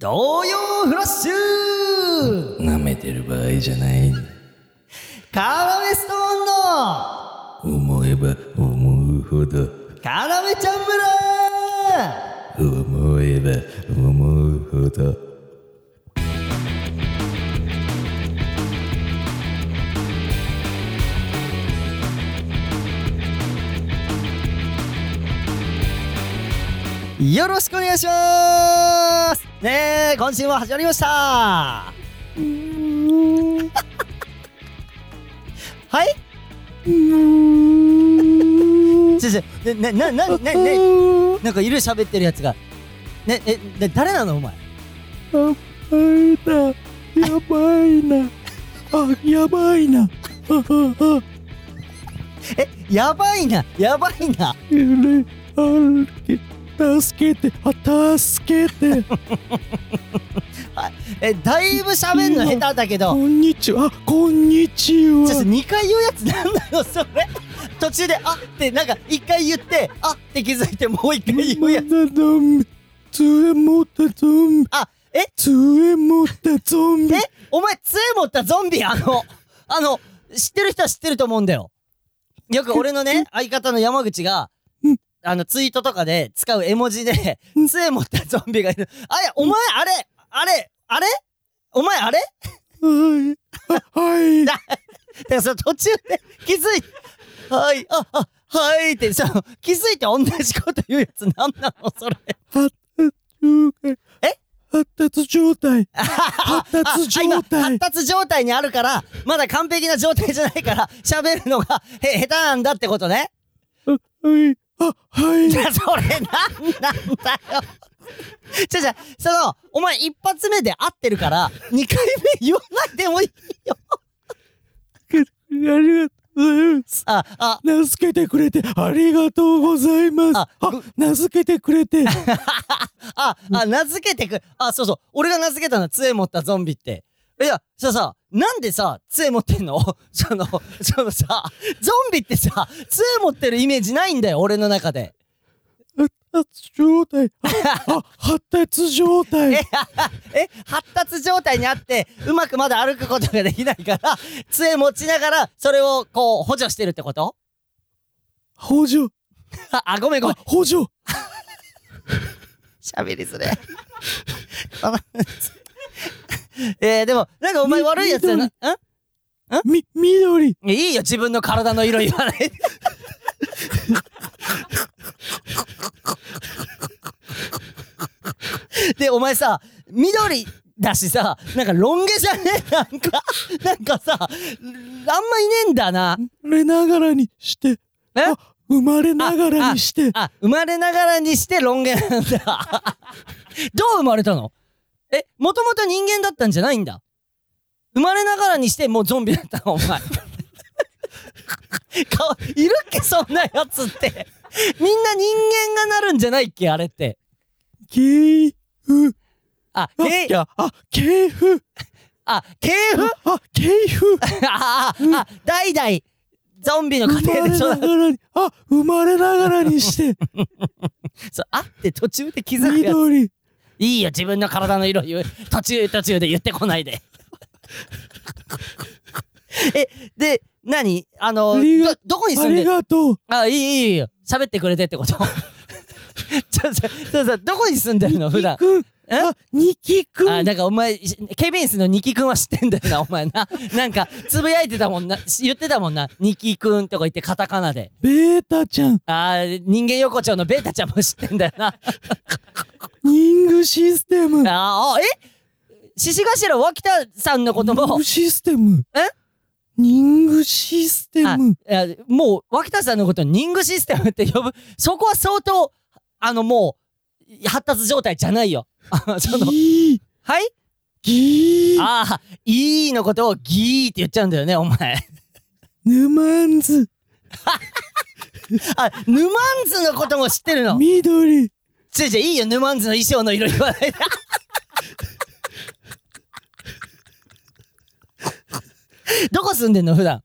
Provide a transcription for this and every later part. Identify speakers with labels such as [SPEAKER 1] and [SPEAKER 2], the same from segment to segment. [SPEAKER 1] 童謡フラッシュ
[SPEAKER 2] 舐めてる場合じゃない
[SPEAKER 1] カラメストーン
[SPEAKER 2] 思えば思うほど
[SPEAKER 1] のカラメちゃん村
[SPEAKER 2] 思えば思うほど
[SPEAKER 1] よろしくお願いしますねえ、今週も始まりましたは
[SPEAKER 3] うん
[SPEAKER 1] い
[SPEAKER 3] うん
[SPEAKER 1] ちょちょ、ね、な、な、な、ね、ね、なんかいる喋ってるやつが。ね、え、ね、誰なのお前。
[SPEAKER 3] やばいなやばいなあやばいなあああ
[SPEAKER 1] え、やばいな、やばいな。
[SPEAKER 3] えれあれ助けてあ助けて
[SPEAKER 1] え、だいぶ喋んの下手だけ
[SPEAKER 3] こ
[SPEAKER 1] ど。
[SPEAKER 3] んにちはあこんにち
[SPEAKER 1] ちょっと
[SPEAKER 3] は
[SPEAKER 1] 2回言うやつなんなのそれ。途中で、あって、なんか1回言って、あって気づいてもう1回言うやつ。
[SPEAKER 3] まだゾンビ杖持ったゾンビ
[SPEAKER 1] あ、え、
[SPEAKER 3] 杖持ったゾンビ
[SPEAKER 1] え、お前杖持ったゾンビ あの、あの、知ってる人は知ってると思うんだよ。よく俺のね、相方の山口が
[SPEAKER 3] うん、
[SPEAKER 1] あの、ツイートとかで使う絵文字で
[SPEAKER 3] う、ん
[SPEAKER 1] 杖持ったゾンビがいる。あれ、お前、あれ、あれ、あれお前、あれ
[SPEAKER 3] はいあはい
[SPEAKER 1] だからその途中で気づいて、はい、あ、あ、はいって、その、気づいて同じこと言うやつなんなのそれ。
[SPEAKER 3] 発達状態。
[SPEAKER 1] え
[SPEAKER 3] 発達状態。発達
[SPEAKER 1] あ今
[SPEAKER 3] 状態
[SPEAKER 1] 発。達状態にあるから、まだ完璧な状態じゃないから、喋るのが、へ、下手なんだってことね。
[SPEAKER 3] あはい。あ、はい
[SPEAKER 1] じ。ゃあそれなんなんだよ。じゃあじゃあその、お前一発目で合ってるから、二回目言わないでもいいよ。
[SPEAKER 3] ありがとうございます。
[SPEAKER 1] あ、あ、
[SPEAKER 3] 助けてくれてありがとうございます。
[SPEAKER 1] あ
[SPEAKER 3] あ、助けてく れて。
[SPEAKER 1] あ、あ、名付けてく、あ、そうそう、俺が名付けたのは杖持ったゾンビって。いや、ささ、なんでさ、杖持ってんの その、そのさ、ゾンビってさ、杖持ってるイメージないんだよ、俺の中で。
[SPEAKER 3] 発達状態。あ、 あ発達状態。
[SPEAKER 1] え、発達状態にあって、うまくまだ歩くことができないから、杖持ちながら、それをこう、補助してるってこと
[SPEAKER 3] 補助。
[SPEAKER 1] ああ、ごめんごめん
[SPEAKER 3] あ。、補助。
[SPEAKER 1] 喋りづれ。えー、でも、なんかお前
[SPEAKER 3] み
[SPEAKER 1] 悪いやつだな。ん
[SPEAKER 3] み、緑。
[SPEAKER 1] いいよ、自分の体の色言わないで。で、お前さ、緑だしさ、なんかロン毛じゃね なんか、なんかさ、あんまいねえんだな。
[SPEAKER 3] 生まれながらにして。
[SPEAKER 1] え
[SPEAKER 3] あ、生まれながらにして。
[SPEAKER 1] あ、生まれながらにしてロン毛なんだ。 どう生まれたのえ、もともと人間だったんじゃないんだ。生まれながらにしてもうゾンビだったの、お前。 かわいるっけそんなやつって。みんな人間がなるんじゃないっけあれって。
[SPEAKER 3] けいふ。
[SPEAKER 1] あ、
[SPEAKER 3] あ、
[SPEAKER 1] け
[SPEAKER 3] いや、あ、けいふ。
[SPEAKER 1] あ、系譜
[SPEAKER 3] あ、けいふ。
[SPEAKER 1] あ、あ、あ、代々、ゾンビの
[SPEAKER 3] 生ま
[SPEAKER 1] 家庭
[SPEAKER 3] れ
[SPEAKER 1] で育
[SPEAKER 3] な
[SPEAKER 1] っ
[SPEAKER 3] がらに、あ、生まれながら にして、
[SPEAKER 1] そうあって途中で気づくやつ。
[SPEAKER 3] 緑、
[SPEAKER 1] いいよ、自分の体の色言う。途中途中で言ってこないで。え、で、何あの、
[SPEAKER 3] ありが
[SPEAKER 1] ど、どこに
[SPEAKER 3] あ
[SPEAKER 1] 住んで
[SPEAKER 3] り
[SPEAKER 1] る
[SPEAKER 3] がとう、
[SPEAKER 1] あ、いい、いい、いいよ。喋ってくれてってこと ちょ、ちょ、ちょ、ちょどこに住んでるの普段。
[SPEAKER 3] くん、
[SPEAKER 1] え
[SPEAKER 3] あ、にきく
[SPEAKER 1] あ、
[SPEAKER 3] ん、
[SPEAKER 1] なんかお前、しケビンスのニキ君は知ってんだよな、お前な。なんか、つぶやいてたもんな、し言ってたもんな。ニキ君とか言ってカタカナで。
[SPEAKER 3] ベータちゃん、
[SPEAKER 1] あー人間横丁のベータちゃんも知ってんだよな。
[SPEAKER 3] ニングシステム、ニ
[SPEAKER 1] あー、あ、え獅子頭脇田さんのことも
[SPEAKER 3] ング、システム、
[SPEAKER 1] え
[SPEAKER 3] ニングシステ
[SPEAKER 1] あ
[SPEAKER 3] ム、
[SPEAKER 1] いやもう、脇田さんのことをニングシステムって呼ぶ。そこは相当、あの、もう、発達状態じゃないよ。 あその、
[SPEAKER 3] ギー、
[SPEAKER 1] はい
[SPEAKER 3] ギー、
[SPEAKER 1] ああ、いいのことをギーって言っちゃうんだよね、お前。
[SPEAKER 3] ヌマンズ、
[SPEAKER 1] あ、ヌマンズのことも知ってるの。
[SPEAKER 3] 緑、
[SPEAKER 1] ちょいちょい、いいよ、ヌマンズの衣装の色言わ ないで。どこ住んでんの、普段。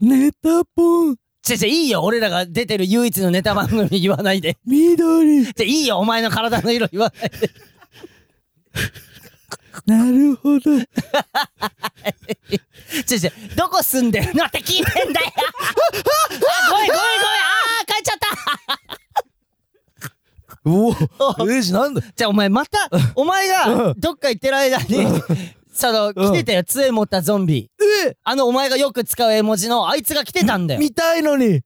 [SPEAKER 3] ネタポン、
[SPEAKER 1] ちょいちょい、いいよ、俺らが出てる唯一のネタ番組言わないで。
[SPEAKER 3] 緑、
[SPEAKER 1] でいいよ、お前の体の色言わないで。
[SPEAKER 3] なるほ ど。
[SPEAKER 1] ちょちょ、どこ住んでるのって聞いて んだよあ、ごめんごめんごめんあー、帰っちゃった
[SPEAKER 3] おお、 レイジなんだ
[SPEAKER 1] じゃあお前また、お前がどっか行ってる間に、その、来てたよ、杖持ったゾンビ。
[SPEAKER 3] え
[SPEAKER 1] あの、お前がよく使う絵文字のあいつが来てたんだよ。
[SPEAKER 3] 見たいのに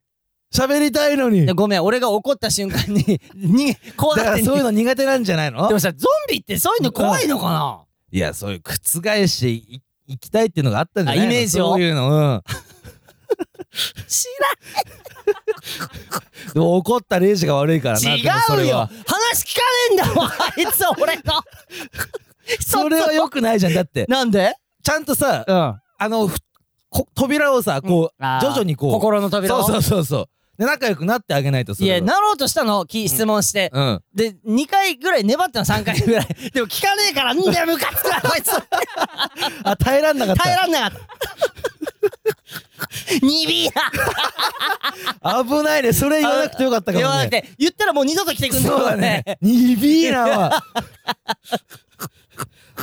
[SPEAKER 3] 喋りたいのに
[SPEAKER 1] でごめん、俺が怒った瞬間に、 に、こう
[SPEAKER 3] だ
[SPEAKER 1] な
[SPEAKER 3] か
[SPEAKER 1] っ
[SPEAKER 3] ら
[SPEAKER 1] て
[SPEAKER 3] そういう
[SPEAKER 1] の。
[SPEAKER 3] の苦手なんじゃないの
[SPEAKER 1] でもさ、ゾンビってそういうの怖いのかない
[SPEAKER 3] や、そういう覆していいきたいっていうのがあったんじゃない
[SPEAKER 1] あ
[SPEAKER 3] の
[SPEAKER 1] イメージを
[SPEAKER 3] そういうの。うん。
[SPEAKER 1] 知
[SPEAKER 3] でも怒ったレイジが悪いからな。でも
[SPEAKER 1] ら
[SPEAKER 3] そ
[SPEAKER 1] ん。違う
[SPEAKER 3] れ
[SPEAKER 1] よ
[SPEAKER 3] は
[SPEAKER 1] 話聞かねえんだもん、あいつ俺の。
[SPEAKER 3] それは良くないじゃん。だって、
[SPEAKER 1] なんで
[SPEAKER 3] ちゃんとさ、
[SPEAKER 1] うん。
[SPEAKER 3] あの、ふこ扉をさ、こう、
[SPEAKER 1] あー
[SPEAKER 3] 徐々にこう。
[SPEAKER 1] 心の扉を
[SPEAKER 3] そうそうそうそう。で、仲良くなってあげないとそ
[SPEAKER 1] い
[SPEAKER 3] れは
[SPEAKER 1] や、なろうとしたの、き質問して。
[SPEAKER 3] うん。
[SPEAKER 1] で、2回ぐらい粘ったの、3回ぐらい。 でも聞かねえから、んだよ、ムカつ くな、こいつ。
[SPEAKER 3] あ、耐えらんなかっ
[SPEAKER 1] 耐え
[SPEAKER 3] た。
[SPEAKER 1] らんなかった。 にびーな
[SPEAKER 3] 危ないね。それ言わなくてよかったか
[SPEAKER 1] 言わ
[SPEAKER 3] も
[SPEAKER 1] な
[SPEAKER 3] ね
[SPEAKER 1] く。て、言ったらもう二度と来てくんない
[SPEAKER 3] そう
[SPEAKER 1] も
[SPEAKER 3] だ
[SPEAKER 1] んね
[SPEAKER 3] ね。。にびーなは。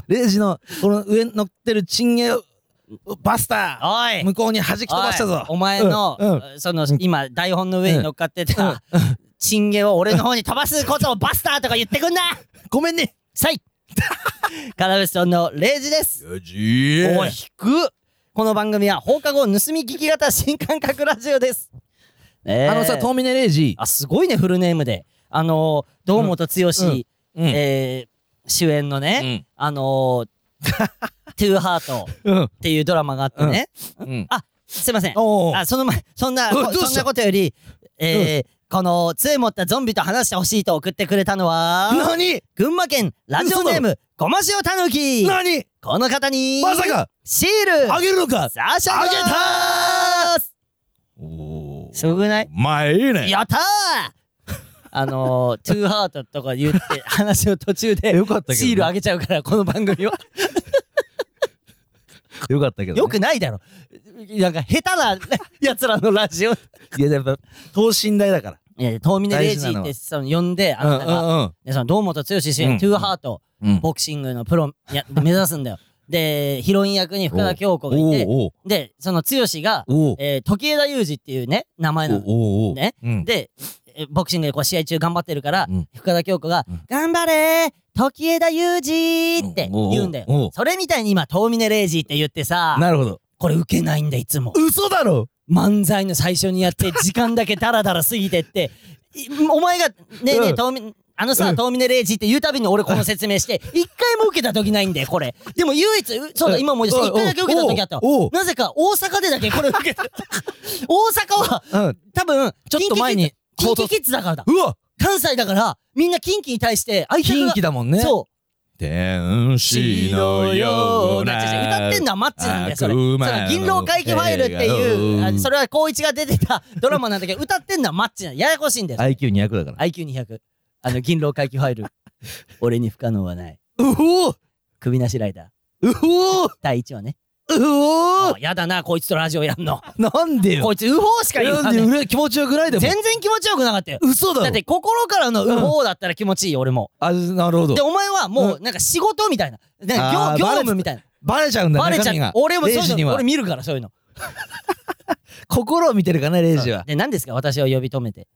[SPEAKER 3] レイジの、この上に乗ってるチンゲを、バスタ
[SPEAKER 1] お
[SPEAKER 3] ー
[SPEAKER 1] い
[SPEAKER 3] 向こうに弾き飛ばしたぞ
[SPEAKER 1] おいお前の、
[SPEAKER 3] うんうん
[SPEAKER 1] その今台本の上に乗っかってた、チンゲを俺の方に飛ばすことをバスターとか言ってくんな
[SPEAKER 3] ごめんね
[SPEAKER 1] さ いカラベストンのレイジです
[SPEAKER 3] よじ
[SPEAKER 1] お引くこの番組は放課後盗み聞き型新感覚ラジオです、ねえ
[SPEAKER 3] あのさ、トーミネレイジ、
[SPEAKER 1] あすごいねフルネームであのー堂本剛、
[SPEAKER 3] うん
[SPEAKER 1] えー主演のね、
[SPEAKER 3] うん
[SPEAKER 1] あの ートゥーハート
[SPEAKER 3] うん
[SPEAKER 1] っていうドラマがあってね、
[SPEAKER 3] うん
[SPEAKER 1] あすいません
[SPEAKER 3] おー
[SPEAKER 1] あその前そんな
[SPEAKER 3] うん
[SPEAKER 1] こ
[SPEAKER 3] どうした
[SPEAKER 1] そんなことより、えーこの杖持ったゾンビと話してほしいと送ってくれたのは
[SPEAKER 3] 何
[SPEAKER 1] 群馬県ラジオネームごま塩たぬき
[SPEAKER 3] 何
[SPEAKER 1] この方に
[SPEAKER 3] まさか
[SPEAKER 1] シール
[SPEAKER 3] あげるのか
[SPEAKER 1] 差し上げ
[SPEAKER 3] あげた
[SPEAKER 1] ます
[SPEAKER 3] おー
[SPEAKER 1] すごくない
[SPEAKER 3] まあ、いいね
[SPEAKER 1] やったー あのー、トゥーハートとか 言って話を途中で
[SPEAKER 3] よかったけどね
[SPEAKER 1] シールあげちゃうからこの番組は
[SPEAKER 3] よかったけどね
[SPEAKER 1] よくないだろなんか下手な やつらのラジオい
[SPEAKER 3] いや、やっぱ、等身大だから
[SPEAKER 1] や遠峰レイジ
[SPEAKER 3] 大事な
[SPEAKER 1] っ
[SPEAKER 3] の
[SPEAKER 1] て
[SPEAKER 3] は
[SPEAKER 1] その呼んであなたが、
[SPEAKER 3] うん
[SPEAKER 1] でその堂本剛主演、
[SPEAKER 3] うん
[SPEAKER 1] トゥーハート、
[SPEAKER 3] うんうん
[SPEAKER 1] ボクシングのプロいや目指すんだよでヒロイン役に深田恭子がいて
[SPEAKER 3] おー
[SPEAKER 1] でその剛が、
[SPEAKER 3] おーおー
[SPEAKER 1] えー時枝裕二っていうね名前なの
[SPEAKER 3] おーおー
[SPEAKER 1] ね
[SPEAKER 3] うん
[SPEAKER 1] でえーボクシングでこう試合中頑張ってるから、
[SPEAKER 3] うん
[SPEAKER 1] 深田恭子が「
[SPEAKER 3] うん
[SPEAKER 1] 頑張れー時枝裕二!」って言うんだ
[SPEAKER 3] おうおうお
[SPEAKER 1] よ
[SPEAKER 3] う
[SPEAKER 1] それみたいに今遠峰レイジって言ってさ
[SPEAKER 3] なるほど
[SPEAKER 1] これウケないんだいつも
[SPEAKER 3] 嘘だろ
[SPEAKER 1] 漫才の最初にやっ て時間だけダラダラ過ぎてっていお前が「ねえねえ
[SPEAKER 3] うん
[SPEAKER 1] 遠峰あのさ、遠峰レイジって言うたびに俺この説明 して、一回も受けた時ないんだよ、これ。でも唯一、うそうだ、
[SPEAKER 3] うん
[SPEAKER 1] 今思い出した。一回だけ受けた時あったわ
[SPEAKER 3] おうおう
[SPEAKER 1] なぜか大阪でだけこれ受 けた。大阪は、
[SPEAKER 3] うん
[SPEAKER 1] 多分、
[SPEAKER 3] ちょっと前に
[SPEAKER 1] キンキキッズだからだ。
[SPEAKER 3] うわ
[SPEAKER 1] 関西だから、みんなキンキに対して愛着
[SPEAKER 3] 近
[SPEAKER 1] が、
[SPEAKER 3] 畿だもんね
[SPEAKER 1] そう。
[SPEAKER 3] 天使のような
[SPEAKER 1] 歌ってんのはマッチなんだよ、それ。そ
[SPEAKER 3] 悪魔の
[SPEAKER 1] の銀狼会議ファイルっていう、あそれは光一が出てた ドラマなんだけど、歌ってんのはマッチなんだよややこしいんだよ。
[SPEAKER 3] IQ200 だから
[SPEAKER 1] IQ200。あの、銀狼会議ファイ ル。俺に不可能はない。
[SPEAKER 3] うおー
[SPEAKER 1] 首なしライダー。
[SPEAKER 3] うおー
[SPEAKER 1] 第1話ね。
[SPEAKER 3] うお
[SPEAKER 1] あやだな、こいつとラジオやんの。
[SPEAKER 3] なんでよ
[SPEAKER 1] こいつ、ウホーしか言わ
[SPEAKER 3] なん
[SPEAKER 1] ね
[SPEAKER 3] で
[SPEAKER 1] え。
[SPEAKER 3] うれ気持ちよくないでも
[SPEAKER 1] 全然気持ちよくなかったよ。
[SPEAKER 3] 嘘だ
[SPEAKER 1] だっ
[SPEAKER 3] ろ
[SPEAKER 1] て心からのウホーだったら気持ちいいよ、俺も。
[SPEAKER 3] あなるほど
[SPEAKER 1] で、お前はもう、なんか仕事みたいな。なんか
[SPEAKER 3] あー
[SPEAKER 1] 業業
[SPEAKER 3] バレ
[SPEAKER 1] 務みたいな。
[SPEAKER 3] バレちゃうんだ
[SPEAKER 1] バレち
[SPEAKER 3] 中身
[SPEAKER 1] ゃう
[SPEAKER 3] が。
[SPEAKER 1] 俺もそう
[SPEAKER 3] レイジ
[SPEAKER 1] い
[SPEAKER 3] に
[SPEAKER 1] うの、
[SPEAKER 3] は
[SPEAKER 1] 俺見るから、そういうの。
[SPEAKER 3] 心を見てるからねレイジは
[SPEAKER 1] で、何ですか私を呼び止めて。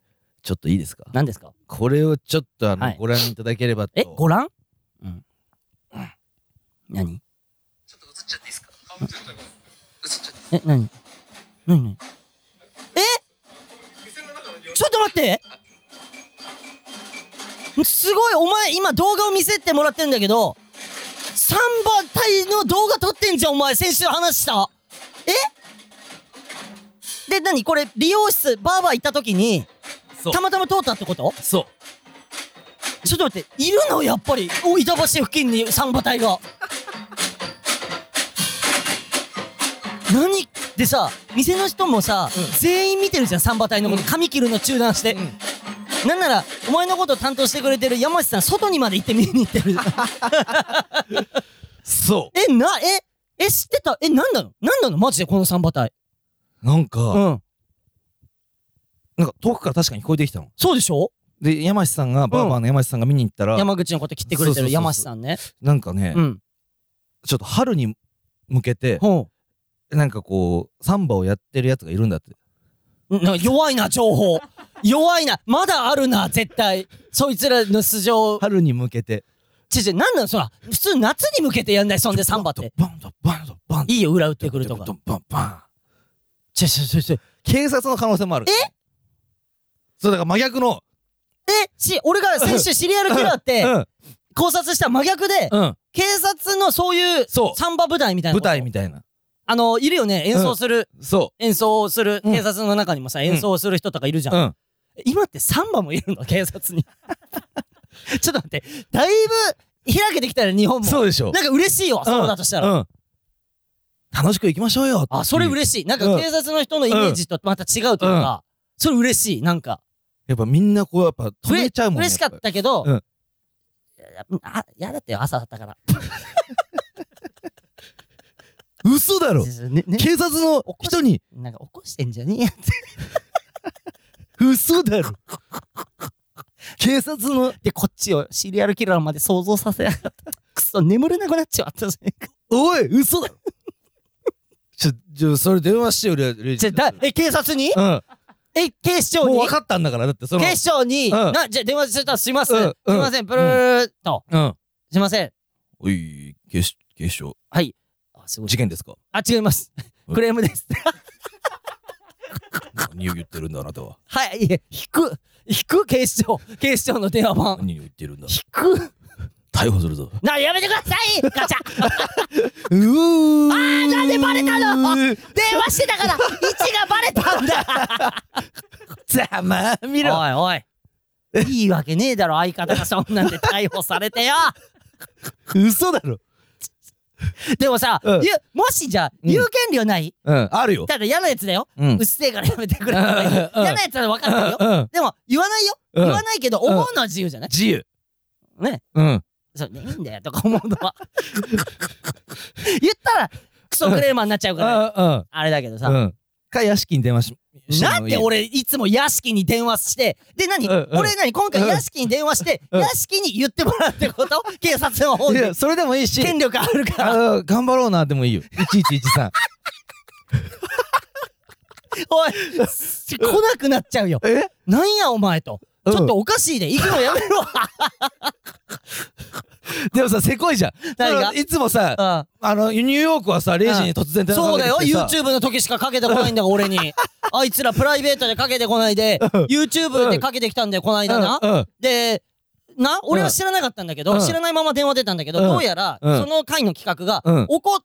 [SPEAKER 3] ちょっといいですか
[SPEAKER 1] 何ですか
[SPEAKER 3] これをちょっと
[SPEAKER 1] は
[SPEAKER 3] あの
[SPEAKER 1] い
[SPEAKER 3] ご覧いただければと
[SPEAKER 1] え、ご覧うん。何ちょっと映っちゃっていいですかえ、何何何えちょっと待ってすごいお前今動画を見せてもらってるんだけどサンバ隊の動画撮ってんじゃんお前先週話したえで何これ美容室バーバー行った時に
[SPEAKER 3] そう
[SPEAKER 1] たまたま通ったってこと
[SPEAKER 3] そう
[SPEAKER 1] ちょっと待って、いるのやっぱり、お板橋付近にサンバ隊が。何でさ、店の人もさ、全員見てるじゃん、サンバ隊のこと、髪切るの中断して。なんなら、お前のこと担当してくれてる山内さん、外にまで行って見に行って る。
[SPEAKER 3] そ
[SPEAKER 1] え、な、え、え、知ってたえ、なんなのなんなのマジでこのサンバ隊。
[SPEAKER 3] うなんか、
[SPEAKER 1] うん。
[SPEAKER 3] なんか遠くから確かに聞こえてきたの
[SPEAKER 1] そうでしょ
[SPEAKER 3] で山下さんがバーバーの山下さんが見に行ったら、
[SPEAKER 1] 山口のこと切ってくれてる山内さんね。
[SPEAKER 3] なんかね、
[SPEAKER 1] うん。
[SPEAKER 4] ちょっと春に向けて
[SPEAKER 1] ほ
[SPEAKER 4] なんかこうサンバをやってるやつがいるんだって
[SPEAKER 1] う。な弱いな、情報。弱いな。まだあるな、絶対。そいつらの素性。
[SPEAKER 4] 春に向けて
[SPEAKER 1] ちち、なんなのそら、普通夏に向けてやんない、そんでサンバって。
[SPEAKER 4] バンドバンドバンド
[SPEAKER 1] いいよ、裏打ってくるとか
[SPEAKER 4] ド。ンバンバン
[SPEAKER 1] ちょちょちょちょ。
[SPEAKER 4] 警察の可能性もあるえそうだから真逆の
[SPEAKER 1] え、し、俺が先週シリアルキラーって
[SPEAKER 4] うん
[SPEAKER 1] 考察した真逆で、
[SPEAKER 4] うん
[SPEAKER 1] 警察のそういう
[SPEAKER 4] そう
[SPEAKER 1] サンバ舞台みたいな
[SPEAKER 4] 舞
[SPEAKER 1] こと。
[SPEAKER 4] 台みたいな
[SPEAKER 1] あの、いるよね、演奏する、
[SPEAKER 4] そ
[SPEAKER 1] 演奏をする、
[SPEAKER 4] うん
[SPEAKER 1] 警察の中にもさ、演奏をする人とかいるじゃ。
[SPEAKER 4] ううんん
[SPEAKER 1] 今ってサンバもいるの警察に。 ちょっと待って、だいぶ開けてきたら日本も。
[SPEAKER 4] そうでしょ
[SPEAKER 1] なんか嬉しいわ、そうだとしたら。
[SPEAKER 4] うん楽しく行きましょうよ
[SPEAKER 1] あ、それ
[SPEAKER 4] しい
[SPEAKER 1] 嬉しい。なん
[SPEAKER 4] う
[SPEAKER 1] か
[SPEAKER 4] ん
[SPEAKER 1] 警察の人のイメージとまた違うというか、それ嬉しい。なんか、
[SPEAKER 4] やっぱみんなこうやっぱ止めちゃうもんね
[SPEAKER 1] 嬉しかったけど、
[SPEAKER 4] うん
[SPEAKER 1] あ、やだってよ、朝だったから。
[SPEAKER 4] 嘘だろ
[SPEAKER 1] ねね
[SPEAKER 4] 警察の人に
[SPEAKER 1] なんか起こしてんじゃねえや って。
[SPEAKER 4] 嘘だろ警察の
[SPEAKER 1] で、こっちをシリアルキラーまで想像させやがった。くそ、眠れなくなっちまった ぜ。
[SPEAKER 4] おい嘘だろ ちょちょそれ電話してよレレイジ
[SPEAKER 1] じゃ、だ、え、警察に
[SPEAKER 4] うん
[SPEAKER 1] え、警視庁
[SPEAKER 4] もう
[SPEAKER 1] に
[SPEAKER 4] 分かったんだからだってその
[SPEAKER 1] 警視庁に、
[SPEAKER 4] うん
[SPEAKER 1] な、じゃ、電話してたらすいません。
[SPEAKER 4] うんうん
[SPEAKER 1] すいません、ブルーっと。
[SPEAKER 4] うん
[SPEAKER 1] すいません。
[SPEAKER 4] おい警視警視庁
[SPEAKER 1] あ、すごい
[SPEAKER 4] 事。件ですか
[SPEAKER 1] あ、違います。
[SPEAKER 4] う ん
[SPEAKER 1] クレームです。
[SPEAKER 4] 何を言ってるんだあなたは
[SPEAKER 1] はい、いえ、引く。引く、警視庁。警視庁の電話番。
[SPEAKER 4] 何を言ってるんだ
[SPEAKER 1] 引く。
[SPEAKER 4] 逮捕するぞ
[SPEAKER 1] な、やめてくださいガチャ
[SPEAKER 4] うーあー
[SPEAKER 1] なんでバレたの
[SPEAKER 4] の
[SPEAKER 1] 電話してたから、位置がバレたんだ
[SPEAKER 4] ざまあみろ
[SPEAKER 1] おいおい。いいわけねえだろ、相方がそんなんで逮捕され てよ。
[SPEAKER 4] 嘘だろ
[SPEAKER 1] でもさ、
[SPEAKER 4] うん
[SPEAKER 1] ゆもしじゃあ、
[SPEAKER 4] うん
[SPEAKER 1] 言う権利はない
[SPEAKER 4] うんあるよ
[SPEAKER 1] ただ嫌なやつだよ。
[SPEAKER 4] う
[SPEAKER 1] うんっせえからやめてくれた方がいい。
[SPEAKER 4] うんうん
[SPEAKER 1] 嫌なやつなら分かってるよ。
[SPEAKER 4] うん
[SPEAKER 1] でも、言わないよ。
[SPEAKER 4] うん
[SPEAKER 1] 言わないけど、思うのは自由じゃない
[SPEAKER 4] 自由
[SPEAKER 1] ね。
[SPEAKER 4] うん
[SPEAKER 1] そう、ね、いいんだよ、とか思う のは。言ったら、クソクレーマーになっちゃうから。
[SPEAKER 4] あ
[SPEAKER 1] あれだけどさ
[SPEAKER 4] う。んか屋敷に電話し
[SPEAKER 1] なんで俺いつも屋敷に電話して、で何、
[SPEAKER 4] うんうん
[SPEAKER 1] 俺何今回
[SPEAKER 4] うん
[SPEAKER 1] 屋敷に電話して、
[SPEAKER 4] うん
[SPEAKER 1] 屋敷に言ってもらうって こと警察の方
[SPEAKER 4] い
[SPEAKER 1] で
[SPEAKER 4] や。それでもいいし
[SPEAKER 1] 権力あるから、
[SPEAKER 4] あ頑張ろうなでもいいよ1113
[SPEAKER 1] おい、来なくなっちゃうよ。
[SPEAKER 4] え
[SPEAKER 1] なんやお前と。
[SPEAKER 4] う
[SPEAKER 1] ち
[SPEAKER 4] ん
[SPEAKER 1] ょっとおかしいで、行くのやめろ。
[SPEAKER 4] でもさせこいじゃん
[SPEAKER 1] 何が
[SPEAKER 4] あのいつもさ
[SPEAKER 1] うん
[SPEAKER 4] あのニューヨークはさ0時に突然電話
[SPEAKER 1] そうだよ、
[SPEAKER 4] かけてきてさ
[SPEAKER 1] YouTube の時しかかけてこないんだから、 俺に。あいつらプライベートでかけてこないで、YouTube でかけてきたんだよ、この間な。
[SPEAKER 4] うんうん
[SPEAKER 1] で、な、俺は知らなかったんだけど、
[SPEAKER 4] うん
[SPEAKER 1] 知らないまま電話出たんだけど、
[SPEAKER 4] うん
[SPEAKER 1] どうやら、
[SPEAKER 4] うん
[SPEAKER 1] その回の企画が、
[SPEAKER 4] うん
[SPEAKER 1] 起こ、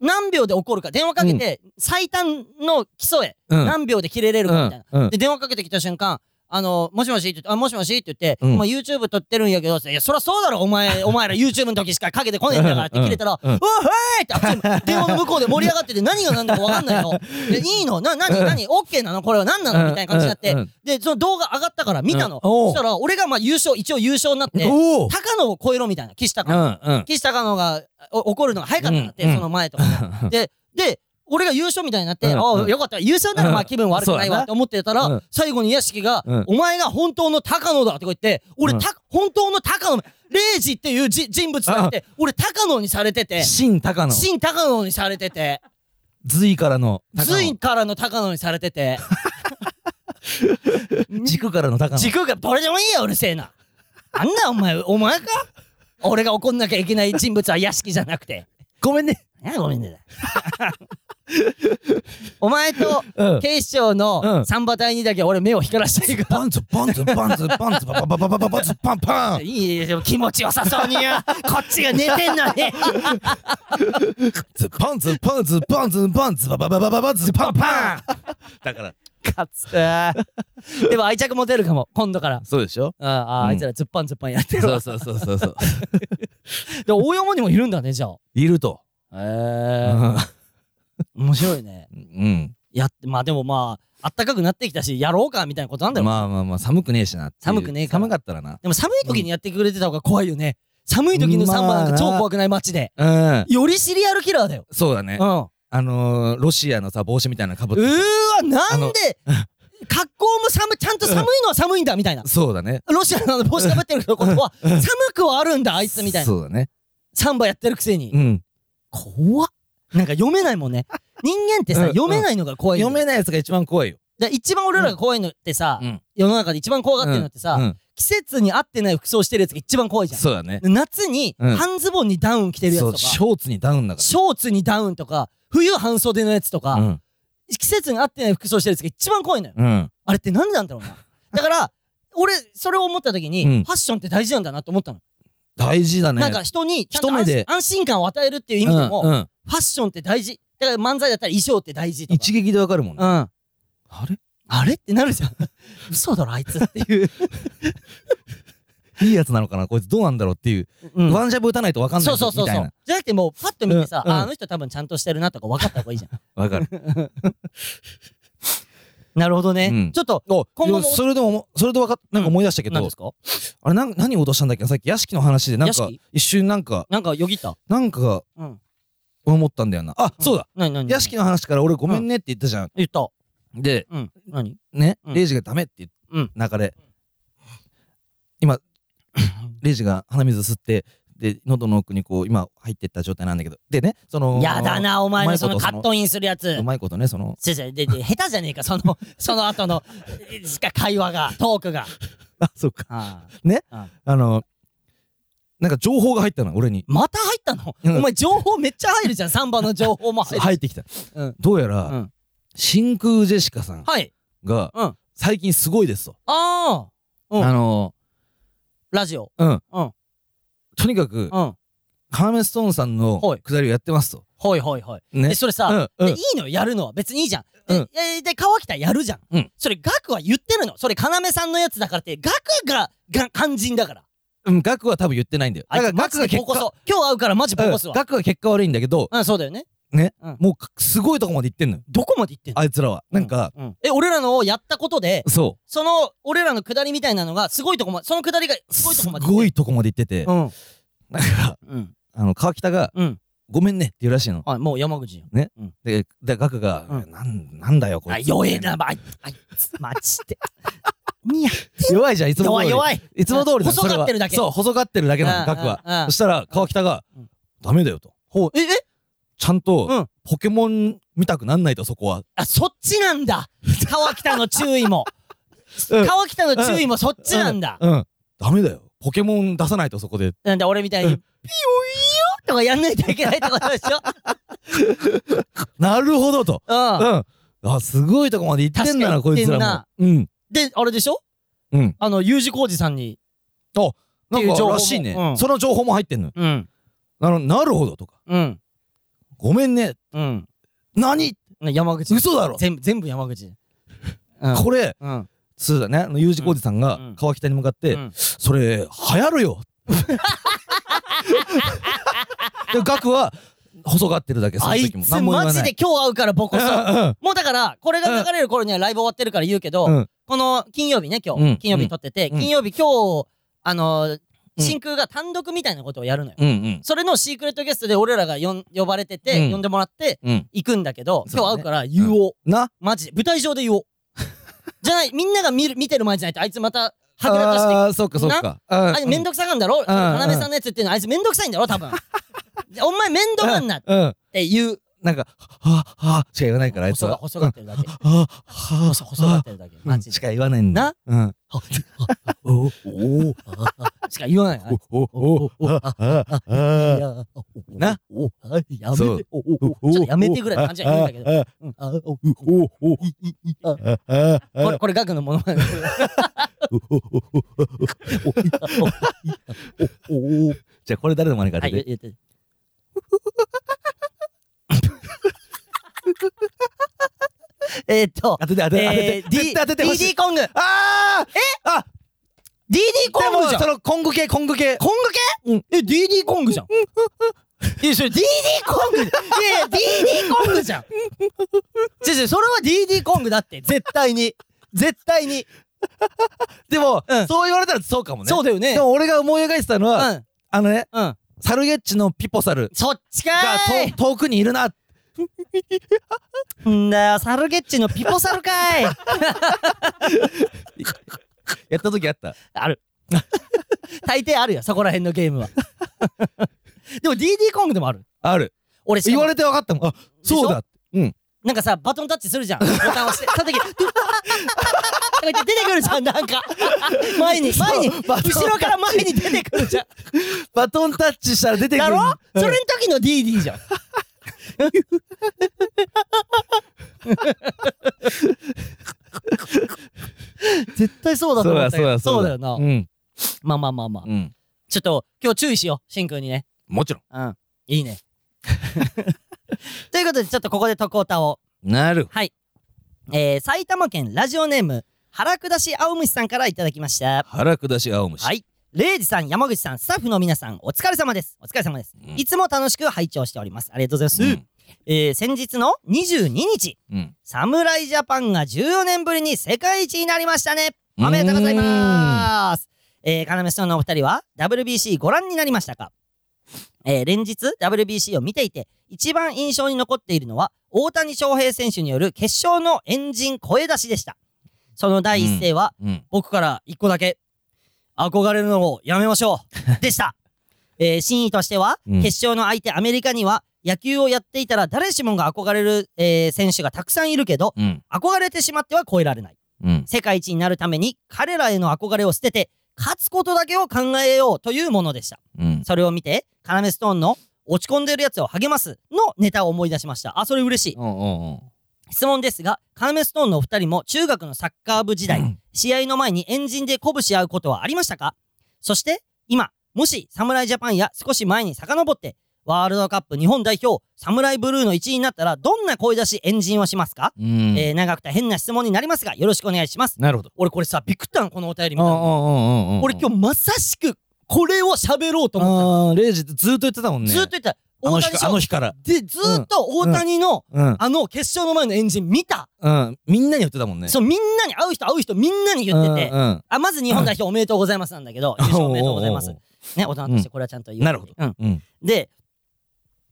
[SPEAKER 1] 何秒で起こるか、電話かけて、最短の基礎へ、
[SPEAKER 4] うん
[SPEAKER 1] 何秒で切れれるかみたいな。
[SPEAKER 4] うんうん
[SPEAKER 1] で、電話かけてきた瞬間、あの、もしもしって言って、あ、もしもしって言って、
[SPEAKER 4] うん
[SPEAKER 1] まあ YouTube 撮ってるんやけど、いや、そりゃそうだろ、お 前、お前ら YouTube の時しかかけてこねえんだからって切れたら、う
[SPEAKER 4] うんうん
[SPEAKER 1] おはいって、あっちも電話の向こうで盛り上が ってて、何が何だか分かんないの。で、いいのな、なに、なに、OK なのこれは何なのみたいな感じになって
[SPEAKER 4] うんうん、
[SPEAKER 1] で、その動画上がったから見たの。
[SPEAKER 4] うんおう
[SPEAKER 1] そしたら、俺がまあ優勝、一応優勝になって、
[SPEAKER 4] おお
[SPEAKER 1] 高野を超えろみたいな、岸高
[SPEAKER 4] う
[SPEAKER 1] 野。
[SPEAKER 4] んうん
[SPEAKER 1] 岸高野がお怒るのが早かったんだって、
[SPEAKER 4] うんうん
[SPEAKER 1] その前とかね。で、で、俺が優勝みたいになって、
[SPEAKER 4] うん
[SPEAKER 1] あ
[SPEAKER 4] う
[SPEAKER 1] あ、
[SPEAKER 4] ん
[SPEAKER 1] よかった。優勝ならまあ気分悪くない
[SPEAKER 4] そうだ
[SPEAKER 1] わ
[SPEAKER 4] な
[SPEAKER 1] って思ってたら、
[SPEAKER 4] うん
[SPEAKER 1] 最後に屋敷が、
[SPEAKER 4] うん
[SPEAKER 1] お前が本当の高野だってこう言って、俺、
[SPEAKER 4] うん
[SPEAKER 1] た本当の高野、レイジっていうじ人物じゃなくて、俺高野にされてて、
[SPEAKER 4] 新高野
[SPEAKER 1] 新高野にされてて、
[SPEAKER 4] 隋からの高野
[SPEAKER 1] ズインからの高野にされてて、
[SPEAKER 4] 軸からの高野
[SPEAKER 1] 軸がどれでもいいや、うるせえな。あんなお前、お前か俺が怒んなきゃいけない人物は屋敷じゃなくて。
[SPEAKER 4] ごめんね
[SPEAKER 1] 何やごめんねだ。 お前と
[SPEAKER 4] うん
[SPEAKER 1] 警視庁
[SPEAKER 4] う
[SPEAKER 1] の
[SPEAKER 4] ん
[SPEAKER 1] サンバ隊にだけ俺目を光らしていく。
[SPEAKER 4] バンズバンズバンズバンズバババババババズパンパン
[SPEAKER 1] いいよ気持ちよさそうによこっちが寝てんのに
[SPEAKER 4] ズパンズパンズパンズパンズババババババズパンパンだから
[SPEAKER 1] かつでも愛着持てるかも今度から
[SPEAKER 4] そうでしょ
[SPEAKER 1] ああ,、
[SPEAKER 4] うん
[SPEAKER 1] あいつらズッパンズッパンやってる
[SPEAKER 4] そ
[SPEAKER 1] わ
[SPEAKER 4] うそうそうそうそう
[SPEAKER 1] で大山にもいるんだねじゃあ
[SPEAKER 4] いると
[SPEAKER 1] へえ面白いね
[SPEAKER 4] うん
[SPEAKER 1] やってまあでもまああったかくなってきたしやろうかみたいなことなんだろう、
[SPEAKER 4] まあまあまあ寒くねえしなっていう
[SPEAKER 1] 寒くねえから
[SPEAKER 4] 寒かったらな
[SPEAKER 1] でも寒い時にやってくれてた方が怖いよね寒い時のサンバなんか超怖くない街で
[SPEAKER 4] うん
[SPEAKER 1] よりシリアルキラーだよ
[SPEAKER 4] そうだね
[SPEAKER 1] うん
[SPEAKER 4] あのーロシアのさ帽子みたいなのかぶっ
[SPEAKER 1] う
[SPEAKER 4] て
[SPEAKER 1] ーわなん で格好も寒いちゃんと寒いのは寒いんだみたいな
[SPEAKER 4] そうだね
[SPEAKER 1] ロシアの帽子かぶってることは寒くはあるんだあいつみたいな
[SPEAKER 4] そうだね
[SPEAKER 1] サンバやってるくせに
[SPEAKER 4] うん
[SPEAKER 1] 怖っ。なんか読めないもんね。人間って
[SPEAKER 4] うん
[SPEAKER 1] さ、
[SPEAKER 4] うん
[SPEAKER 1] 読めないのが怖いの。
[SPEAKER 4] 読めないやつが一番怖いよ。
[SPEAKER 1] だから一番俺らが怖いのってさ
[SPEAKER 4] うん、
[SPEAKER 1] 世の中で一番怖がってるのって
[SPEAKER 4] う
[SPEAKER 1] さ、
[SPEAKER 4] ん、
[SPEAKER 1] 季節に合ってない服装してるやつが一番怖いじゃん。
[SPEAKER 4] そうだね。
[SPEAKER 1] 夏に
[SPEAKER 4] うん
[SPEAKER 1] 半ズボンにダウン着てるや
[SPEAKER 4] そ
[SPEAKER 1] つと
[SPEAKER 4] う、
[SPEAKER 1] か、
[SPEAKER 4] シ
[SPEAKER 1] シ
[SPEAKER 4] ョーツにダウンだか
[SPEAKER 1] ョーツにダウンとか、冬半袖のやつとか、
[SPEAKER 4] ら。うん。
[SPEAKER 1] 季節に合ってない服装してるやつが一番怖いのよ。
[SPEAKER 4] うん。
[SPEAKER 1] あれってなんでなんだろう な。だから、俺、それを思った時に、
[SPEAKER 4] うん
[SPEAKER 1] ファッションって大事なんだなと思ったの。
[SPEAKER 4] 大事だね。
[SPEAKER 1] なんか人に、ちゃんと
[SPEAKER 4] 一目で
[SPEAKER 1] 安安心感を与えるっていう
[SPEAKER 4] う
[SPEAKER 1] 意
[SPEAKER 4] ん、
[SPEAKER 1] 味でも、
[SPEAKER 4] うん。
[SPEAKER 1] ファッションって大事。だから漫才だったら衣装って大事とか。
[SPEAKER 4] 一撃でわかるも
[SPEAKER 1] う
[SPEAKER 4] んね。
[SPEAKER 1] ん。
[SPEAKER 4] あれ
[SPEAKER 1] あれってなる じゃん。嘘だろ、あいつっていう。
[SPEAKER 4] いいやつなのかなこいつどうなんだろうっていう。
[SPEAKER 1] うん
[SPEAKER 4] ワンジャブ打たないとわかんない
[SPEAKER 1] そう
[SPEAKER 4] み
[SPEAKER 1] そうそう
[SPEAKER 4] たい
[SPEAKER 1] そ
[SPEAKER 4] な
[SPEAKER 1] う。じゃなくてもう、パッと見てさ、
[SPEAKER 4] うんうん
[SPEAKER 1] ああの人多分ちゃんとしてるなとか分かった方がいいじゃん。
[SPEAKER 4] わかる。
[SPEAKER 1] なるほどね。
[SPEAKER 4] うん
[SPEAKER 1] ちょっと、
[SPEAKER 4] お
[SPEAKER 1] 今後も
[SPEAKER 4] いやそれでも思、それでわかっ、なんか思い出したけど、
[SPEAKER 1] 何ですか
[SPEAKER 4] あれなん、何を落としたんだっけさっき屋敷の話で、なん
[SPEAKER 1] 屋
[SPEAKER 4] か
[SPEAKER 1] 敷、
[SPEAKER 4] 一瞬なんか、
[SPEAKER 1] なんかよぎった。
[SPEAKER 4] なんか、
[SPEAKER 1] うん。
[SPEAKER 4] 思ったんだよな。あ、そうだ
[SPEAKER 1] 何何
[SPEAKER 4] 屋敷の話から俺ごめんねって言ったじゃん。
[SPEAKER 1] 言った。
[SPEAKER 4] で、
[SPEAKER 1] うん。何
[SPEAKER 4] ね、
[SPEAKER 1] うん
[SPEAKER 4] レイジがダメって
[SPEAKER 1] う
[SPEAKER 4] 言
[SPEAKER 1] ん
[SPEAKER 4] う中で、 今、レイジが鼻水吸って、で、喉の奥にこう、今入ってった状態なんだけど、でね、その、
[SPEAKER 1] やだ。な、お前のその
[SPEAKER 4] うま
[SPEAKER 1] カ
[SPEAKER 4] いことそ
[SPEAKER 1] ット
[SPEAKER 4] の
[SPEAKER 1] インするやつ
[SPEAKER 4] う。まいことね、その、
[SPEAKER 1] 違う違うでで下手じゃねえか、そ の、その後の、しか会話が、トークが。
[SPEAKER 4] あ、そうか。
[SPEAKER 1] あー
[SPEAKER 4] あの、なんか情報が入ったの、俺に。
[SPEAKER 1] また入ったの、
[SPEAKER 4] うん
[SPEAKER 1] お前情報めっちゃ入るじゃん、サンバの情報も入る。
[SPEAKER 4] 入ってきた。
[SPEAKER 1] うん
[SPEAKER 4] どうや
[SPEAKER 1] う
[SPEAKER 4] ら、
[SPEAKER 1] ん、
[SPEAKER 4] 真空ジェシカさん
[SPEAKER 1] はい。
[SPEAKER 4] が
[SPEAKER 1] うん、
[SPEAKER 4] 最近すごいですと。
[SPEAKER 1] ああ、うん
[SPEAKER 4] あの、
[SPEAKER 1] ラジオ。
[SPEAKER 4] うん。
[SPEAKER 1] うん
[SPEAKER 4] とにか
[SPEAKER 1] う
[SPEAKER 4] く、
[SPEAKER 1] ん。は
[SPEAKER 4] カーメストーンさんの
[SPEAKER 1] はい
[SPEAKER 4] くだりをやってますと。
[SPEAKER 1] いはいはい。
[SPEAKER 4] ね
[SPEAKER 1] で、。それさ、
[SPEAKER 4] うんう
[SPEAKER 1] で
[SPEAKER 4] ん
[SPEAKER 1] いいのよやるのは。別にいいじゃん。で、
[SPEAKER 4] うん
[SPEAKER 1] えーで川北やるじゃん。
[SPEAKER 4] うん
[SPEAKER 1] それ、ガクは言ってるの。それ、要さんのやつだからって、ガクが、が肝心だから。
[SPEAKER 4] うん、ガクは多分言ってないんだよ。
[SPEAKER 1] あい
[SPEAKER 4] だ
[SPEAKER 1] つ
[SPEAKER 4] から
[SPEAKER 1] マ
[SPEAKER 4] ガ
[SPEAKER 1] ジ
[SPEAKER 4] ク
[SPEAKER 1] で
[SPEAKER 4] が結
[SPEAKER 1] ボコ
[SPEAKER 4] 果、
[SPEAKER 1] そ今日会うからマジボ
[SPEAKER 4] うん
[SPEAKER 1] コすわ。
[SPEAKER 4] ガクは結果悪いんだけど、
[SPEAKER 1] うん、そうだよね。
[SPEAKER 4] もうかすごいとこまで行ってんのよ。
[SPEAKER 1] どこまで行ってんの
[SPEAKER 4] あいつらは。なんか、
[SPEAKER 1] うんえ、俺らのをやったことで、
[SPEAKER 4] そ
[SPEAKER 1] その、俺らの下りみたいなのが、すごいとこまで、その下りが
[SPEAKER 4] う。
[SPEAKER 1] すごいとこまで。
[SPEAKER 4] すごいとこまで行ってて
[SPEAKER 1] う、ん。
[SPEAKER 4] なんか、
[SPEAKER 1] うん。
[SPEAKER 4] あの、川北が、
[SPEAKER 1] うん。
[SPEAKER 4] ごめんねって言うらしいの。
[SPEAKER 1] はい、もう山口やん。
[SPEAKER 4] で、でガクが、
[SPEAKER 1] うん
[SPEAKER 4] なんなんだよ、こ
[SPEAKER 1] あ、
[SPEAKER 4] れ。
[SPEAKER 1] 弱えな、まあ、あいつ、マジ で。にや、
[SPEAKER 4] 弱いじゃん、いつも
[SPEAKER 1] 弱
[SPEAKER 4] 通
[SPEAKER 1] い
[SPEAKER 4] り。
[SPEAKER 1] 弱い。
[SPEAKER 4] いつも通りなの
[SPEAKER 1] 細がってるだけ
[SPEAKER 4] それはそう、細がってるだけなの、
[SPEAKER 1] うん
[SPEAKER 4] ガクは。
[SPEAKER 1] うんうん
[SPEAKER 4] そしたら、川北が
[SPEAKER 1] うん、
[SPEAKER 4] ダメだよと。
[SPEAKER 1] ほう、え、え
[SPEAKER 4] ちゃん
[SPEAKER 1] う
[SPEAKER 4] と
[SPEAKER 1] ん、
[SPEAKER 4] ポケモン見たくなんないと、そこは。
[SPEAKER 1] あ、そっちなんだ。川北の注意も。
[SPEAKER 4] うん
[SPEAKER 1] 川北の注意もそっちなんだ。
[SPEAKER 4] うん。ダメだよ。ポケモン出さないと、そこで。
[SPEAKER 1] なんで俺みたいに、ピヨイヨとかやんないといけないってことでしょ
[SPEAKER 4] なるほどと。
[SPEAKER 1] うん。
[SPEAKER 4] うん。あ、すごいとこまで行ってんだな、
[SPEAKER 1] 確か
[SPEAKER 4] こ
[SPEAKER 1] に
[SPEAKER 4] いつ
[SPEAKER 1] 行ってん
[SPEAKER 4] ら
[SPEAKER 1] な
[SPEAKER 4] も。うん。
[SPEAKER 1] で、あれでしょ
[SPEAKER 4] うん。
[SPEAKER 1] あの、U 字工事さんに。
[SPEAKER 4] な
[SPEAKER 1] っていうん情報
[SPEAKER 4] か、
[SPEAKER 1] も
[SPEAKER 4] らしい
[SPEAKER 1] うん
[SPEAKER 4] ね。その情報も入ってんのよ。
[SPEAKER 1] うん。
[SPEAKER 4] あの、なるほどとか。
[SPEAKER 1] うん。
[SPEAKER 4] ごめんね。
[SPEAKER 1] うん。
[SPEAKER 4] 何
[SPEAKER 1] 山口。
[SPEAKER 4] 嘘だろ
[SPEAKER 1] 全部、全部山口。うん
[SPEAKER 4] これ、
[SPEAKER 1] うん。
[SPEAKER 4] そうだね。あの、U 字工事さん
[SPEAKER 1] う
[SPEAKER 4] が
[SPEAKER 1] ん、
[SPEAKER 4] 川北に向かって
[SPEAKER 1] う、ん
[SPEAKER 4] それ、流行るよ。で、額は、細がってるだけ、そ
[SPEAKER 1] あ
[SPEAKER 4] の
[SPEAKER 1] い
[SPEAKER 4] 時も。
[SPEAKER 1] つ
[SPEAKER 4] 何も言わ
[SPEAKER 1] マ
[SPEAKER 4] な
[SPEAKER 1] ジ
[SPEAKER 4] い
[SPEAKER 1] で今日会うからボコそう。
[SPEAKER 4] う
[SPEAKER 1] もうだから、これが流れる頃にはライブ終わってるから言うけど、
[SPEAKER 4] んうんうん。
[SPEAKER 1] この金曜日ね、今日、
[SPEAKER 4] うん
[SPEAKER 1] 金曜日撮ってて、
[SPEAKER 4] うん
[SPEAKER 1] 金曜日今日、あのー
[SPEAKER 4] うん
[SPEAKER 1] 真空が単独みたいなことをやるのよ。
[SPEAKER 4] うんうん。
[SPEAKER 1] それのシークレットゲストで俺らがよん呼ばれてて、
[SPEAKER 4] うん
[SPEAKER 1] 呼んでもらって
[SPEAKER 4] うん。
[SPEAKER 1] 行くんだけど、
[SPEAKER 4] そう
[SPEAKER 1] 今
[SPEAKER 4] だね
[SPEAKER 1] 日会うから言おう。
[SPEAKER 4] な
[SPEAKER 1] マジで。舞台上で言おう。じゃない、みんなが見る見てる前じゃないとあいつまたはぐらかして
[SPEAKER 4] ああー、そっかそっか。あ
[SPEAKER 1] あいつめんどくさがんだろ、う
[SPEAKER 4] うん
[SPEAKER 1] なめさんのやつっていうのはあいつめんどくさいんだろ多分。でお前めんどがんなっ
[SPEAKER 4] うんうん。
[SPEAKER 1] て言う。
[SPEAKER 4] なんか、はあ、はあ、しか言わないから、あいつ
[SPEAKER 1] 細が
[SPEAKER 4] は。
[SPEAKER 1] 細がってるだけ。
[SPEAKER 4] うんはあ、はあ、
[SPEAKER 1] 細細がってるだけ。マジ
[SPEAKER 4] し
[SPEAKER 1] で。
[SPEAKER 4] か言わないんだ。なうん。おお
[SPEAKER 1] しか言わない。
[SPEAKER 4] おおおあああ
[SPEAKER 1] い
[SPEAKER 4] あ
[SPEAKER 1] やー
[SPEAKER 4] な
[SPEAKER 1] おあやめて
[SPEAKER 4] そう
[SPEAKER 1] おおおちょっとやめてぐらいの感じは言うんだけど
[SPEAKER 4] ど。
[SPEAKER 1] うんあお
[SPEAKER 4] おおおああ
[SPEAKER 1] これ
[SPEAKER 4] あ
[SPEAKER 1] これガクのものまね
[SPEAKER 4] じゃあこれ誰の真似か
[SPEAKER 1] は
[SPEAKER 4] 当
[SPEAKER 1] い
[SPEAKER 4] て
[SPEAKER 1] 言
[SPEAKER 4] て。
[SPEAKER 1] 言ってえーっと
[SPEAKER 4] 当てて当てて当て
[SPEAKER 1] え
[SPEAKER 4] て。
[SPEAKER 1] ー
[SPEAKER 4] 絶
[SPEAKER 1] D
[SPEAKER 4] 対当ててほしい
[SPEAKER 1] DD コング
[SPEAKER 4] ああえあ
[SPEAKER 1] DD コングじ
[SPEAKER 4] で
[SPEAKER 1] ゃ
[SPEAKER 4] も
[SPEAKER 1] ん
[SPEAKER 4] そのコング系コング系。
[SPEAKER 1] コング系え DD コングじゃんいやそれ DD コングいやいや DD コングじゃん違う違うそれは DD コングだって絶対に絶対に
[SPEAKER 4] でも
[SPEAKER 1] うん
[SPEAKER 4] そう言われたらそうかもね。
[SPEAKER 1] そうだよ
[SPEAKER 4] で
[SPEAKER 1] ね
[SPEAKER 4] も俺が思い描いてたの
[SPEAKER 1] う
[SPEAKER 4] は
[SPEAKER 1] ん
[SPEAKER 4] あのね
[SPEAKER 1] うん
[SPEAKER 4] サルゲッチのピポサル
[SPEAKER 1] そっちか
[SPEAKER 4] が
[SPEAKER 1] ーい
[SPEAKER 4] と遠くにいるな。
[SPEAKER 1] んだよ、サルゲッチのピポサルかい
[SPEAKER 4] やった時あった。
[SPEAKER 1] ある。 大抵あるよ、そこら辺のゲームは。でも DD コングでもある。
[SPEAKER 4] ある。
[SPEAKER 1] 俺しか
[SPEAKER 4] 言
[SPEAKER 1] も
[SPEAKER 4] われて分かったもんあそうだ
[SPEAKER 1] なんかさ、バトンタッチするじゃん。ボタン押して、叩き、ドゥッとか言って出てくるじゃん、なん か。前に、前に、
[SPEAKER 4] バトン
[SPEAKER 1] 後ろから前に出てくるじゃん。
[SPEAKER 4] バトンタッチした ら出てく
[SPEAKER 1] だ
[SPEAKER 4] る
[SPEAKER 1] ろそれの時の DD じゃん。絶対そうだと
[SPEAKER 4] そう
[SPEAKER 1] 思っ
[SPEAKER 4] だ
[SPEAKER 1] た
[SPEAKER 4] そう
[SPEAKER 1] けど
[SPEAKER 4] だ
[SPEAKER 1] そうだよな
[SPEAKER 4] う。ん
[SPEAKER 1] まあまあまあまあ
[SPEAKER 4] う。ん
[SPEAKER 1] ちょっと、今日注意しよう、しんくんにね。
[SPEAKER 4] もちろ
[SPEAKER 1] うん。い いね。ということで、ちょっとここで特攻タを。
[SPEAKER 4] んなる
[SPEAKER 1] えー、埼玉県ラジオネーム腹下し青虫さんからいただきました
[SPEAKER 4] 腹下し青虫
[SPEAKER 1] はいレイジさん山口さんスタッフの皆さんお疲れ様ですお疲れ様です、
[SPEAKER 4] うん
[SPEAKER 1] いつも楽しく拝聴しておりますありがとうございます、
[SPEAKER 4] うん
[SPEAKER 1] えー、先日の22日
[SPEAKER 4] うん
[SPEAKER 1] 侍ジャパンが14年ぶりに世界一になりましたねおめでとうございますえー、要ストーンのお二人は WBC ご覧になりましたかえー、連日 WBC を見ていて一番印象に残っているのは大谷翔平選手による決勝のエンジン声出しでしたその第一声は、
[SPEAKER 4] うん
[SPEAKER 1] 僕から一個だけ憧れるのをやめましょ うでした、えー真意としては、
[SPEAKER 4] うん
[SPEAKER 1] 決勝の相手アメリカには野球をやっていたら誰しもが憧れる、えー選手がたくさんいるけど
[SPEAKER 4] うん
[SPEAKER 1] 憧れてしまっては超えられない
[SPEAKER 4] うん
[SPEAKER 1] 世界一になるために彼らへの憧れを捨てて勝つことだけを考えようというものでした
[SPEAKER 4] うん
[SPEAKER 1] それを見て要ストーンの「落ち込んでるやつを励ます」のネタを思い出しましたあそれ嬉しい
[SPEAKER 4] うんうん
[SPEAKER 1] 質問ですが要ストーンのお二人も中学のサッカー部時代、
[SPEAKER 4] うん
[SPEAKER 1] 試合の前に円陣で鼓舞し合うことはありましたかそして今もし侍ジャパンや少し前に遡ってワールドカップ日本代表侍ブルーの一員になったらどんな声出し円陣をしますか、
[SPEAKER 4] うん
[SPEAKER 1] えー長くて変な質問になりますがよろしくお願いします
[SPEAKER 4] なるほど
[SPEAKER 1] 俺これさビクったんこのお便り見
[SPEAKER 4] う
[SPEAKER 1] た
[SPEAKER 4] んう
[SPEAKER 1] の
[SPEAKER 4] んうんうんうん
[SPEAKER 1] 俺今日まさしくこれを喋ろうと思っ
[SPEAKER 4] あーレイジってずっと言ってたもん
[SPEAKER 1] た
[SPEAKER 4] ね
[SPEAKER 1] ずーっと言ってた
[SPEAKER 4] あの
[SPEAKER 1] 大
[SPEAKER 4] 日
[SPEAKER 1] 谷
[SPEAKER 4] かあの
[SPEAKER 1] 翔
[SPEAKER 4] 日から
[SPEAKER 1] でずーっと大谷の
[SPEAKER 4] うん
[SPEAKER 1] あの決勝の前の円陣見た
[SPEAKER 4] うんみんなに言ってたもんね
[SPEAKER 1] そうみんなに会う人会う人みんなに言ってて
[SPEAKER 4] うんうん
[SPEAKER 1] あまず日本代表おめでとうございますなんだけど、優勝おめでとうございます。ね、大人としてこれはちゃんと言う。
[SPEAKER 4] なるほど
[SPEAKER 1] うん。
[SPEAKER 4] うん
[SPEAKER 1] で、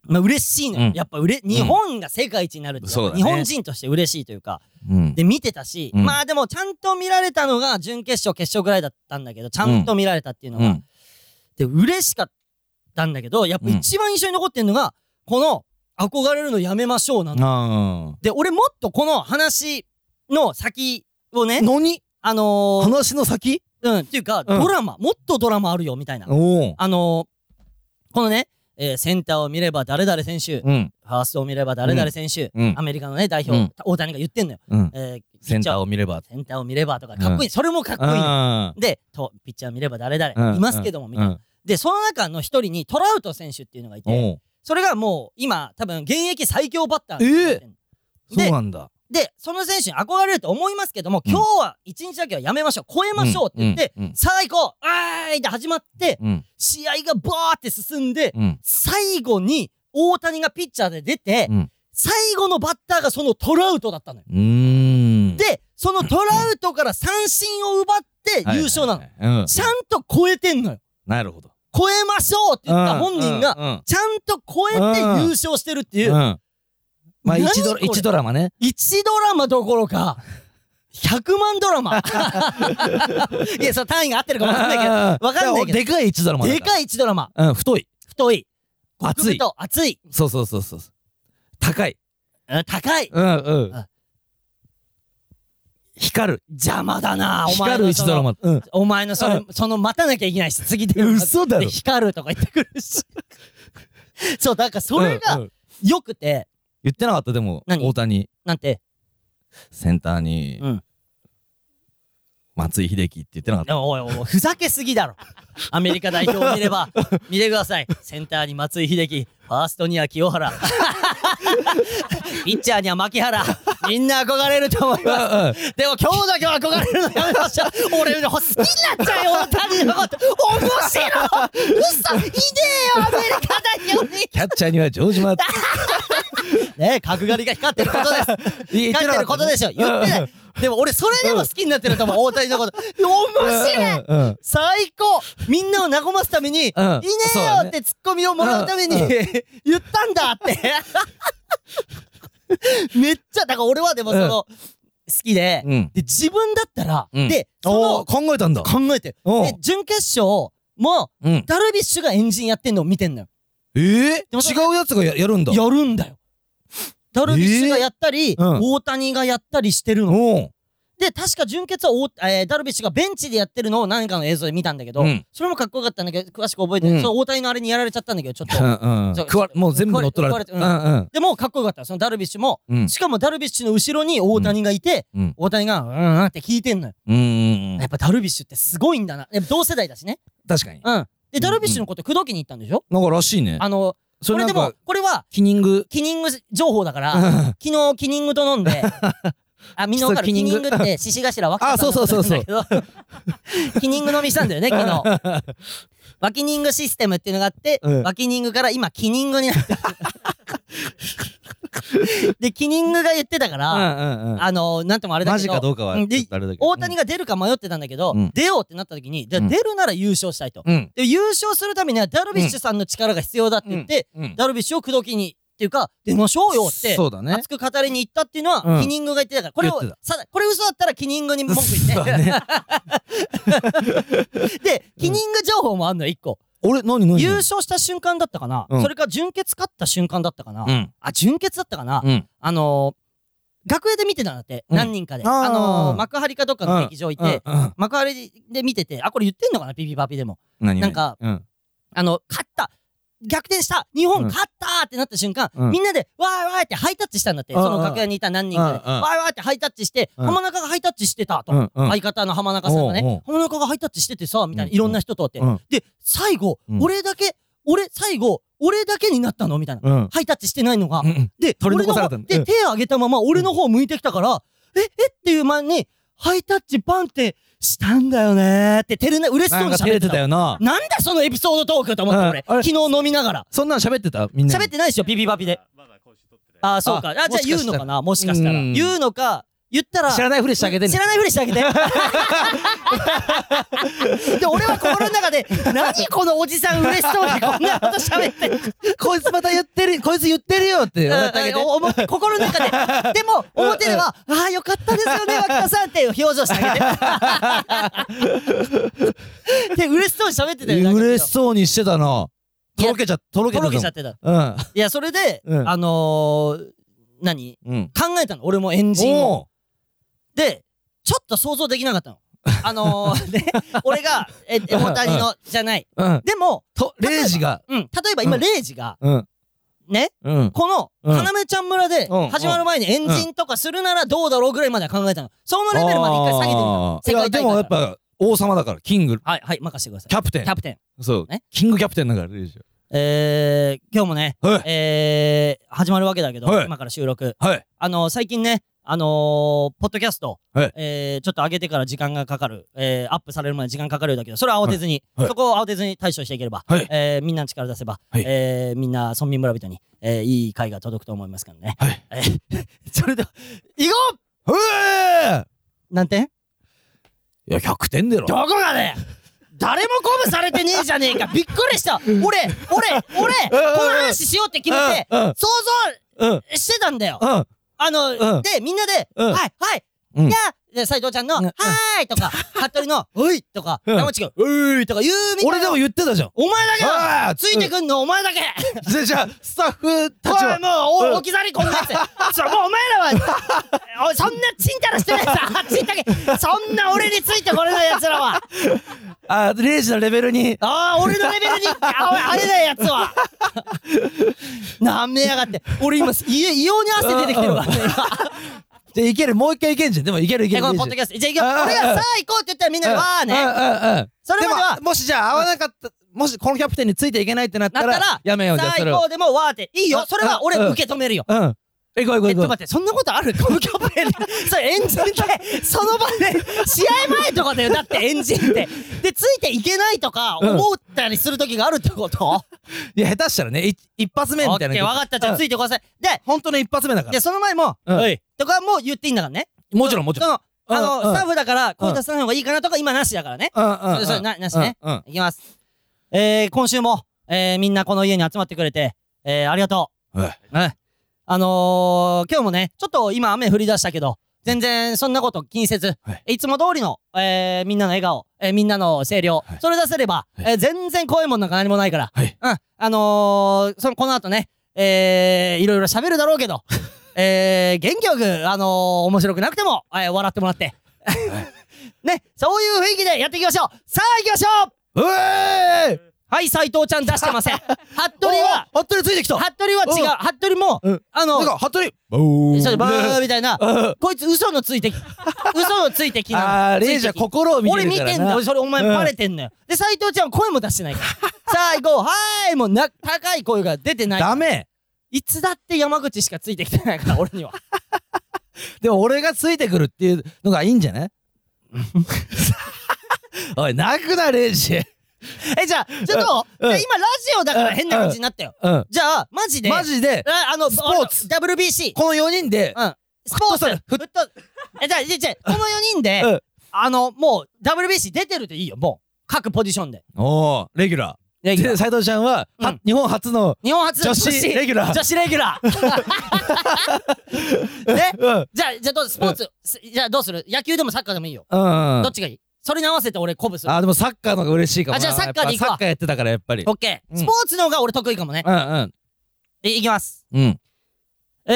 [SPEAKER 1] まあ嬉しいのよ。
[SPEAKER 4] うん
[SPEAKER 1] やっぱうれ日本が世界一になるって、
[SPEAKER 4] そうだね
[SPEAKER 1] 日本人として嬉しいというか、
[SPEAKER 4] うん
[SPEAKER 1] で、見てたし、
[SPEAKER 4] うん
[SPEAKER 1] まあでもちゃんと見られたのが準決勝、決勝ぐらいだったんだけど、ちゃんと見られたっていうの
[SPEAKER 4] う
[SPEAKER 1] が、
[SPEAKER 4] ん
[SPEAKER 1] で、嬉しかったんだけど、やっぱ一番印象に残ってるのが、この、憧れるのやめましょうなの。
[SPEAKER 4] あ
[SPEAKER 1] で、俺もっとこの話の先をね
[SPEAKER 4] ー、のに
[SPEAKER 1] あのー、
[SPEAKER 4] 話の先
[SPEAKER 1] うん、っていうか、
[SPEAKER 4] うん
[SPEAKER 1] ドラマ、もっとドラマあるよ、みたいな。
[SPEAKER 4] おお
[SPEAKER 1] あのー、このね、えーセンターを見れば誰々選手、フ
[SPEAKER 4] うん
[SPEAKER 1] ァーストを見れば誰々選手、
[SPEAKER 4] うん
[SPEAKER 1] アメリカのね、代表、
[SPEAKER 4] うん
[SPEAKER 1] 大谷が言ってんのよ。
[SPEAKER 4] うん
[SPEAKER 1] えー
[SPEAKER 4] センター
[SPEAKER 1] を。
[SPEAKER 4] を見れば
[SPEAKER 1] センターを見ればとか、かっこいい。それもかっこいいの。
[SPEAKER 4] あ
[SPEAKER 1] で、と、ピッチャーを見れば誰々、
[SPEAKER 4] ー
[SPEAKER 1] いますけども、みたいな。
[SPEAKER 4] うん
[SPEAKER 1] で、その中の一人にトラウト選手っていうのがいて、
[SPEAKER 4] おう
[SPEAKER 1] それがもう今、多分現役最強バッター
[SPEAKER 4] ええ
[SPEAKER 1] で
[SPEAKER 4] そうなんだ
[SPEAKER 1] で、その選手に憧れると思いますけども、今日は一日だけはやめましょう、超えましょうって言って、
[SPEAKER 4] うんうん
[SPEAKER 1] さあ行こうあーいって始まって、
[SPEAKER 4] うん
[SPEAKER 1] 試合がバーって進んで、
[SPEAKER 4] うん
[SPEAKER 1] 最後に大谷がピッチャーで出て、
[SPEAKER 4] うん
[SPEAKER 1] 最後のバッターがそのトラウトだったのよ。
[SPEAKER 4] うーん
[SPEAKER 1] で、そのトラウトから三振を奪って
[SPEAKER 4] はい
[SPEAKER 1] 優勝なの。
[SPEAKER 4] はいはいうん
[SPEAKER 1] ちゃんと超えてんのよ。
[SPEAKER 4] なるほど
[SPEAKER 1] 超えましょうって言った本人が、
[SPEAKER 4] が
[SPEAKER 1] ちゃんと超えて優勝してるっていう、
[SPEAKER 4] まあ
[SPEAKER 1] 何
[SPEAKER 4] 一ド
[SPEAKER 1] こ
[SPEAKER 4] ラ
[SPEAKER 1] れ
[SPEAKER 4] 一ドラマね
[SPEAKER 1] 1ドラマどころか、100万ドラ マ。いや、その単位が合ってるか分かんないけど、
[SPEAKER 4] あー
[SPEAKER 1] わかんないけど
[SPEAKER 4] でかい一ドラマだ
[SPEAKER 1] でかい1ドラマ。
[SPEAKER 4] らうん太い
[SPEAKER 1] 太い。
[SPEAKER 4] 熱い
[SPEAKER 1] 極太熱い。
[SPEAKER 4] そうそうそうそう高い
[SPEAKER 1] うん高い。
[SPEAKER 4] うんうん
[SPEAKER 1] あ
[SPEAKER 4] 光る
[SPEAKER 1] 邪魔だな、お前
[SPEAKER 4] 光る
[SPEAKER 1] のそ
[SPEAKER 4] 一ドラ
[SPEAKER 1] の。
[SPEAKER 4] マうん
[SPEAKER 1] お前のそれ
[SPEAKER 4] う、
[SPEAKER 1] その待たなきゃいけないし、次で。
[SPEAKER 4] 嘘だろ
[SPEAKER 1] で光るとか言ってくるし。そう、だからそれ
[SPEAKER 4] うん
[SPEAKER 1] が
[SPEAKER 4] うん
[SPEAKER 1] 良くて、
[SPEAKER 4] 言ってなかったでも
[SPEAKER 1] 何
[SPEAKER 4] 大谷
[SPEAKER 1] なんて、
[SPEAKER 4] センターに、
[SPEAKER 1] うん
[SPEAKER 4] 松井秀喜って言ってなかっ
[SPEAKER 1] でもおいおいおい、ふざけすぎだ ろ。アメリカ代表を見れば、見てください。センターに松井秀喜、ファーストには清 原、ピッチャーには牧原、みんな憧れると思います。
[SPEAKER 4] た。うん
[SPEAKER 1] でも今日だけは憧れるのやめましょう。俺好きになっちゃうよ、大谷のこと。面白い嘘いねえよ、アメリカ代表に
[SPEAKER 4] キャッチャーにはジョージマーテ
[SPEAKER 1] ねえ、角刈りが光ってることです。
[SPEAKER 4] ィ ン。
[SPEAKER 1] 光ってることでしょ。 言ってない。でも俺、それでも好きになってると思う、大谷のこと。面白い
[SPEAKER 4] うんうんうん
[SPEAKER 1] 最高みんなを和ますために、いねえよ
[SPEAKER 4] そうだね
[SPEAKER 1] ってツッコミをもらうために、
[SPEAKER 4] うんうん
[SPEAKER 1] 言ったんだって。 めっちゃ、だから俺はでもその、好きで、
[SPEAKER 4] うん。
[SPEAKER 1] で、自分だったら、
[SPEAKER 4] うん
[SPEAKER 1] で、そ
[SPEAKER 4] お
[SPEAKER 1] の
[SPEAKER 4] お、考えたんだ。
[SPEAKER 1] 考えてる。
[SPEAKER 4] おう
[SPEAKER 1] で、準決勝も、
[SPEAKER 4] うん。
[SPEAKER 1] ダルビッシュがエンジンやってんのを見てんのよ。
[SPEAKER 4] ええ
[SPEAKER 1] でもそれ
[SPEAKER 4] 違うやつがややるんだ。
[SPEAKER 1] やるんだよ。ダルビッシュがやったり、
[SPEAKER 4] うん
[SPEAKER 1] 大谷がやったりしてるの。
[SPEAKER 4] お
[SPEAKER 1] で、確か純潔はお、えーダルビッシュがベンチでやってるのを何かの映像で見たんだけど、
[SPEAKER 4] うん
[SPEAKER 1] それもかっこよかったんだけど、詳しく覚えてない。
[SPEAKER 4] うん
[SPEAKER 1] そう大谷のあれにやられちゃったんだけど、ちょっと。
[SPEAKER 4] うんうん。
[SPEAKER 1] そう
[SPEAKER 4] 食わもう全部乗っ取られて。
[SPEAKER 1] 食われてでも、かっこよかった。そのダルビッシュも。
[SPEAKER 4] うんうん。
[SPEAKER 1] しかも、ダルビッシュの後ろに大谷がいて、
[SPEAKER 4] うんうん
[SPEAKER 1] 大谷が、うんうんって聞いてんのよ。
[SPEAKER 4] うんうんうん
[SPEAKER 1] やっぱダルビッシュってすごいんだな。やっぱ同世代だしね。
[SPEAKER 4] 確かに。
[SPEAKER 1] うん。で、ダルビッシュのこと、口説きに行ったんでしょ
[SPEAKER 4] なんからしいね。
[SPEAKER 1] あの、
[SPEAKER 4] そ
[SPEAKER 1] これで
[SPEAKER 4] れなんか
[SPEAKER 1] も、これは、
[SPEAKER 4] キニング。
[SPEAKER 1] キニング情報だから、
[SPEAKER 4] あ
[SPEAKER 1] 昨日キニングと飲ん であみんなわかる
[SPEAKER 4] そう
[SPEAKER 1] キ
[SPEAKER 4] キニ
[SPEAKER 1] ニ
[SPEAKER 4] ング
[SPEAKER 1] ングって獅子頭若
[SPEAKER 4] あ
[SPEAKER 1] さ
[SPEAKER 4] そ
[SPEAKER 1] ん
[SPEAKER 4] うそうそうそう
[SPEAKER 1] のことなんだけど キニング飲みしたんだよね昨日ワキニングシステムっていうのがあって、
[SPEAKER 4] うん
[SPEAKER 1] ワキニングから今キニングにな ってるでキニングが言ってたから、
[SPEAKER 4] うん
[SPEAKER 1] あのなんともあれだ
[SPEAKER 4] マ
[SPEAKER 1] け
[SPEAKER 4] ジ
[SPEAKER 1] ど
[SPEAKER 4] かどうかは。
[SPEAKER 1] うんで
[SPEAKER 4] ちょっとあれだけど
[SPEAKER 1] 大谷が出るか迷ってたんだけど、
[SPEAKER 4] うん
[SPEAKER 1] 出ようってなった時にじゃあ
[SPEAKER 4] うん
[SPEAKER 1] 出るなら優勝したいと、
[SPEAKER 4] うん。
[SPEAKER 1] で優勝するためにはダルビッシュさんの力が必要だって言って、
[SPEAKER 4] うん。
[SPEAKER 1] ダルビッシュを口説きにっていうか出ましょうよって
[SPEAKER 4] そうだね。
[SPEAKER 1] 熱く語りに行ったっていうのは、
[SPEAKER 4] うん
[SPEAKER 1] キニングが言ってたからこれを
[SPEAKER 4] 言って
[SPEAKER 1] さこれ嘘だったらキニングに文句言
[SPEAKER 4] そう
[SPEAKER 1] って、
[SPEAKER 4] だね
[SPEAKER 1] でキニング情報もあんのよ一個、
[SPEAKER 4] 俺、何何
[SPEAKER 1] 優勝した瞬間だったかな、
[SPEAKER 4] うん
[SPEAKER 1] それか純潔勝った瞬間だったかな、
[SPEAKER 4] うん。
[SPEAKER 1] あ純潔だったかな、
[SPEAKER 4] うん。
[SPEAKER 1] あのー、楽屋で見てたんだって、
[SPEAKER 4] うん
[SPEAKER 1] 何人かで
[SPEAKER 4] あー
[SPEAKER 1] あのー、幕張かどっかの劇場行って、
[SPEAKER 4] うんうん
[SPEAKER 1] 幕張で見ててあこれ言ってんのかなピピパピでも
[SPEAKER 4] 何
[SPEAKER 1] なんか、
[SPEAKER 4] うん
[SPEAKER 1] あの勝った逆転した日
[SPEAKER 4] う
[SPEAKER 1] 本
[SPEAKER 4] ん
[SPEAKER 1] 勝ったーってなった瞬間、
[SPEAKER 4] うん
[SPEAKER 1] みんなでわーいわーいってハイタッチしたんだって、
[SPEAKER 4] うんうん
[SPEAKER 1] その楽屋にいた何人かで、
[SPEAKER 4] うんうん
[SPEAKER 1] わーいわーいってハイタッチして、
[SPEAKER 4] うん
[SPEAKER 1] 浜中がハイタッチしてたと、
[SPEAKER 4] うんうん
[SPEAKER 1] 相方の浜中さんがね
[SPEAKER 4] おうおう
[SPEAKER 1] 浜中がハイタッチしててさみたいな、
[SPEAKER 4] うん
[SPEAKER 1] いろんな人とって、
[SPEAKER 4] うん
[SPEAKER 1] で最後、
[SPEAKER 4] うん
[SPEAKER 1] 俺だけ俺最後俺だけになったのみたいな、
[SPEAKER 4] うん。
[SPEAKER 1] ハイタッチしてないのが、
[SPEAKER 4] うん
[SPEAKER 1] で
[SPEAKER 4] 取り残され
[SPEAKER 1] 俺の方
[SPEAKER 4] たんだうん
[SPEAKER 1] で手を上げたまま俺の方向いてきたから、ええっていう間にハイタッチバンってしたんだよねーって照れな嬉しそ
[SPEAKER 4] な
[SPEAKER 1] うんに
[SPEAKER 4] か照
[SPEAKER 1] 喋って
[SPEAKER 4] れて
[SPEAKER 1] た
[SPEAKER 4] たよな。
[SPEAKER 1] なんだそのエピソードトークと思った俺
[SPEAKER 4] うんあれ
[SPEAKER 1] 昨日飲みながら
[SPEAKER 4] そんなん喋ってたみんなに。
[SPEAKER 1] 喋ってないでしょビビバビでああそうかあ
[SPEAKER 4] あ
[SPEAKER 1] じゃあ言うのかなもしかしたら
[SPEAKER 4] うん
[SPEAKER 1] 言うのか言ったら
[SPEAKER 4] 知らないふりしてあげてん
[SPEAKER 1] 知らないふりしてあげて で俺は心の中で何このおじさん嬉しそうにこんなこと喋ってる
[SPEAKER 4] こいつまた言ってる、こいつ言ってるよって思ってあげて。
[SPEAKER 1] おお心の中ででも表では「ああよかったですよね脇田さん」っていう表情してあげて で嬉しそうに喋ってたよなんか
[SPEAKER 4] 嬉しそうにしてたな。
[SPEAKER 1] い
[SPEAKER 4] と
[SPEAKER 1] や
[SPEAKER 4] ろけちゃ、とろけ
[SPEAKER 1] と
[SPEAKER 4] た
[SPEAKER 1] ろ
[SPEAKER 4] ぞ
[SPEAKER 1] けちゃってた
[SPEAKER 4] うん。
[SPEAKER 1] いやそれで、
[SPEAKER 4] うん
[SPEAKER 1] あのー、何
[SPEAKER 4] うん。
[SPEAKER 1] 考えたの俺もエンジンを
[SPEAKER 4] お
[SPEAKER 1] でちょっと想像できなかったのあの ー、ね俺がええ大谷のじゃない
[SPEAKER 4] ーうん。
[SPEAKER 1] でも、
[SPEAKER 4] と、レイジが。
[SPEAKER 1] うん、例えば今
[SPEAKER 4] うん
[SPEAKER 1] レイジが
[SPEAKER 4] うん。
[SPEAKER 1] ね
[SPEAKER 4] うん。
[SPEAKER 1] この
[SPEAKER 4] うん
[SPEAKER 1] 要ちゃん村で
[SPEAKER 4] うん
[SPEAKER 1] 始まる前にエンジンとかするならどうだろうぐらいまでは考えたのそのレベルまで一回下げてみた
[SPEAKER 4] あー
[SPEAKER 1] 世
[SPEAKER 4] い
[SPEAKER 1] 界
[SPEAKER 4] や、
[SPEAKER 1] 大会
[SPEAKER 4] でもやっぱ、王様だから、キング、
[SPEAKER 1] はいはい任せてください
[SPEAKER 4] キャプテン
[SPEAKER 1] キ。ャプテン
[SPEAKER 4] そう
[SPEAKER 1] ね。
[SPEAKER 4] キングキャプテンだから、レイジは。
[SPEAKER 1] えー、今日もね
[SPEAKER 4] はい
[SPEAKER 1] えー、始まるわけだけど、
[SPEAKER 4] はい
[SPEAKER 1] 今から収録
[SPEAKER 4] はい。
[SPEAKER 1] あの最近ね、あのーポッドキャスト、
[SPEAKER 4] はい
[SPEAKER 1] えーちょっと上げてから時間がかかる、えーアップされるまで時間かかるようだけど、それは慌てずに、
[SPEAKER 4] はいはい
[SPEAKER 1] そこを慌てずに対処していければ、
[SPEAKER 4] はい
[SPEAKER 1] えーみんなの力出せば、
[SPEAKER 4] はい
[SPEAKER 1] えーみんな村民村人に、えーいい回が届くと思いますからね。
[SPEAKER 4] はい
[SPEAKER 1] えー それでは、いこう
[SPEAKER 4] うえ
[SPEAKER 1] なんて
[SPEAKER 4] ーいや、100点でろ。
[SPEAKER 1] どこがね誰も鼓舞されてねえじゃねえ かびっくりした俺、俺、俺、この話しようって決めて、
[SPEAKER 4] うん。
[SPEAKER 1] 想
[SPEAKER 4] うん。
[SPEAKER 1] 像してたんだよ
[SPEAKER 4] うん。
[SPEAKER 1] あの、
[SPEAKER 4] うん
[SPEAKER 1] で、みんなで、
[SPEAKER 4] うん
[SPEAKER 1] はい、はい、
[SPEAKER 4] うん
[SPEAKER 1] じゃあ、で斎藤ちゃんの、
[SPEAKER 4] うん
[SPEAKER 1] はーいとか、服部 の、ういとか、
[SPEAKER 4] うん
[SPEAKER 1] 山内くん、うーいとか言うみたいな。
[SPEAKER 4] 俺でも言ってた じゃん。
[SPEAKER 1] お前だけ
[SPEAKER 4] あ
[SPEAKER 1] だ
[SPEAKER 4] ー
[SPEAKER 1] ついてくんの、お前だけ
[SPEAKER 4] でじゃあ、スタッフ
[SPEAKER 1] お
[SPEAKER 4] たち
[SPEAKER 1] い、
[SPEAKER 4] は。
[SPEAKER 1] もう
[SPEAKER 4] うん
[SPEAKER 1] お、置き去りこんなやつ。そもうお前らは、おいそんなちんたらして ないさ、ちんたけ、そんな俺についてこれないやつらは。
[SPEAKER 4] あー、レイジのレベルに。
[SPEAKER 1] ああ、俺のレベルに、あ、あれだやつは。なめやがって。俺今、家、異様に汗出てきてる わ、ね、今。
[SPEAKER 4] で、いける、もう一回いけんじゃん。でも、いける、いけ
[SPEAKER 1] え
[SPEAKER 4] る。
[SPEAKER 1] この
[SPEAKER 4] レ
[SPEAKER 1] ポ
[SPEAKER 4] イ
[SPEAKER 1] ッ
[SPEAKER 4] ジ
[SPEAKER 1] ドキャスト。じゃあ行くよ。俺がさあ行こうって言ったらみんなでわーね。
[SPEAKER 4] うんうんうん。
[SPEAKER 1] それまでは
[SPEAKER 4] でも、もしじゃあ合わなかった、もしこのキャプテンについていけないってなった
[SPEAKER 1] な
[SPEAKER 4] ら
[SPEAKER 1] ったら、
[SPEAKER 4] やめようじゃあそ
[SPEAKER 1] 最
[SPEAKER 4] れを
[SPEAKER 1] 高。でもわーって。いいよ
[SPEAKER 4] あ。
[SPEAKER 1] それは俺
[SPEAKER 4] あうん
[SPEAKER 1] 受け止めるよ。
[SPEAKER 4] うん。行こう行こ
[SPEAKER 1] え
[SPEAKER 4] う
[SPEAKER 1] っと
[SPEAKER 4] 行こ
[SPEAKER 1] 待って、そんなことあ るこのキャプテンで。それエンジンって、その場で、試合前とかだよ。だってエンジンって。で、ついていけないとか
[SPEAKER 4] うん
[SPEAKER 1] 思ったりするときがあるってこと
[SPEAKER 4] う。いや、下手したらね、い一発目
[SPEAKER 1] オ
[SPEAKER 4] み
[SPEAKER 1] ッ
[SPEAKER 4] た
[SPEAKER 1] ケ
[SPEAKER 4] いな。
[SPEAKER 1] ー、わかった。じゃあつ
[SPEAKER 4] い
[SPEAKER 1] いてください。で、
[SPEAKER 4] 本当の一発目だか
[SPEAKER 1] で、
[SPEAKER 4] ら。
[SPEAKER 1] その前も、
[SPEAKER 4] うん
[SPEAKER 1] おいとかも言っていいんだからね。
[SPEAKER 4] もちろんもちろん。
[SPEAKER 1] その、あ
[SPEAKER 4] うんうん
[SPEAKER 1] の、スタッフだから、声出さない方がいいかなとか今なしだからね。
[SPEAKER 4] うんうんうん。
[SPEAKER 1] そうななしね
[SPEAKER 4] うんうん。
[SPEAKER 1] いきます。えー、今週も、えー、みんなこの家に集まってくれて、えー、ありがとう。
[SPEAKER 4] はい
[SPEAKER 1] はい。あのー、今日もね、ちょっと今雨降り出したけど、全然そんなこと気にせず、、
[SPEAKER 4] はい
[SPEAKER 1] つも通りの、えーみんなの笑顔、えーみんなの声量、
[SPEAKER 4] はい
[SPEAKER 1] それ出せれば、
[SPEAKER 4] はい
[SPEAKER 1] えー全然怖いもんなんか何もないから、
[SPEAKER 4] はい
[SPEAKER 1] うん、あのーそのこの後ね、えーいろいろ喋るだろうけど、 えー元気よく、あのー面白くなくても、えー笑ってもらって、 ね、そういう雰囲気でやっていきましょうさあ行きましょう
[SPEAKER 4] うえーい
[SPEAKER 1] はい、斎藤ちゃん出してません。 服部は、
[SPEAKER 4] おー服部ついてきた
[SPEAKER 1] 服部は違う。服部も、
[SPEAKER 4] うん
[SPEAKER 1] あの
[SPEAKER 4] なん、か服部バー
[SPEAKER 1] ちょっとバー
[SPEAKER 4] ン
[SPEAKER 1] みたいな、
[SPEAKER 4] うん
[SPEAKER 1] こいつ嘘のつい てき、嘘のついてきなの
[SPEAKER 4] あーレイジは心を見て
[SPEAKER 1] 俺
[SPEAKER 4] る
[SPEAKER 1] 見
[SPEAKER 4] から
[SPEAKER 1] てん
[SPEAKER 4] な
[SPEAKER 1] だよ。それお前
[SPEAKER 4] うん
[SPEAKER 1] バレてんのよ。で、斎藤ちゃんは声も出してない から。さあ行こう。はーいもうな、高い声が出てない。
[SPEAKER 4] ダメ
[SPEAKER 1] いつだって山口しかついてきてないから、俺に は。
[SPEAKER 4] でも俺がついてくるっていうのがいいん じゃないおい泣くなレイジ
[SPEAKER 1] え、じゃあ、 ちょっと、
[SPEAKER 4] うん
[SPEAKER 1] で今ラジオだから変な感じになったよ。
[SPEAKER 4] うん
[SPEAKER 1] じゃあ、マジで。
[SPEAKER 4] マジで
[SPEAKER 1] ああの、
[SPEAKER 4] スポーツ
[SPEAKER 1] あの WBC。
[SPEAKER 4] この4人で
[SPEAKER 1] うん。スポーツ、フット、え、じゃあ、じゃあじゃあこの4人で、
[SPEAKER 4] うん
[SPEAKER 1] あの、もう WBC 出てるといいよ、もう。各ポジションで。
[SPEAKER 4] おーレギュラ
[SPEAKER 1] レ
[SPEAKER 4] ー
[SPEAKER 1] ギュラ
[SPEAKER 4] で
[SPEAKER 1] ー
[SPEAKER 4] 斎藤ちゃんはは
[SPEAKER 1] うん
[SPEAKER 4] 日本初の
[SPEAKER 1] 日本初
[SPEAKER 4] 女子レギュラー
[SPEAKER 1] 女子レギュラー。 ね
[SPEAKER 4] うん
[SPEAKER 1] じゃあ、じゃあどうスポーツ、すじゃあどうする野球でもサッカーでもいいよ。
[SPEAKER 4] うん
[SPEAKER 1] どっちがいいそれに合わせて俺鼓舞する。
[SPEAKER 4] あでもサッカーの方が嬉しいかもな
[SPEAKER 1] あじゃあサッカーで行くわ
[SPEAKER 4] やっぱサッカーやってたからやっぱり
[SPEAKER 1] オッケ
[SPEAKER 4] う
[SPEAKER 1] ー。
[SPEAKER 4] ん
[SPEAKER 1] スポーツの方が俺得意かもね。
[SPEAKER 4] うんうん
[SPEAKER 1] いいきます。
[SPEAKER 4] うん
[SPEAKER 1] え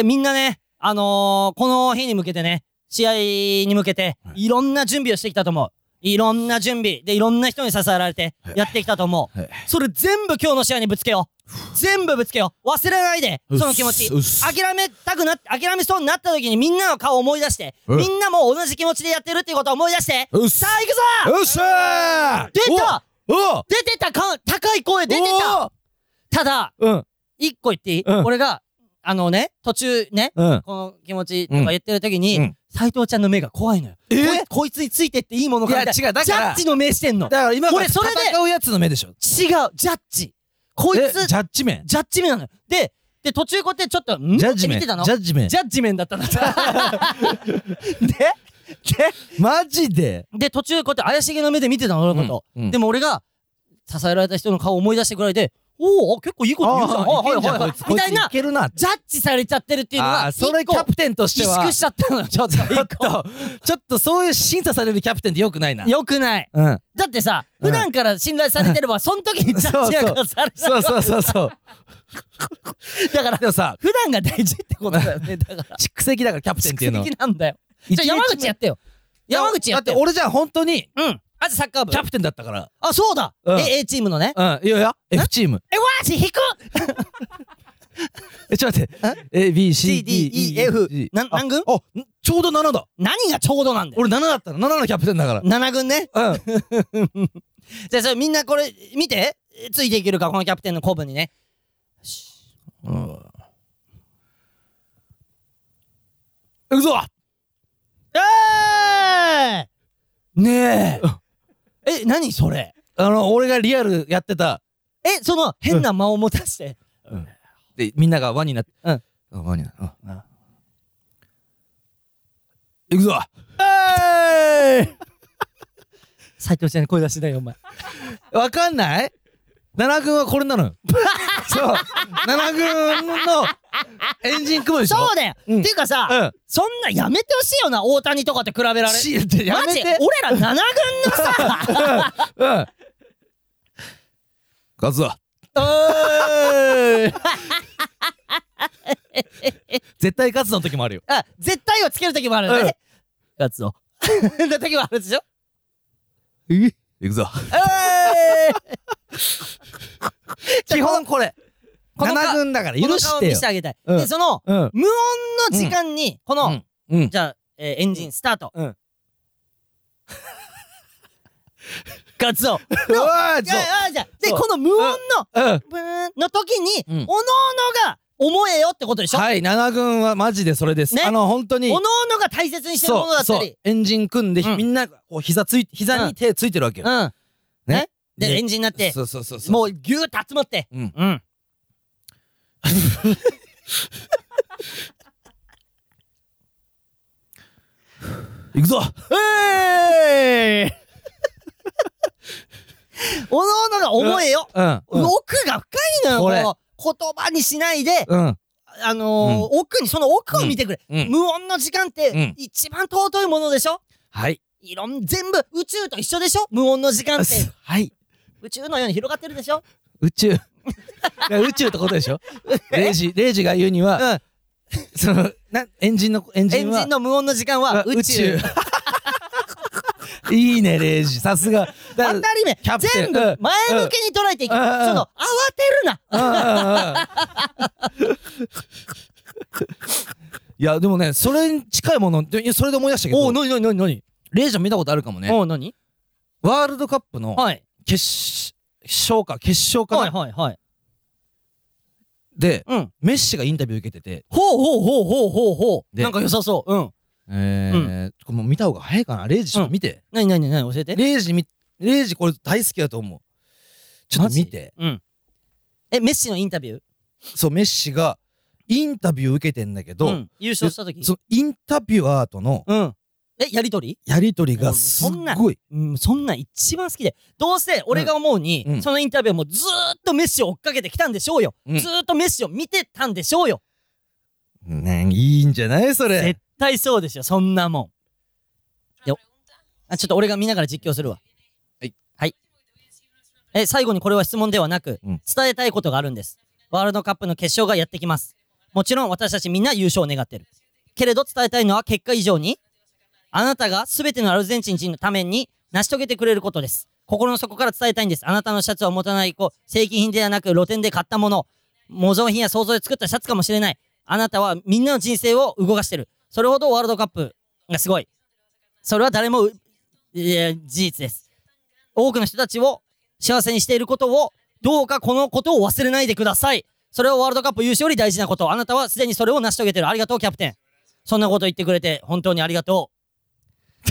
[SPEAKER 1] ー、みんなね、あのー、この日に向けてね、試合に向けて、いろんな準備をしてきたと思う。いろんな準備でいろんな人に支えられてやってきたと思う
[SPEAKER 4] はい。
[SPEAKER 1] それ全部今日の試合にぶつけよう。全部ぶつけよう。忘れないで、その気持ち。
[SPEAKER 4] うっす
[SPEAKER 1] 諦めたくな、諦めそうになった時にみんなの顔を思い出して、みんなも同じ気持ちでやってるっていうことを思い出して、
[SPEAKER 4] うっす
[SPEAKER 1] さあ行くぞ
[SPEAKER 4] よっしゃー
[SPEAKER 1] 出た
[SPEAKER 4] おお
[SPEAKER 1] 出てたか高い声出てたただ、
[SPEAKER 4] うん
[SPEAKER 1] 一個言っていい、
[SPEAKER 4] うん
[SPEAKER 1] 俺が、あのね、途中ね、
[SPEAKER 4] うん
[SPEAKER 1] この気持ちとか言ってる時に、
[SPEAKER 4] うん
[SPEAKER 1] 斉藤ちゃんの目が怖いのよ。
[SPEAKER 4] えー
[SPEAKER 1] ここいつについてっていいものかみたいない
[SPEAKER 4] や違うだから
[SPEAKER 1] ジャッジの目してんの。
[SPEAKER 4] だから今から
[SPEAKER 1] 俺それで
[SPEAKER 4] 戦うやつの目でしょ
[SPEAKER 1] 違う、ジャッジ。こい
[SPEAKER 4] え
[SPEAKER 1] つ、
[SPEAKER 4] ジャッジメン
[SPEAKER 1] ジャッジ目なのよ。で、で、途中こうやってちょっと、ん
[SPEAKER 4] ジャッジメ
[SPEAKER 1] っ
[SPEAKER 4] ン
[SPEAKER 1] て見て
[SPEAKER 4] ジ
[SPEAKER 1] たの
[SPEAKER 4] ャッジメン
[SPEAKER 1] ジャッジメンだったんだ。で、で、
[SPEAKER 4] マジで
[SPEAKER 1] で、途中こうやって怪しげな目で見てたの、俺のこと。
[SPEAKER 4] うんうん
[SPEAKER 1] でも俺が、支えられた人の顔を思い出してくらいで、おお、結構いいこと言うじゃん。
[SPEAKER 4] あーいけんじゃん
[SPEAKER 1] は
[SPEAKER 4] こ
[SPEAKER 1] い
[SPEAKER 4] いつ
[SPEAKER 1] みたい
[SPEAKER 4] こ
[SPEAKER 1] な、
[SPEAKER 4] ついけるな
[SPEAKER 1] ジャッジされちゃってるっていうの
[SPEAKER 4] あ
[SPEAKER 1] が、
[SPEAKER 4] ーそれ
[SPEAKER 1] 一個
[SPEAKER 4] キャプテンとし
[SPEAKER 1] 萎
[SPEAKER 4] ては
[SPEAKER 1] 縮しちゃったのよ、ちょっと。
[SPEAKER 4] ちょっとちょっとそういう審査されるキャプテンってよくないな
[SPEAKER 1] よくない。
[SPEAKER 4] うん
[SPEAKER 1] だってさ、
[SPEAKER 4] うん
[SPEAKER 1] 普段から信頼されてれば、その時 にジャッジなんかされ
[SPEAKER 4] そう
[SPEAKER 1] う
[SPEAKER 4] そうそう そう
[SPEAKER 1] だから、
[SPEAKER 4] でもさ
[SPEAKER 1] 普段が大事ってことだよ ね。だから、
[SPEAKER 4] 蓄積だからキャプテンっていうの
[SPEAKER 1] 宿敵なんだよ。じゃあ山
[SPEAKER 4] 一日
[SPEAKER 1] 口やってよ。山口やって
[SPEAKER 4] だって
[SPEAKER 1] よ。
[SPEAKER 4] 俺じゃあ本当に
[SPEAKER 1] うん。あとサッカー部
[SPEAKER 4] キ。ャプテンだったから
[SPEAKER 1] あ、そうだ。
[SPEAKER 4] うん
[SPEAKER 1] え A チームのね。
[SPEAKER 4] うんいやいや F チーム
[SPEAKER 1] え、わし引く
[SPEAKER 4] えちょっと待って ABCDEF
[SPEAKER 1] CDEF な何軍
[SPEAKER 4] あんちょうど7だ
[SPEAKER 1] 何がちょうどなんだよ。
[SPEAKER 4] 俺7だったの7のキャプテンだから
[SPEAKER 1] 7軍ね。
[SPEAKER 4] うん
[SPEAKER 1] じゃあそれみんなこれ見て。ついていけるか、このキャプテンの古文にね。
[SPEAKER 4] 行くぞ
[SPEAKER 1] え
[SPEAKER 4] ねえ
[SPEAKER 1] ーえ、何それ
[SPEAKER 4] あの俺がリアルやってた
[SPEAKER 1] え、その変な間を持たして。
[SPEAKER 4] でみんなが輪になって
[SPEAKER 1] うん
[SPEAKER 4] 輪になってうん行くぞ
[SPEAKER 1] 斎藤ちゃんに声出しないよ、お前。
[SPEAKER 4] わかんない ?7 軍はこれなのよ。そう。7軍のエンジン組むでしょ
[SPEAKER 1] そうだよ、
[SPEAKER 4] うん
[SPEAKER 1] っていうかさ、
[SPEAKER 4] うん
[SPEAKER 1] そんなやめてほしいよな、大谷とかと比べられる。
[SPEAKER 4] しってや
[SPEAKER 1] マ
[SPEAKER 4] め
[SPEAKER 1] ジ
[SPEAKER 4] て。
[SPEAKER 1] 俺ら7軍のさ、
[SPEAKER 4] うん。勝つぞ。絶対勝つの時もあるよ。
[SPEAKER 1] あ絶対をつけるときもあるよね。
[SPEAKER 4] 勝つぞ。
[SPEAKER 1] の時もあるでしょ
[SPEAKER 4] 行くぞ。基本これ。
[SPEAKER 1] この顔
[SPEAKER 4] 7軍だから
[SPEAKER 1] こ
[SPEAKER 4] 許
[SPEAKER 1] の顔
[SPEAKER 4] し
[SPEAKER 1] を
[SPEAKER 4] て
[SPEAKER 1] 見
[SPEAKER 4] よ
[SPEAKER 1] せ。てあげたい。
[SPEAKER 4] うん
[SPEAKER 1] で、その、
[SPEAKER 4] うん。
[SPEAKER 1] 無音の時間に、この、
[SPEAKER 4] うんうん。
[SPEAKER 1] じゃあ、えーエンジンスタート。
[SPEAKER 4] うん
[SPEAKER 1] ガツオ。
[SPEAKER 4] うわ
[SPEAKER 1] じゃあ、じゃあで、
[SPEAKER 4] そう
[SPEAKER 1] この無音の、
[SPEAKER 4] うん。
[SPEAKER 1] ブーンの時に、
[SPEAKER 4] うん
[SPEAKER 1] おのおのが思えよってことでしょ、
[SPEAKER 4] はい、7軍はマジでそれです。
[SPEAKER 1] ね
[SPEAKER 4] あの、本当に
[SPEAKER 1] お。のおのが大切にしてるもの
[SPEAKER 4] そ
[SPEAKER 1] だ
[SPEAKER 4] う、
[SPEAKER 1] った
[SPEAKER 4] そう
[SPEAKER 1] り。。
[SPEAKER 4] エンジン組んで、
[SPEAKER 1] うん
[SPEAKER 4] みんな、こう、膝つい、膝に手ついてるわけよ。
[SPEAKER 1] うん。
[SPEAKER 4] ね
[SPEAKER 1] ね。で、
[SPEAKER 4] で
[SPEAKER 1] エンジンになって、
[SPEAKER 4] そうそうそうそう。
[SPEAKER 1] もうぎゅーっと集まって。
[SPEAKER 4] うん
[SPEAKER 1] うん。
[SPEAKER 4] 行くぞ
[SPEAKER 1] えー、おのおのが思えよ、
[SPEAKER 4] うん。うん
[SPEAKER 1] 奥が深いのよ、
[SPEAKER 4] これ
[SPEAKER 1] この言葉にしないで、
[SPEAKER 4] うん。
[SPEAKER 1] あのー奥に、その奥を見てくれ。
[SPEAKER 4] うん
[SPEAKER 1] 無音の時間っ
[SPEAKER 4] う
[SPEAKER 1] て
[SPEAKER 4] ん、
[SPEAKER 1] 一番尊いものでしょ
[SPEAKER 4] はい。
[SPEAKER 1] いろん、全部、宇宙と一緒でしょ無音の時間って。
[SPEAKER 4] はい。
[SPEAKER 1] 宇宙のように広がってるでしょ
[SPEAKER 4] 宇宙。だから宇宙ってことでしょレイジ、レイジが言うには、
[SPEAKER 1] うん。
[SPEAKER 4] その、な、エンジンの、エンジ
[SPEAKER 1] エ
[SPEAKER 4] ン
[SPEAKER 1] ン
[SPEAKER 4] は。
[SPEAKER 1] ジンの無音の時間は
[SPEAKER 4] は
[SPEAKER 1] 宇 宙。。
[SPEAKER 4] いいね、レイジ。さすが。だ
[SPEAKER 1] 当たり目
[SPEAKER 4] キャプテ
[SPEAKER 1] 全
[SPEAKER 4] ン
[SPEAKER 1] 部
[SPEAKER 4] うん
[SPEAKER 1] 前向きに捉えていく。そ
[SPEAKER 4] う
[SPEAKER 1] の、
[SPEAKER 4] んうんうん
[SPEAKER 1] 慌てるな
[SPEAKER 4] いやでもねそれに近いものでいやそれで思い出したけ
[SPEAKER 1] お
[SPEAKER 4] ど
[SPEAKER 1] う、なになになになに
[SPEAKER 4] レイジャー見たことあるかもね
[SPEAKER 1] おう、なに
[SPEAKER 4] ワールドカップの
[SPEAKER 1] はい。
[SPEAKER 4] 決勝か決勝か
[SPEAKER 1] はい
[SPEAKER 4] な
[SPEAKER 1] はいはい。
[SPEAKER 4] で
[SPEAKER 1] うん。
[SPEAKER 4] メッシがインタビュー受けてて
[SPEAKER 1] ほうほうほうほうほうほう。
[SPEAKER 4] で
[SPEAKER 1] なんか良さそう。うん。
[SPEAKER 4] えーこれもう見た方が早いかなレイジちょっと見て
[SPEAKER 1] なになになに教えて。
[SPEAKER 4] レイジ見レイジこれ大好きだと思うちょっと見て
[SPEAKER 1] うん。え、メッシのインタビュー
[SPEAKER 4] そうメッシがインタビュー受けてんだけど、
[SPEAKER 1] ん。優勝した時
[SPEAKER 4] そのインタビュアーとの
[SPEAKER 1] うん。え、やりとり
[SPEAKER 4] やりとり
[SPEAKER 1] も
[SPEAKER 4] が
[SPEAKER 1] う
[SPEAKER 4] すっ
[SPEAKER 1] そんな
[SPEAKER 4] ごい
[SPEAKER 1] うん、そんなん一番好きで。どうせ俺が思うに、
[SPEAKER 4] うん
[SPEAKER 1] そのインタビューもずーっとメッシを追っかけてきたんでしょうよ。
[SPEAKER 4] うん
[SPEAKER 1] ずーっとメッシを見てたんでしょうよ。
[SPEAKER 4] ねいいんじゃないそれ
[SPEAKER 1] 絶対そうですよ、そんなもん。よあちょっと俺が見ながら実況するわ。
[SPEAKER 4] はい。
[SPEAKER 1] はい。え、最後にこれは質問ではなく、
[SPEAKER 4] うん
[SPEAKER 1] 伝えたいことがあるんです。ワールドカップの決勝がやってきます。もちろん私たちみんな優勝を願ってる。けれど伝えたいのは結果以上に、あなたが全てのアルゼンチン人のために成し遂げてくれることです。心の底から伝えたいんです。あなたのシャツを持たない子、正規品ではなく露店で買ったもの、模造品や想像で作ったシャツかもしれない。あなたはみんなの人生を動かしてる。それほどワールドカップがすごい。それは誰もう、いや事実です。多くの人たちを幸せにしていることを、どうかこのことを忘れないでください。それはワールドカップ優勝より大事なこと。あなたはすでにそれを成し遂げてる。ありがとう、キャプテン。そんなこと言ってくれて、本当にありがと う。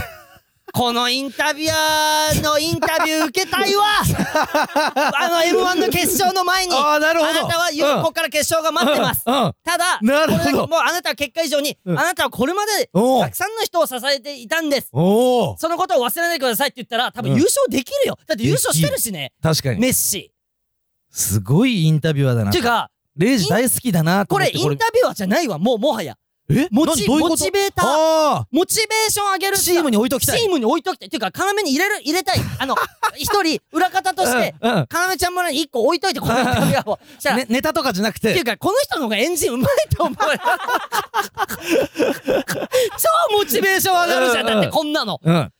[SPEAKER 1] このインタビュアーのインタビュー受けた いわあの M1 の決勝の前に
[SPEAKER 4] あーなるほど
[SPEAKER 1] あなたは、
[SPEAKER 4] うん
[SPEAKER 1] ここから決勝が待ってます、
[SPEAKER 4] うんうん
[SPEAKER 1] ただ
[SPEAKER 4] なるほど
[SPEAKER 1] これだけもうあなたは結果以上に、
[SPEAKER 4] うん
[SPEAKER 1] あなたはこれまで
[SPEAKER 4] おう
[SPEAKER 1] たくさんの人を支えていたんです
[SPEAKER 4] おお
[SPEAKER 1] そのことを忘れないでくださいって言ったら多分
[SPEAKER 4] うん
[SPEAKER 1] 優勝できるよ、だって優勝してるしね
[SPEAKER 4] 確かに
[SPEAKER 1] メッシ
[SPEAKER 4] すごいインタビュアーだな
[SPEAKER 1] っていうか
[SPEAKER 4] レイジ大好きだなと
[SPEAKER 1] こ
[SPEAKER 4] 思っ
[SPEAKER 1] れ
[SPEAKER 4] て
[SPEAKER 1] インタビュアーじゃないわもうもはや
[SPEAKER 4] え
[SPEAKER 1] モ
[SPEAKER 4] 何
[SPEAKER 1] チ
[SPEAKER 4] どういうこと
[SPEAKER 1] モチベーター
[SPEAKER 4] あ
[SPEAKER 1] モチベーション上げる
[SPEAKER 4] ーチームに置いときたい
[SPEAKER 1] チームに置いときたいっていうか要に入れる入れたいあ の一人裏方として
[SPEAKER 4] うんうん
[SPEAKER 1] 要ちゃん村に一個置いといてこのインタビュアーをしたら、
[SPEAKER 4] ねネタとかじゃなく
[SPEAKER 1] ってい
[SPEAKER 4] て
[SPEAKER 1] うかこの人の方がエンジンうまいと思う よ超モチベーション上がるじゃんだってこんなの
[SPEAKER 4] うん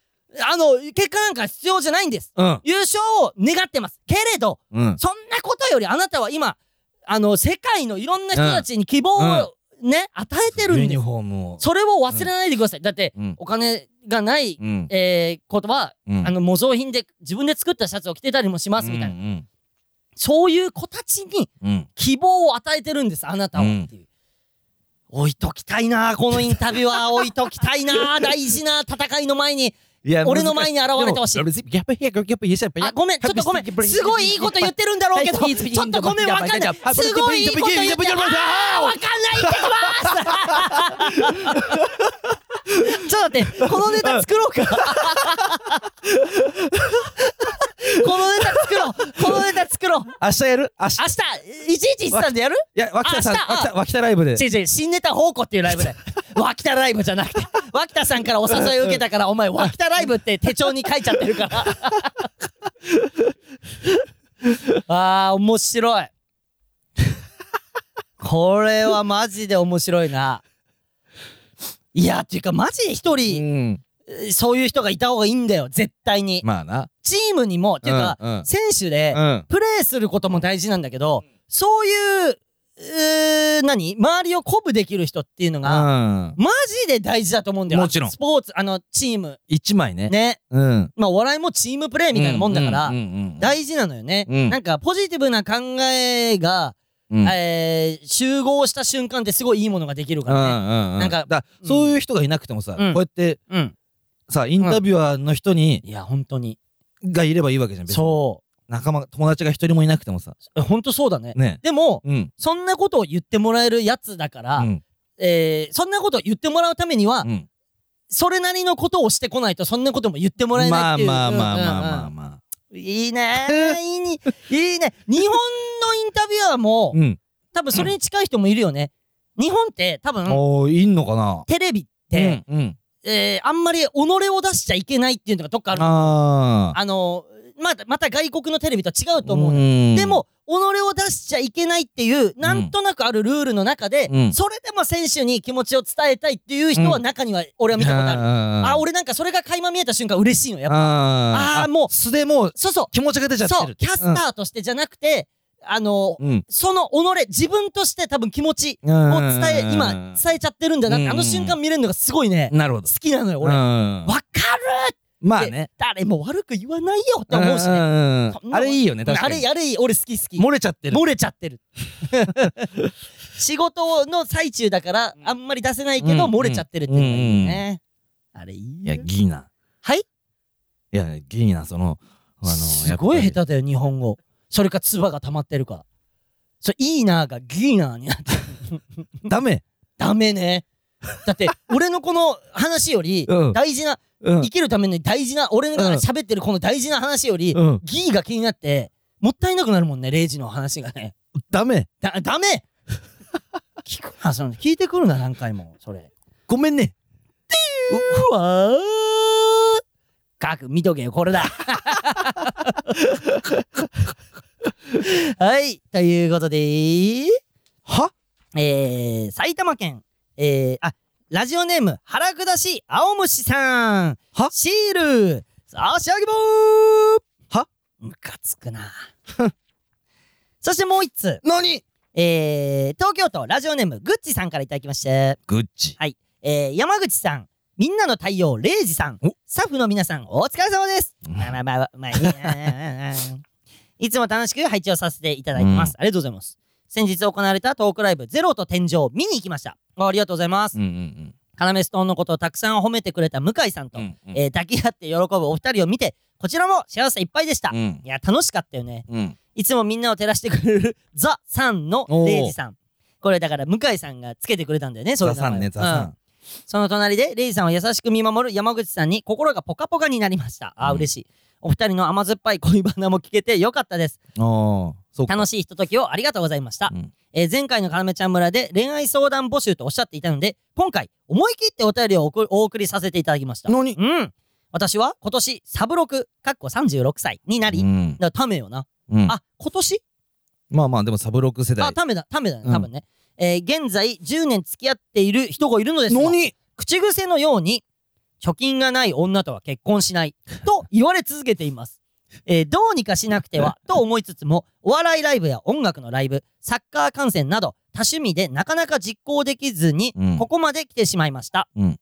[SPEAKER 1] あの結果なんか必要じゃないんです
[SPEAKER 4] うん
[SPEAKER 1] 優勝を願ってますけれど
[SPEAKER 4] うん
[SPEAKER 1] そんなことよりあなたは今あの世界のいろんな人たちに希望をね与えてる
[SPEAKER 4] ユ
[SPEAKER 1] ん
[SPEAKER 4] ニ
[SPEAKER 1] です
[SPEAKER 4] フォームを
[SPEAKER 1] それを忘れないでくださいだって
[SPEAKER 4] うん
[SPEAKER 1] お金がない
[SPEAKER 4] うん
[SPEAKER 1] えーことは
[SPEAKER 4] うん
[SPEAKER 1] あの模造品で自分で作ったシャツを着てたりもしますみたいな
[SPEAKER 4] うん
[SPEAKER 1] そういう子たちに
[SPEAKER 4] うんうん
[SPEAKER 1] 希望を与えてるんですあなたをっていう、置いときたいなこのインタビュアー置いときたい な大事な戦いの前に
[SPEAKER 4] いや
[SPEAKER 1] 俺の前に現れてほしい
[SPEAKER 4] でもギャップギャップギャップギャップ
[SPEAKER 1] あごめんちょっとごめんすごいいいこと言ってるんだろうけどちょっとごめんわかんないすごいいいこと言ってあーわかんない行ってきますちょっと待ってこのネタ作ろうかこのネタ作ろうこのネタ作ろう
[SPEAKER 4] 明日やる明日
[SPEAKER 1] 明日1113でやる
[SPEAKER 4] いや脇田さん
[SPEAKER 1] 明日
[SPEAKER 4] 脇田脇田ライブで
[SPEAKER 1] 違う違う、新ネタ宝庫っていうライブ で。脇田ライブじゃなくて、脇田さんからお誘いを受けたから、お前、脇田ライブって手帳に書いちゃってる から。あー、面白い。これはマジで面白いな。いや、っていうか、マジで一
[SPEAKER 4] う
[SPEAKER 1] 人、
[SPEAKER 4] ん
[SPEAKER 1] そういう人がいた方がいいんだよ、絶対に。
[SPEAKER 4] まあな
[SPEAKER 1] チームにも、っていうか、
[SPEAKER 4] うんうん
[SPEAKER 1] 選手で、
[SPEAKER 4] うん
[SPEAKER 1] プレーすることも大事なんだけど、そういう、うー何周りを鼓舞できる人っていうのが、
[SPEAKER 4] うん
[SPEAKER 1] マジで大事だと思うんだよ。
[SPEAKER 4] もちろん
[SPEAKER 1] スポーツ、あの、チーム。
[SPEAKER 4] 一枚ね
[SPEAKER 1] ね。
[SPEAKER 4] うん
[SPEAKER 1] まあ、お笑いもチームプレーみたいなもんだから、
[SPEAKER 4] うんうんうん
[SPEAKER 1] 大事なのよね、
[SPEAKER 4] うん
[SPEAKER 1] なんか、ポジティブな考えが、
[SPEAKER 4] うん
[SPEAKER 1] えー集合した瞬間ってすごいいいものができるか
[SPEAKER 4] うんう
[SPEAKER 1] らね。
[SPEAKER 4] んうん
[SPEAKER 1] なんか
[SPEAKER 4] だら
[SPEAKER 1] うん
[SPEAKER 4] そういう人がいなくてもさ、
[SPEAKER 1] うん
[SPEAKER 4] こうやって
[SPEAKER 1] うん。
[SPEAKER 4] さインタビュアーの人に、
[SPEAKER 1] いや、本当に。
[SPEAKER 4] がいればいいわけじゃん別に
[SPEAKER 1] そ
[SPEAKER 4] 仲間友達が一人もいなくてもさ
[SPEAKER 1] う。本当そうだね。
[SPEAKER 4] ね
[SPEAKER 1] でも、
[SPEAKER 4] うん
[SPEAKER 1] そんなことを言ってもらえるやつだから、
[SPEAKER 4] うん
[SPEAKER 1] えーそんなことを言ってもらうためには、
[SPEAKER 4] うん
[SPEAKER 1] それなりのことをしてこないと、そんなことも言ってもらえ
[SPEAKER 4] ま
[SPEAKER 1] ないっ
[SPEAKER 4] あ
[SPEAKER 1] ていう。
[SPEAKER 4] まあまあ
[SPEAKER 1] うんうんうん
[SPEAKER 4] まあまあま
[SPEAKER 1] いいねーいい にいいね日本のインタビュアーも
[SPEAKER 4] あうん
[SPEAKER 1] 多分それに近い人もいるよね、日本って多分、
[SPEAKER 4] おーいんのかな
[SPEAKER 1] テレビって、
[SPEAKER 4] うんうん、
[SPEAKER 1] えーあんまり己を出しちゃいけないっていうのがどっかある。あ
[SPEAKER 4] あ
[SPEAKER 1] のー、また、また外国のテレビとは違う
[SPEAKER 4] ー
[SPEAKER 1] と思うの。
[SPEAKER 4] ん
[SPEAKER 1] でも、己を出しちゃいけないっていう、なんとなくあるルールの中で、
[SPEAKER 4] うん
[SPEAKER 1] それでも選手に気持ちを伝えたいっていう人は中には、俺は見たことある。あ、
[SPEAKER 4] あ
[SPEAKER 1] 俺なんかそれが垣間見えた瞬間嬉しいの、やっぱ。
[SPEAKER 4] あ
[SPEAKER 1] あーもう
[SPEAKER 4] 素でもう
[SPEAKER 1] そうそう。
[SPEAKER 4] 気持ちが出ちゃってる
[SPEAKER 1] そう、キャスターとしてじゃなくて、あの、
[SPEAKER 4] うん、うん
[SPEAKER 1] その己、自分として多分気持ち
[SPEAKER 4] うん
[SPEAKER 1] を伝え、今、伝えちゃってるんだなって、
[SPEAKER 4] うん
[SPEAKER 1] あの瞬間見れるのがすごいね、
[SPEAKER 4] なる
[SPEAKER 1] 好
[SPEAKER 4] ほど
[SPEAKER 1] きなのよ、俺。
[SPEAKER 4] う
[SPEAKER 1] わ
[SPEAKER 4] ん
[SPEAKER 1] かる
[SPEAKER 4] まあ
[SPEAKER 1] って、
[SPEAKER 4] ね
[SPEAKER 1] 誰も悪く言わないよって思うし
[SPEAKER 4] ん
[SPEAKER 1] ね。
[SPEAKER 4] んん
[SPEAKER 1] こんな
[SPEAKER 4] あれいいよね確
[SPEAKER 1] あ
[SPEAKER 4] か
[SPEAKER 1] れ
[SPEAKER 4] に
[SPEAKER 1] やれ、俺好き好き。
[SPEAKER 4] 漏れちゃってる
[SPEAKER 1] 漏れちゃってる。 仕事の最中だから、あんまり出せないけど、
[SPEAKER 4] うん
[SPEAKER 1] 漏れちゃってるっていうのがいいよね。あれいい
[SPEAKER 4] いや
[SPEAKER 1] よ。
[SPEAKER 4] ギーナ
[SPEAKER 1] はい
[SPEAKER 4] いやギーナそのあの
[SPEAKER 1] すごい
[SPEAKER 4] やっぱり
[SPEAKER 1] 下手だよ、日本語。それか、唾が溜まってるか。それ、いいなーがギーナーになって。
[SPEAKER 4] ダメ
[SPEAKER 1] ダメね。だ って、俺のこの話より
[SPEAKER 4] うん、
[SPEAKER 1] 大事な、
[SPEAKER 4] うん
[SPEAKER 1] 生きるために大事な、俺が
[SPEAKER 4] うん
[SPEAKER 1] 喋ってるこの大事な話より、
[SPEAKER 4] うん
[SPEAKER 1] ギーが気になって、もったいなくなるもんね、レイジの話がね。
[SPEAKER 4] ダメ
[SPEAKER 1] だ、ダ メ聞くな、その、聞いてくるな、何回も、それ。
[SPEAKER 4] ごめんね
[SPEAKER 1] うわーかく見とけよ、これだ。はい、ということで、
[SPEAKER 4] は
[SPEAKER 1] えー、埼玉県、えー、あ、ラジオネーム、腹下し、青虫さん。
[SPEAKER 4] は
[SPEAKER 1] シール、差し上げぼー
[SPEAKER 4] は
[SPEAKER 1] むかつくな。 そしてもう一つ、
[SPEAKER 4] 何
[SPEAKER 1] えー、東京都ラジオネーム、グッチさんからいただきまして、
[SPEAKER 4] グッチ
[SPEAKER 1] えー、山口さん、みんなの太陽、レイジさん、スタッフの皆さん、お疲れ様です。まあまあまあ、まあ、いい やいつも楽しく拝聴させていただいてます。ありがとうございます。先日行われたトークライブ、ゼロと天井、見に行きました。あありがとうございます。
[SPEAKER 4] うんうん
[SPEAKER 1] カナメストーンのことをたくさん褒めてくれた向井さんと、
[SPEAKER 4] うんうんうん
[SPEAKER 1] えー抱き合って喜ぶお二人を見て、こちらも幸せいっぱいでした。
[SPEAKER 4] う
[SPEAKER 1] い
[SPEAKER 4] ん
[SPEAKER 1] や、楽しかったよね。
[SPEAKER 4] うん
[SPEAKER 1] いつもみんなを照らしてくれるザ・さんのレイジさん。これだから向井さんがつけてくれたんだよね、そういう
[SPEAKER 4] ザ
[SPEAKER 1] 名前
[SPEAKER 4] さんねザ
[SPEAKER 1] うん
[SPEAKER 4] さん
[SPEAKER 1] その隣で、レイジさんを優しく見守る山口さんに心がポカポカになりました。あー、
[SPEAKER 4] うん
[SPEAKER 1] 嬉しい。お二人の甘酸っぱい恋バナも聞けてよかったです。
[SPEAKER 4] ああそうか
[SPEAKER 1] 楽しいひとときをありがとうございました。
[SPEAKER 4] うん
[SPEAKER 1] えー前回のカラメちゃん村で恋愛相談募集とおっしゃっていたので、今回思い切ってお便りを送お送りさせていただきました。
[SPEAKER 4] 何
[SPEAKER 1] うん。私は今年サブロク、かっこ36歳になり、
[SPEAKER 4] う
[SPEAKER 1] だか
[SPEAKER 4] ん
[SPEAKER 1] らためよな。
[SPEAKER 4] うん
[SPEAKER 1] あ、今年
[SPEAKER 4] まあまあでもサブロック世代
[SPEAKER 1] あ、ためだ、ためだね、
[SPEAKER 4] うん
[SPEAKER 1] 多分ね。えー現在10年付き合っている人がいるのですが、
[SPEAKER 4] 何
[SPEAKER 1] 口癖のように、貯金がない女とは結婚しないと言われ続けています。 えーどうにかしなくてはと思いつつも、お笑いライブや音楽のライブ、サッカー観戦など、多趣味でなかなか実行できずに
[SPEAKER 4] うん、
[SPEAKER 1] ここまで来てしまいました。
[SPEAKER 4] うん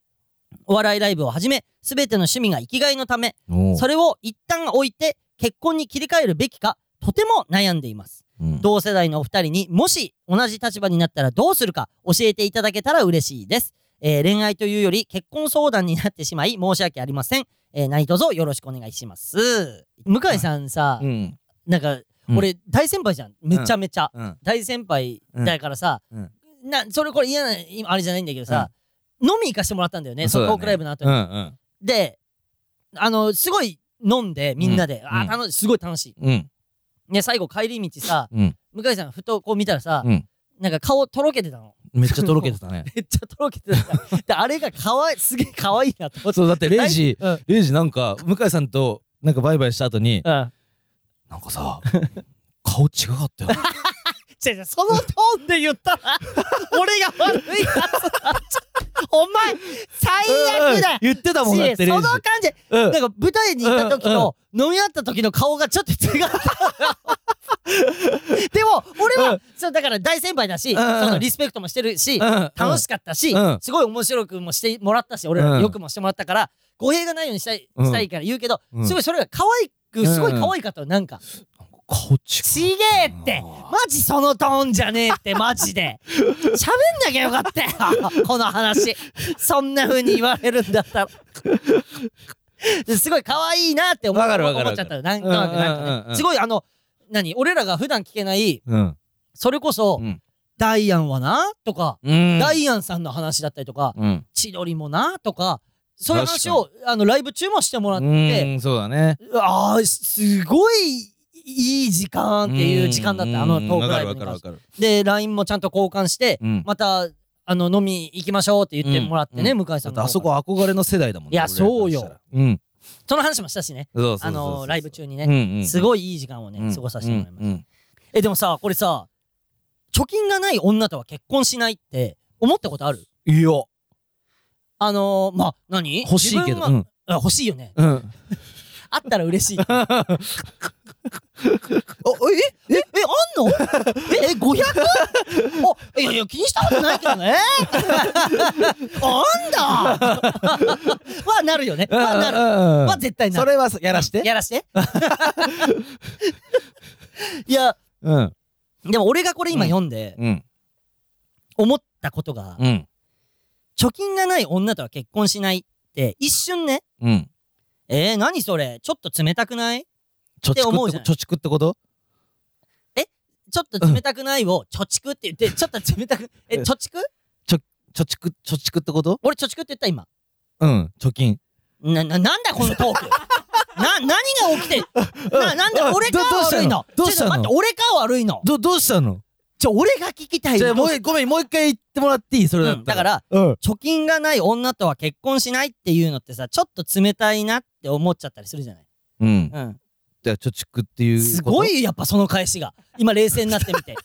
[SPEAKER 1] お笑いライブをはじめ、すべての趣味が生きがいのため、
[SPEAKER 4] おう
[SPEAKER 1] それを一旦置いて結婚に切り替えるべきか、とても悩んでいます。
[SPEAKER 4] うん
[SPEAKER 1] 同世代のお二人にもし同じ立場になったらどうするか教えていただけたら嬉しいです、えー恋愛というより結婚相談になってしまい申し訳ありません、えー、何卒よろしくお願いします向井さんさ、
[SPEAKER 4] うん
[SPEAKER 1] なんか
[SPEAKER 4] うん
[SPEAKER 1] 俺大先輩じゃんめちゃめちゃ、
[SPEAKER 4] うん
[SPEAKER 1] 大先輩だからさ、
[SPEAKER 4] うん
[SPEAKER 1] なそれこれ嫌な今あれじゃないんだけどさ、飲み行かしてもらったんだよね
[SPEAKER 4] そ
[SPEAKER 1] そう
[SPEAKER 4] だ
[SPEAKER 1] のト
[SPEAKER 4] ね
[SPEAKER 1] ークライブの後
[SPEAKER 4] う
[SPEAKER 1] に、
[SPEAKER 4] んうん
[SPEAKER 1] であのすごい飲んでみんなで、あ
[SPEAKER 4] うん
[SPEAKER 1] 楽しすごい楽しい
[SPEAKER 4] うん
[SPEAKER 1] ね最後帰り道さ
[SPEAKER 4] うん
[SPEAKER 1] 向井さんふとこう見たらさ、
[SPEAKER 4] うん
[SPEAKER 1] なんか顔とろけてたの。
[SPEAKER 4] めっちゃとろけてたね
[SPEAKER 1] めっちゃとろけてた。で、あれがかわい、すげえかわいいなと思って。
[SPEAKER 4] そうだってレイジ
[SPEAKER 1] うん。
[SPEAKER 4] レイジなんか向井さんとなんかバイバイした後に
[SPEAKER 1] うん。
[SPEAKER 4] なんかさ顔違かったよね
[SPEAKER 1] 違う違う、そのトーンで言ったら、俺が悪いやつだ。 お前、 最悪だ
[SPEAKER 4] 言ってたもんだっ
[SPEAKER 1] してそ
[SPEAKER 4] レ
[SPEAKER 1] の
[SPEAKER 4] イジ
[SPEAKER 1] 感じ、
[SPEAKER 4] うん
[SPEAKER 1] なんか舞台に行った時と飲み合った時の顔がちょっと違った。でも、俺
[SPEAKER 4] う
[SPEAKER 1] は
[SPEAKER 4] ん、
[SPEAKER 1] そうだから大先輩だし、
[SPEAKER 4] うんうん
[SPEAKER 1] そのリスペクトもしてるし、
[SPEAKER 4] うん
[SPEAKER 1] 楽しかったし、
[SPEAKER 4] うん
[SPEAKER 1] すごい面白くもしてもらったし、俺
[SPEAKER 4] う
[SPEAKER 1] ら
[SPEAKER 4] ん
[SPEAKER 1] よくもしてもらったから、語弊がないようにしたい、
[SPEAKER 4] うん
[SPEAKER 1] したいから言うけど、
[SPEAKER 4] うん
[SPEAKER 1] すごいそれが可愛く、すごい可愛かったよ、なんか。
[SPEAKER 4] 顔違
[SPEAKER 1] ちげえってマジそのトーンじゃねえ って、マジで。喋んなきゃよかったよ、 この話。そんな風に言われるんだったら。ですごい可愛いなって思う
[SPEAKER 4] わかるわかる
[SPEAKER 1] 思っちゃったよ。なんとなく
[SPEAKER 4] うんうんうん
[SPEAKER 1] な
[SPEAKER 4] うん
[SPEAKER 1] んかね。すごいあの、何俺らが普段聞けない、
[SPEAKER 4] うん
[SPEAKER 1] それこそ、
[SPEAKER 4] うん
[SPEAKER 1] ダイアンはなとか、
[SPEAKER 4] うん
[SPEAKER 1] ダイアンさんの話だったりとか、
[SPEAKER 4] うん
[SPEAKER 1] 千鳥もなとか、そういう話をあのライブ中もしてもらっ
[SPEAKER 4] う
[SPEAKER 1] て、
[SPEAKER 4] んそうだね
[SPEAKER 1] ああ、すごいいい時間っていう時間だった、あのトークライブ
[SPEAKER 4] わ
[SPEAKER 1] に
[SPEAKER 4] かる
[SPEAKER 1] 関
[SPEAKER 4] わ
[SPEAKER 1] し
[SPEAKER 4] かるわかる
[SPEAKER 1] て。で、LINE もちゃんと交換して、
[SPEAKER 4] うん
[SPEAKER 1] またあの飲み行きましょうって言ってもらってね、
[SPEAKER 4] うん
[SPEAKER 1] 向井さ
[SPEAKER 4] だっ
[SPEAKER 1] ん
[SPEAKER 4] て
[SPEAKER 1] の
[SPEAKER 4] あ
[SPEAKER 1] 方
[SPEAKER 4] そ
[SPEAKER 1] から
[SPEAKER 4] こ憧れの世代だもん
[SPEAKER 1] い
[SPEAKER 4] ね
[SPEAKER 1] や
[SPEAKER 4] 俺らから
[SPEAKER 1] そうよ
[SPEAKER 4] したらうん
[SPEAKER 1] その話もしたしね
[SPEAKER 4] そうそうそうそう
[SPEAKER 1] あのライブ中にね、
[SPEAKER 4] うんうん
[SPEAKER 1] すごいいい時間をね、
[SPEAKER 4] うん
[SPEAKER 1] 過ごさせてもらいました、
[SPEAKER 4] うんうん
[SPEAKER 1] えでもさこれさ貯金がない女とは結婚しないって思ったことある
[SPEAKER 4] いや
[SPEAKER 1] あのー、まあ何
[SPEAKER 4] 欲しい
[SPEAKER 1] 自
[SPEAKER 4] け
[SPEAKER 1] 分
[SPEAKER 4] ど
[SPEAKER 1] は
[SPEAKER 4] うん
[SPEAKER 1] あ欲しいよね
[SPEAKER 4] うん
[SPEAKER 1] あったら 嬉しいえ
[SPEAKER 4] おえ
[SPEAKER 1] えあんのええ 500? あいやいや気にしたことないけどねあんだ はなるよねはなる
[SPEAKER 4] る
[SPEAKER 1] は絶対なる
[SPEAKER 4] それはさやらして
[SPEAKER 1] やらして。 いや、
[SPEAKER 4] うん
[SPEAKER 1] でも俺がこれ今
[SPEAKER 4] うん
[SPEAKER 1] 読んで
[SPEAKER 4] うん
[SPEAKER 1] 思ったことが、
[SPEAKER 4] うん
[SPEAKER 1] 貯金がない女とは結婚しないって一瞬ね、
[SPEAKER 4] うん
[SPEAKER 1] えー、何それちょっと冷たくない
[SPEAKER 4] 貯
[SPEAKER 1] って思
[SPEAKER 4] 蓄
[SPEAKER 1] う
[SPEAKER 4] っ
[SPEAKER 1] じ
[SPEAKER 4] て
[SPEAKER 1] ゃん
[SPEAKER 4] 貯蓄ってこと
[SPEAKER 1] ちょっと冷たくないを貯蓄って言 って、ちょっと冷たく、え、
[SPEAKER 4] うん
[SPEAKER 1] 貯蓄
[SPEAKER 4] 貯蓄貯蓄ってこと
[SPEAKER 1] 俺貯蓄って言った今。
[SPEAKER 4] うん貯金
[SPEAKER 1] な、な、なんだこのトーク。 な、何が起きてるな、なんだ俺か
[SPEAKER 4] どどうした
[SPEAKER 1] 悪いの
[SPEAKER 4] のどうし
[SPEAKER 1] ちょ
[SPEAKER 4] たの
[SPEAKER 1] っと待って、俺か悪いの
[SPEAKER 4] どどうしたの
[SPEAKER 1] ちょ、俺が聞きたいの
[SPEAKER 4] じゃあもうごめんもう一回言ってもらっていいそれだ
[SPEAKER 1] う
[SPEAKER 4] っ
[SPEAKER 1] んだ
[SPEAKER 4] た
[SPEAKER 1] から、
[SPEAKER 4] うん
[SPEAKER 1] 貯金がない女とは結婚しないっていうのってさちょっと冷たいなって思っちゃったりするじゃない、
[SPEAKER 4] うん
[SPEAKER 1] うん、
[SPEAKER 4] じゃあ貯蓄っていう
[SPEAKER 1] すごいやっぱその返しが今冷静になって みて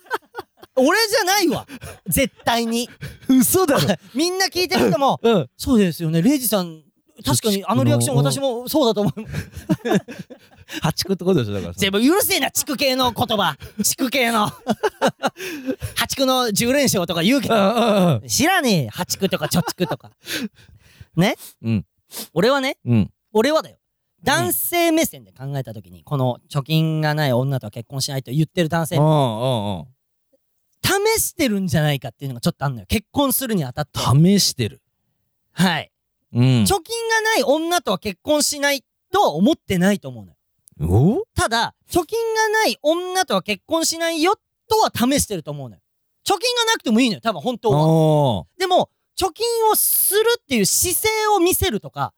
[SPEAKER 1] 俺じゃないわ絶対に
[SPEAKER 4] 嘘だろ
[SPEAKER 1] みんな聞いてる人も
[SPEAKER 4] うん
[SPEAKER 1] そうですよねレイジさん確かにあのリアクション
[SPEAKER 4] うん
[SPEAKER 1] 私もそうだと思う
[SPEAKER 4] 破竹ってことでしょだから
[SPEAKER 1] 全部うるせえな地区系の言 葉地区系の破竹の10連勝とか言うけど
[SPEAKER 4] うん
[SPEAKER 1] 知らねえよ破竹とか貯蓄とかね、
[SPEAKER 4] うん、
[SPEAKER 1] 俺はね
[SPEAKER 4] うんうん
[SPEAKER 1] 俺はだよ男性目線で考えた時に、この貯金がない女とは結婚しないと言ってる男性
[SPEAKER 4] うんうん
[SPEAKER 1] 試してるんじゃないかっていうのがちょっとあんのよ結婚するにあたって
[SPEAKER 4] 試してる
[SPEAKER 1] はい、
[SPEAKER 4] うん
[SPEAKER 1] 貯金がない女とは結婚しないとは思ってないと思うのよ
[SPEAKER 4] お
[SPEAKER 1] ただ貯金がない女とは結婚しないよとは試してると思うのよ貯金がなくてもいいのよ多分本当は
[SPEAKER 4] おー
[SPEAKER 1] でも貯金をするっていう姿勢を見せるとか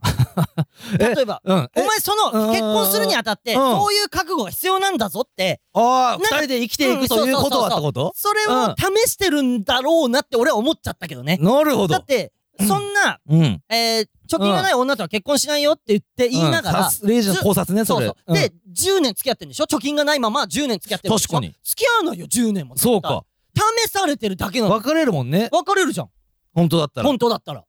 [SPEAKER 4] え
[SPEAKER 1] 例えば
[SPEAKER 4] うん
[SPEAKER 1] お前その
[SPEAKER 4] うん
[SPEAKER 1] 結婚するにあたって
[SPEAKER 4] うん
[SPEAKER 1] そういう覚悟が必要なんだぞって
[SPEAKER 4] あ
[SPEAKER 1] なん
[SPEAKER 4] あ
[SPEAKER 1] か
[SPEAKER 4] 二人で生きてい
[SPEAKER 1] うん
[SPEAKER 4] くということはってこと
[SPEAKER 1] それを試してるんだろうなって俺は思っちゃったけどね。
[SPEAKER 4] なるほ
[SPEAKER 1] だっ
[SPEAKER 4] ど
[SPEAKER 1] て、そんな、
[SPEAKER 4] うん
[SPEAKER 1] えー貯金がない女とは結婚しないよって言って言いなが
[SPEAKER 4] うん
[SPEAKER 1] ら
[SPEAKER 4] さ、すレイジの考察ね
[SPEAKER 1] そ
[SPEAKER 4] そうれ
[SPEAKER 1] そう。で、10年付き合ってんでしょ貯金がないまま10年付き合ってるんでしょ
[SPEAKER 4] 確かに。
[SPEAKER 1] 付き合わないよ、10年も。
[SPEAKER 4] うんそう。か
[SPEAKER 1] 試されてるだけなの。
[SPEAKER 4] 別れるもんね
[SPEAKER 1] 別れるじゃん。
[SPEAKER 4] 本当だったら
[SPEAKER 1] 本当だったら。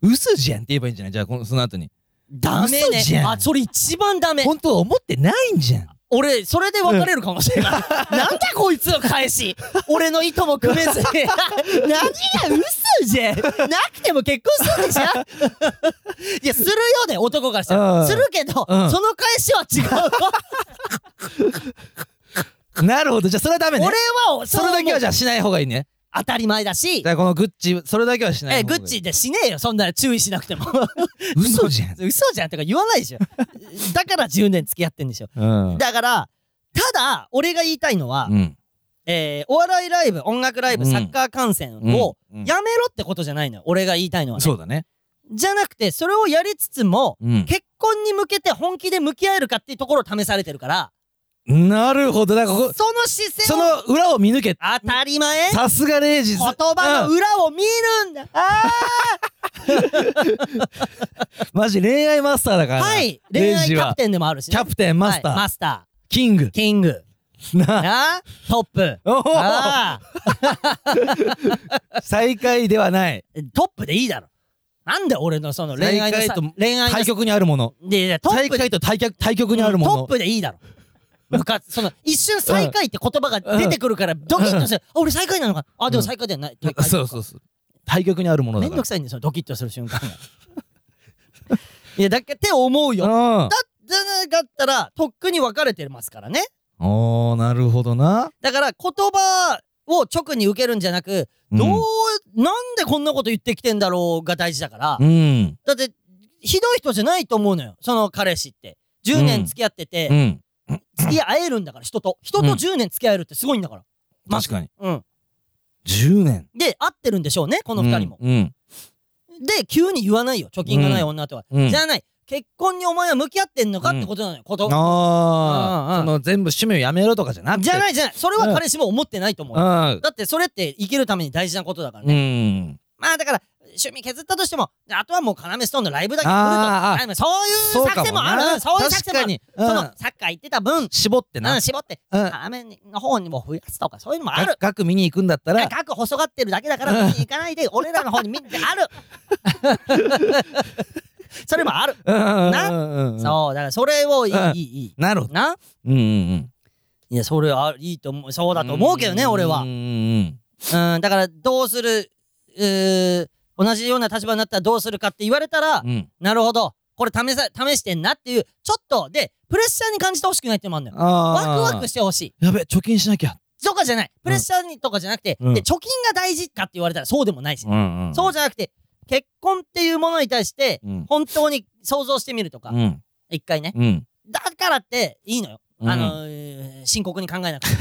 [SPEAKER 4] 嘘じゃんって言えばいいんじゃないじゃあこのその後に
[SPEAKER 1] ダメ
[SPEAKER 4] 嘘
[SPEAKER 1] ね
[SPEAKER 4] じ。ゃん
[SPEAKER 1] あ、それ一番ダメ。
[SPEAKER 4] 本当は思ってないんじゃん
[SPEAKER 1] 俺、それで別れるかもしれない。 なんだこいつの返し。俺の意図も組 めずに。何が嘘じゃん。なくても結婚するで しょいや、するよね、男からした
[SPEAKER 4] う
[SPEAKER 1] ら。
[SPEAKER 4] ん
[SPEAKER 1] するけど、
[SPEAKER 4] うん
[SPEAKER 1] その返しは違う。
[SPEAKER 4] なるほどじゃあそれはダメね
[SPEAKER 1] 俺は、
[SPEAKER 4] それだけはじゃあしない方がいいね
[SPEAKER 1] 当たり前だし
[SPEAKER 4] じゃ、あこのグッチそれだけはしない
[SPEAKER 1] え、
[SPEAKER 4] 方が
[SPEAKER 1] グ
[SPEAKER 4] いい
[SPEAKER 1] ッチでしねえよ。そんなの注意しなくても。
[SPEAKER 4] 嘘じゃん
[SPEAKER 1] 嘘じゃんとか言わないでしょ。だから10年付き合ってんでしょ。
[SPEAKER 4] うん
[SPEAKER 1] だから、ただ、俺が言いたいのは、
[SPEAKER 4] うん
[SPEAKER 1] えーお笑いライブ、音楽ライブ、
[SPEAKER 4] うん
[SPEAKER 1] サッカー観戦を、
[SPEAKER 4] うん
[SPEAKER 1] やめろってことじゃないのよ俺が言いたいのは、ね、
[SPEAKER 4] そうだね
[SPEAKER 1] じゃなくてそれをやりつつも
[SPEAKER 4] うん
[SPEAKER 1] 結婚に向けて本気で向き合えるかっていうところを試されてるから
[SPEAKER 4] なるほどだからここ
[SPEAKER 1] その姿勢
[SPEAKER 4] そ
[SPEAKER 1] を
[SPEAKER 4] の裏を見抜け
[SPEAKER 1] 当たり前言
[SPEAKER 4] さすがレイジ言
[SPEAKER 1] 葉の裏を見るんだ、あ
[SPEAKER 4] マジ恋愛マスターだから
[SPEAKER 1] ー
[SPEAKER 4] な
[SPEAKER 1] はい恋
[SPEAKER 4] レイ
[SPEAKER 1] 愛キ
[SPEAKER 4] ジ
[SPEAKER 1] ャプ
[SPEAKER 4] は
[SPEAKER 1] テンでもあるし、ね、
[SPEAKER 4] キャプテンマスタ
[SPEAKER 1] はい
[SPEAKER 4] ー
[SPEAKER 1] マスタ
[SPEAKER 4] キング
[SPEAKER 1] ーキング
[SPEAKER 4] な
[SPEAKER 1] なあトップ
[SPEAKER 4] おお
[SPEAKER 1] ああ
[SPEAKER 4] 最下位ではない
[SPEAKER 1] トップでいいだろなんで俺のその恋愛の
[SPEAKER 4] 最
[SPEAKER 1] さ
[SPEAKER 4] 下位と
[SPEAKER 1] 恋愛の
[SPEAKER 4] 対極にあるもの
[SPEAKER 1] でいやト
[SPEAKER 4] 最
[SPEAKER 1] ップ
[SPEAKER 4] 下位と対極対極にあるも
[SPEAKER 1] トッ
[SPEAKER 4] の
[SPEAKER 1] プでいいだろ。むかその一瞬最下位って言葉が出てくるからドキッとする。あ、俺最下位なのか。あ、でも最下位ではない。大会
[SPEAKER 4] そうそうそう対極にあるもの
[SPEAKER 1] め
[SPEAKER 4] だ
[SPEAKER 1] ん
[SPEAKER 4] か
[SPEAKER 1] ど
[SPEAKER 4] ら
[SPEAKER 1] くさいんですよ、ドキッとする瞬間が。いや、だっけって思うよ。だ
[SPEAKER 4] うん
[SPEAKER 1] じゃなかったら、とっくに別れてますからね。
[SPEAKER 4] おーなるほどな
[SPEAKER 1] だから、言葉を直に受けるんじゃなく、どう、なんでこんなこと言ってきてんだろうが大事だから
[SPEAKER 4] う。ん
[SPEAKER 1] だって、ひどい人じゃないと思うのよ、その彼氏って。10
[SPEAKER 4] うん
[SPEAKER 1] 年付き合ってて
[SPEAKER 4] う、ん
[SPEAKER 1] 付き合えるんだから、人と。人と
[SPEAKER 4] うん
[SPEAKER 1] 10年付き合えるってすごいんだから。まず
[SPEAKER 4] 確かに
[SPEAKER 1] うん。
[SPEAKER 4] 10年
[SPEAKER 1] で、合ってるんでしょうね、この二人も。
[SPEAKER 4] うん
[SPEAKER 1] で、急に言わないよ、貯金がない女とは。
[SPEAKER 4] うん
[SPEAKER 1] じゃない。結婚にお前は向き合ってんのかってことなのよ、こと。
[SPEAKER 4] あ
[SPEAKER 1] うん
[SPEAKER 4] あ、
[SPEAKER 1] うん
[SPEAKER 4] その全部趣味をやめろとかじゃなくて。。
[SPEAKER 1] じゃないいじゃない。それは彼氏も思ってないと思うよ。
[SPEAKER 4] う
[SPEAKER 1] だってそれって生きるために大事なことだから
[SPEAKER 4] ん。う
[SPEAKER 1] ね。
[SPEAKER 4] ん。
[SPEAKER 1] まあだから、趣味削ったとしても、あとはもう要ストーンのライブだけ来ると。
[SPEAKER 4] あーあー
[SPEAKER 1] あのそういう作戦もある
[SPEAKER 4] そうか
[SPEAKER 1] そ
[SPEAKER 4] もな
[SPEAKER 1] ういう作戦もある。
[SPEAKER 4] 確かに
[SPEAKER 1] その
[SPEAKER 4] うん
[SPEAKER 1] サッカー行ってた分、
[SPEAKER 4] 絞って
[SPEAKER 1] う
[SPEAKER 4] な。
[SPEAKER 1] ん、絞って、
[SPEAKER 4] うん。
[SPEAKER 1] ラーメンの方にも増やすとか、そういうのもある。
[SPEAKER 4] 額額見に行くんだったら、
[SPEAKER 1] 各細がってるだけだから、
[SPEAKER 4] うん
[SPEAKER 1] 行かないで、俺らの方に見てあ る。それもある。な
[SPEAKER 4] な
[SPEAKER 1] そう、だからそれをいい、
[SPEAKER 4] うん
[SPEAKER 1] いい、いい。
[SPEAKER 4] なるほど。
[SPEAKER 1] な
[SPEAKER 4] うんうんうん。
[SPEAKER 1] いや、それはいいと思う、そうだと思うけどね、俺は
[SPEAKER 4] うん。うん
[SPEAKER 1] うん、だからどうする、うー同じような立場になったらどうするかって言われたら、
[SPEAKER 4] うん。うん。
[SPEAKER 1] なるほど、これ試さ、試してんなっていう、ちょっと、で、プレッシャーに感じてほしくないってのもあるんだよ。ワ
[SPEAKER 4] ああ。
[SPEAKER 1] クワクしてほしい。
[SPEAKER 4] やべ、貯金しなきゃ。
[SPEAKER 1] とかじゃない。プレッシャーにとかじゃなくて、
[SPEAKER 4] うん
[SPEAKER 1] で、貯金が大事かって言われたらそうでもないし、
[SPEAKER 4] んう
[SPEAKER 1] そうじゃなくて、結婚っていうものに対して、
[SPEAKER 4] うん。
[SPEAKER 1] 本当に想像してみるとか
[SPEAKER 4] う、ん。
[SPEAKER 1] 一回ね。
[SPEAKER 4] うん。
[SPEAKER 1] だからって、いいのよ。
[SPEAKER 4] うん
[SPEAKER 1] あのー、深刻に考えなくて。っ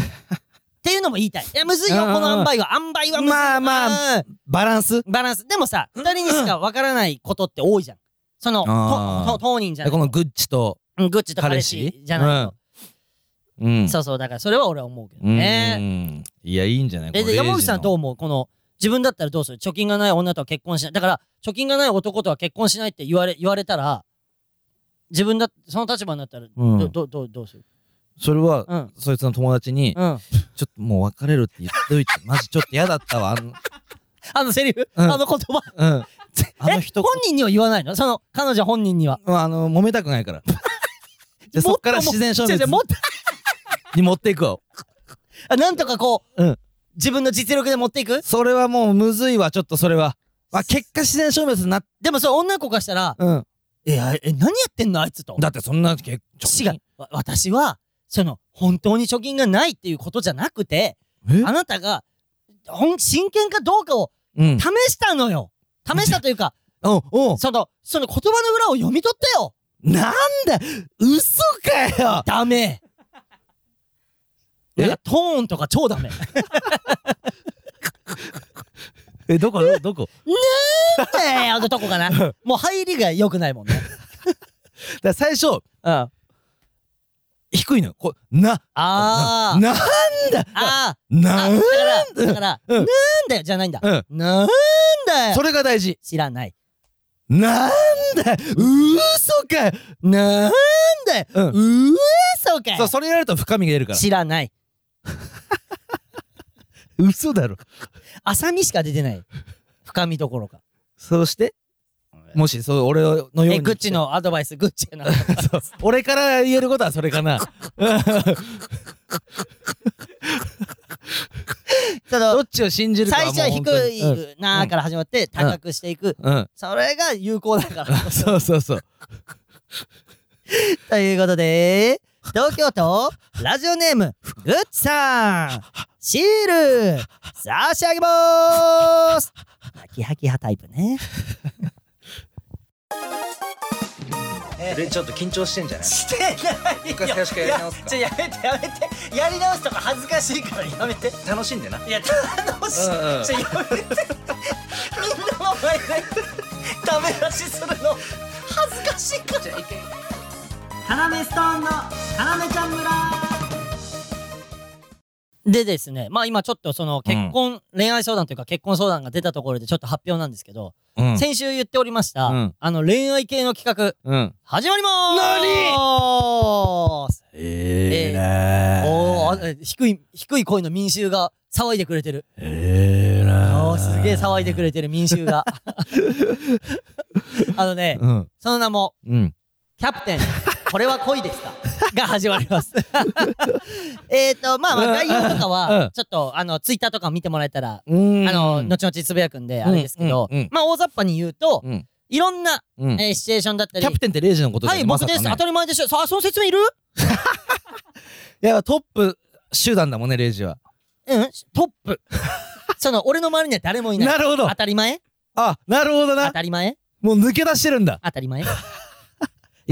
[SPEAKER 1] ていうのも言いたい。いや、むずいよ、
[SPEAKER 4] うん
[SPEAKER 1] こ
[SPEAKER 4] うん
[SPEAKER 1] の塩梅は。塩梅はむずい。
[SPEAKER 4] まあまあ
[SPEAKER 1] うん
[SPEAKER 4] バランス
[SPEAKER 1] バランス。でもさ、二人にしかわからないことって多いじゃん。その、
[SPEAKER 4] あー
[SPEAKER 1] とと当人じゃな
[SPEAKER 4] こ
[SPEAKER 1] い。
[SPEAKER 4] のグッチと
[SPEAKER 1] うんグッチと彼
[SPEAKER 4] 彼
[SPEAKER 1] 氏
[SPEAKER 4] 氏
[SPEAKER 1] じゃないと。
[SPEAKER 4] うん。うん
[SPEAKER 1] そうそう、だからそれは俺は思うけど
[SPEAKER 4] う
[SPEAKER 1] ね。
[SPEAKER 4] んいや、いいんじゃない
[SPEAKER 1] え、で、山口さんどう
[SPEAKER 4] う
[SPEAKER 1] 思うこの、自分だったらどうする貯金がない女とは結婚しない。だから、貯金がない男とは結婚しないって言われ、言われたら、自分だ、その立場になったら、
[SPEAKER 4] うん
[SPEAKER 1] ど、ど、ど、どうする
[SPEAKER 4] それは、
[SPEAKER 1] うん。
[SPEAKER 4] そいつの友達に、
[SPEAKER 1] うん。
[SPEAKER 4] ちょっともう別れるって言っと いて、マジちょっと嫌だったわ。あの、
[SPEAKER 1] あのセリフ、
[SPEAKER 4] うん
[SPEAKER 1] あの言葉。
[SPEAKER 4] うん。あの
[SPEAKER 1] え、
[SPEAKER 4] 人
[SPEAKER 1] 本人には言わないのその、彼女本人には。
[SPEAKER 4] まあ、あの、揉めたくな いから。で、そっから自然消
[SPEAKER 1] 違う違
[SPEAKER 4] 滅
[SPEAKER 1] うもっと
[SPEAKER 4] に持っていくわ。
[SPEAKER 1] あなんとかこう、
[SPEAKER 4] うん
[SPEAKER 1] 自分の実力で持っていく
[SPEAKER 4] それはもうむずいわ、ちょっとそれは。まあ、結果自然消滅になっ、
[SPEAKER 1] でもそれ女の子からしたら、
[SPEAKER 4] うん。
[SPEAKER 1] え、あえ、何やってんのあいつと。
[SPEAKER 4] だってそんな、結
[SPEAKER 1] 違う。わ私は、その、本当に貯金がないっていうことじゃなくて、
[SPEAKER 4] え
[SPEAKER 1] あなたが、ほん、真剣かどうかを
[SPEAKER 4] うん。
[SPEAKER 1] 試したのよ。試したというか、
[SPEAKER 4] おうおう
[SPEAKER 1] その、その言葉の裏を読み取ったよ。
[SPEAKER 4] なんだ嘘かよ
[SPEAKER 1] ダメ。
[SPEAKER 4] え
[SPEAKER 1] なんかトーンとか超ダ メ。
[SPEAKER 4] え、どこどこどこ
[SPEAKER 1] えー、のとこかな。もう入りが良くないもんね。
[SPEAKER 4] だから最初、
[SPEAKER 1] あ
[SPEAKER 4] 低いのよ。こうな、
[SPEAKER 1] あー。
[SPEAKER 4] な、
[SPEAKER 1] あ
[SPEAKER 4] な、
[SPEAKER 1] あ。
[SPEAKER 4] な、
[SPEAKER 1] だから、だから、
[SPEAKER 4] うん
[SPEAKER 1] なんだよじゃないんだ。
[SPEAKER 4] うん。
[SPEAKER 1] なんだよ
[SPEAKER 4] それが大事。
[SPEAKER 1] 知らない。
[SPEAKER 4] なんだ嘘かよ
[SPEAKER 1] なんだよ
[SPEAKER 4] うん
[SPEAKER 1] うえそうか
[SPEAKER 4] そう、それやると深みが出るから。
[SPEAKER 1] 知らない。
[SPEAKER 4] 嘘だろ。
[SPEAKER 1] 浅みしか出て ない。深みどころか。
[SPEAKER 4] そうして、もし、そう、俺のように。
[SPEAKER 1] え、グッチ。のアドバイス、グッチの。
[SPEAKER 4] そう。俺から言えることはそれ かな。
[SPEAKER 1] そ
[SPEAKER 4] ど
[SPEAKER 1] の
[SPEAKER 4] っちを信じるか
[SPEAKER 1] 最
[SPEAKER 4] はもう
[SPEAKER 1] 初は
[SPEAKER 4] 本当
[SPEAKER 1] 低
[SPEAKER 4] にうん
[SPEAKER 1] いなーから始まって、高くしていく。
[SPEAKER 4] うん。
[SPEAKER 1] それが有効だから。
[SPEAKER 4] そうそうそう。
[SPEAKER 1] ということで、東京 都、ラジオネーム、グッチさん、シール、差し上げまーすハキハキ派タイプね。
[SPEAKER 4] で、ちょっと緊張してんじゃない
[SPEAKER 1] してない
[SPEAKER 4] 回差し替えやり直すか
[SPEAKER 1] いやちょやめてやめて。やり直すとか恥ずかしいからやめて。
[SPEAKER 4] 楽しんでな。
[SPEAKER 1] いや、楽しい。
[SPEAKER 4] うんうん
[SPEAKER 1] ちょやめて。みんなの前で、ダメ出しするの、恥ずかしいから。花芽ストーンの花芽ちゃん村でですね、まあ今ちょっとその結婚、恋愛相談というか結婚相談が出たところでちょっと発表なんですけど、
[SPEAKER 4] うん。
[SPEAKER 1] 先週言っておりました、
[SPEAKER 4] うん
[SPEAKER 1] あの恋愛系の企画、
[SPEAKER 4] うん。
[SPEAKER 1] 始まりまーす
[SPEAKER 2] え
[SPEAKER 1] えー
[SPEAKER 2] ーなー
[SPEAKER 1] おーあえ低い、低い声の民衆が騒いでくれてる。
[SPEAKER 2] えーなー
[SPEAKER 1] おーすげえ騒いでくれてる民衆 が。あのね、
[SPEAKER 4] うん。
[SPEAKER 1] その名も、
[SPEAKER 4] うん。
[SPEAKER 1] キャプテン、これは恋ですか が始まります。 えっと、まあまあ、
[SPEAKER 4] うん
[SPEAKER 1] 概要とか
[SPEAKER 4] う
[SPEAKER 1] は
[SPEAKER 4] ん、
[SPEAKER 1] ちょっと、あの、ツイッターとか見てもらえたら、
[SPEAKER 4] うん
[SPEAKER 1] あの、後々つぶやくんで、あれですけど
[SPEAKER 4] うんうんうん、
[SPEAKER 1] まあ、大雑把に言うと、
[SPEAKER 4] うん
[SPEAKER 1] いろんな、
[SPEAKER 4] うん。
[SPEAKER 1] えーシチュエーションだったり
[SPEAKER 4] キャ、プテンってレイジのことだ
[SPEAKER 1] は
[SPEAKER 4] よ
[SPEAKER 1] い、
[SPEAKER 4] ね
[SPEAKER 1] 僕です。当
[SPEAKER 4] まさかね
[SPEAKER 1] たり前ですよ。さあ、その説明いる
[SPEAKER 4] いや、トップ集団だもんね、レイジは。
[SPEAKER 1] うん、トッ プ。その、俺の周りには誰もいない。
[SPEAKER 4] なるほど
[SPEAKER 1] 当たり前
[SPEAKER 4] あ、なるほど
[SPEAKER 1] 当
[SPEAKER 4] な。
[SPEAKER 1] たり前
[SPEAKER 4] もう抜け出してるんだ。
[SPEAKER 1] 当たり前
[SPEAKER 4] い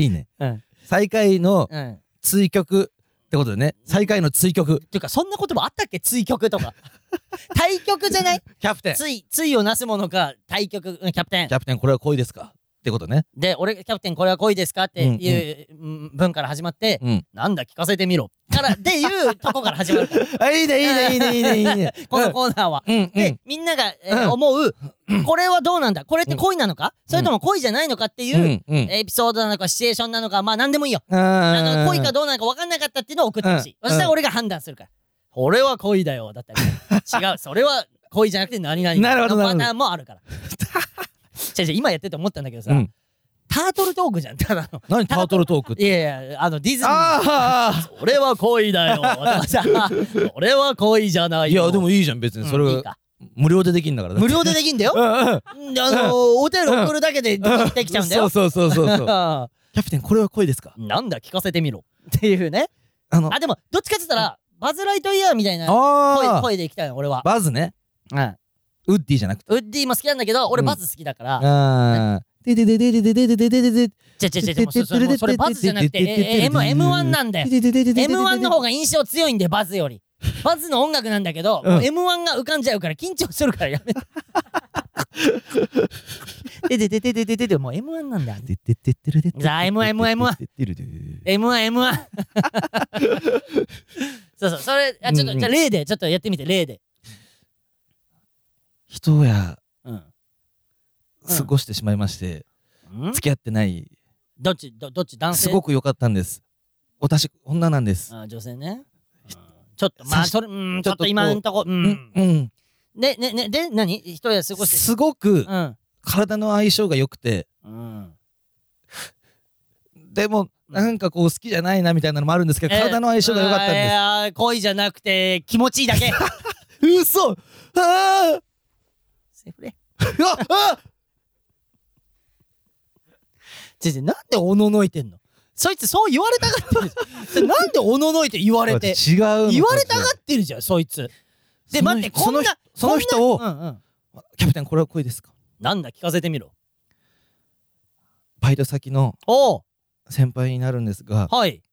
[SPEAKER 4] いね。
[SPEAKER 1] うん。
[SPEAKER 4] 最下位の
[SPEAKER 1] うん。っ
[SPEAKER 4] 追曲ってことでね。最下位の追曲。
[SPEAKER 1] ていうか、そんな言葉あったっけ追曲 とか。対局じゃない
[SPEAKER 4] キャプテ ン。
[SPEAKER 1] つい、ついをなすものか、対局、うんキャプテン。
[SPEAKER 4] キャプテン、これは恋ですかってことね。
[SPEAKER 1] で、俺、キャプテンこれは恋ですかっていううん文から始まって、
[SPEAKER 4] うん。
[SPEAKER 1] なんだ聞かせてみろ。から、でいうとこから始ま る。
[SPEAKER 4] あ、いいね、いいね、いいね、いいね、いいね。
[SPEAKER 1] このコーナーは。
[SPEAKER 4] うん、う
[SPEAKER 1] で
[SPEAKER 4] ん。、
[SPEAKER 1] みんながえ
[SPEAKER 4] う
[SPEAKER 1] ー
[SPEAKER 4] ん
[SPEAKER 1] 思う、これはどうなんだこれって恋なのかそれとも恋じゃないのかって
[SPEAKER 4] う、
[SPEAKER 1] いうん
[SPEAKER 4] うん。
[SPEAKER 1] エピソードなのかシチュエーションなのか、まあ何でもいいよ。あ
[SPEAKER 4] あ
[SPEAKER 1] の恋かどうなのか分かんなかったっていうのを送ってほしい。
[SPEAKER 4] う
[SPEAKER 1] そし
[SPEAKER 4] ん
[SPEAKER 1] たら俺が判断するから。俺は恋だよ、だったり。違う、それは恋じゃなくて何々。
[SPEAKER 4] なるほどなるほど
[SPEAKER 1] のパターンもある から。違う違う、今やってて思ったんだけどさ、
[SPEAKER 4] うん
[SPEAKER 1] タートルトークじゃん、た だの。
[SPEAKER 4] 何タートルトークって。
[SPEAKER 1] いやいや、あの、ディズニー。
[SPEAKER 4] あ
[SPEAKER 1] 俺は恋 だよ、とかさ。俺は恋じゃな
[SPEAKER 4] あ
[SPEAKER 1] い
[SPEAKER 4] い
[SPEAKER 1] よ。
[SPEAKER 4] や、でもいいじゃん、別
[SPEAKER 1] うん、
[SPEAKER 4] に。それ
[SPEAKER 1] いい
[SPEAKER 4] は
[SPEAKER 1] か
[SPEAKER 4] 無料でできんだから。
[SPEAKER 1] 無料でできんだよ。
[SPEAKER 4] うんうん。
[SPEAKER 1] であのー、お便り送るだけでできちゃうんだよ。
[SPEAKER 4] そうそうそうそ うそう。
[SPEAKER 1] あ
[SPEAKER 4] キャプテン、これは恋ですか
[SPEAKER 1] ーなんだ聞かせてみろっていうね
[SPEAKER 4] あの、
[SPEAKER 1] あでもどっちかって言ったらバズ・ライトイヤーみたいな声
[SPEAKER 4] ああ
[SPEAKER 1] 声でいきたいの俺は、
[SPEAKER 4] バズね。
[SPEAKER 1] うん
[SPEAKER 4] ウッディじゃなくて。
[SPEAKER 1] ウッディも好きなんだけど俺
[SPEAKER 4] うん
[SPEAKER 1] バズ好きだから、違う
[SPEAKER 4] ああ。ででででででででででででで
[SPEAKER 1] ちゃちゃちゃちゃもうそそれもうそれバズじゃなくてええ M- M1 なんだよ M1 の方が印象強いんでバズよりバズの音楽なんだけど、
[SPEAKER 4] うん
[SPEAKER 1] M1 が浮かんじゃうから緊張するからやめてででででででででもう M1 なんだよ
[SPEAKER 4] ででででででで
[SPEAKER 1] ザ M1M1
[SPEAKER 4] でででで
[SPEAKER 1] M1M1 そうそうそれあちょっと、
[SPEAKER 4] うんうん
[SPEAKER 1] じゃあ例でちょっとやってみて例で
[SPEAKER 4] 人や
[SPEAKER 1] うん
[SPEAKER 4] 過ごしてしまいまして、
[SPEAKER 1] うん
[SPEAKER 4] 付き合ってない
[SPEAKER 1] どっちどどっち男性
[SPEAKER 4] すごく良かったんです私女なんです
[SPEAKER 1] あ女性ね、うんちょっとまあ
[SPEAKER 4] さし
[SPEAKER 1] それうんち
[SPEAKER 4] ち
[SPEAKER 1] ょ
[SPEAKER 4] ょ
[SPEAKER 1] っ
[SPEAKER 4] っとことう
[SPEAKER 1] 今んとこう
[SPEAKER 4] うんんうん
[SPEAKER 1] でねねで何一人で過ごして
[SPEAKER 4] すご
[SPEAKER 1] う
[SPEAKER 4] く
[SPEAKER 1] ん
[SPEAKER 4] 体の相性が良くて
[SPEAKER 1] うん
[SPEAKER 4] でもなんかこう好きじゃないなみたいなのもあるんですけど
[SPEAKER 1] えー
[SPEAKER 4] 体の相性が良かったん
[SPEAKER 1] い
[SPEAKER 4] で
[SPEAKER 1] やー恋じゃなくて気持ちいいだ け
[SPEAKER 4] す嘘あー
[SPEAKER 1] セフレ
[SPEAKER 4] ああ
[SPEAKER 1] ちょちょなんでおののいてんのそいつそう言われたがってる じゃんなんでおののいて言われて
[SPEAKER 4] 違うの
[SPEAKER 1] 言われたがってるじゃんそいつで
[SPEAKER 4] その
[SPEAKER 1] 待ってこ
[SPEAKER 4] そ
[SPEAKER 1] ん
[SPEAKER 4] の
[SPEAKER 1] な
[SPEAKER 4] その人を
[SPEAKER 1] こんなうんうん
[SPEAKER 4] キャプテンこれは恋ですか
[SPEAKER 1] なんだ聞かせてみろ
[SPEAKER 4] バイト先の
[SPEAKER 1] おう
[SPEAKER 4] 先輩になるんですが
[SPEAKER 1] はい。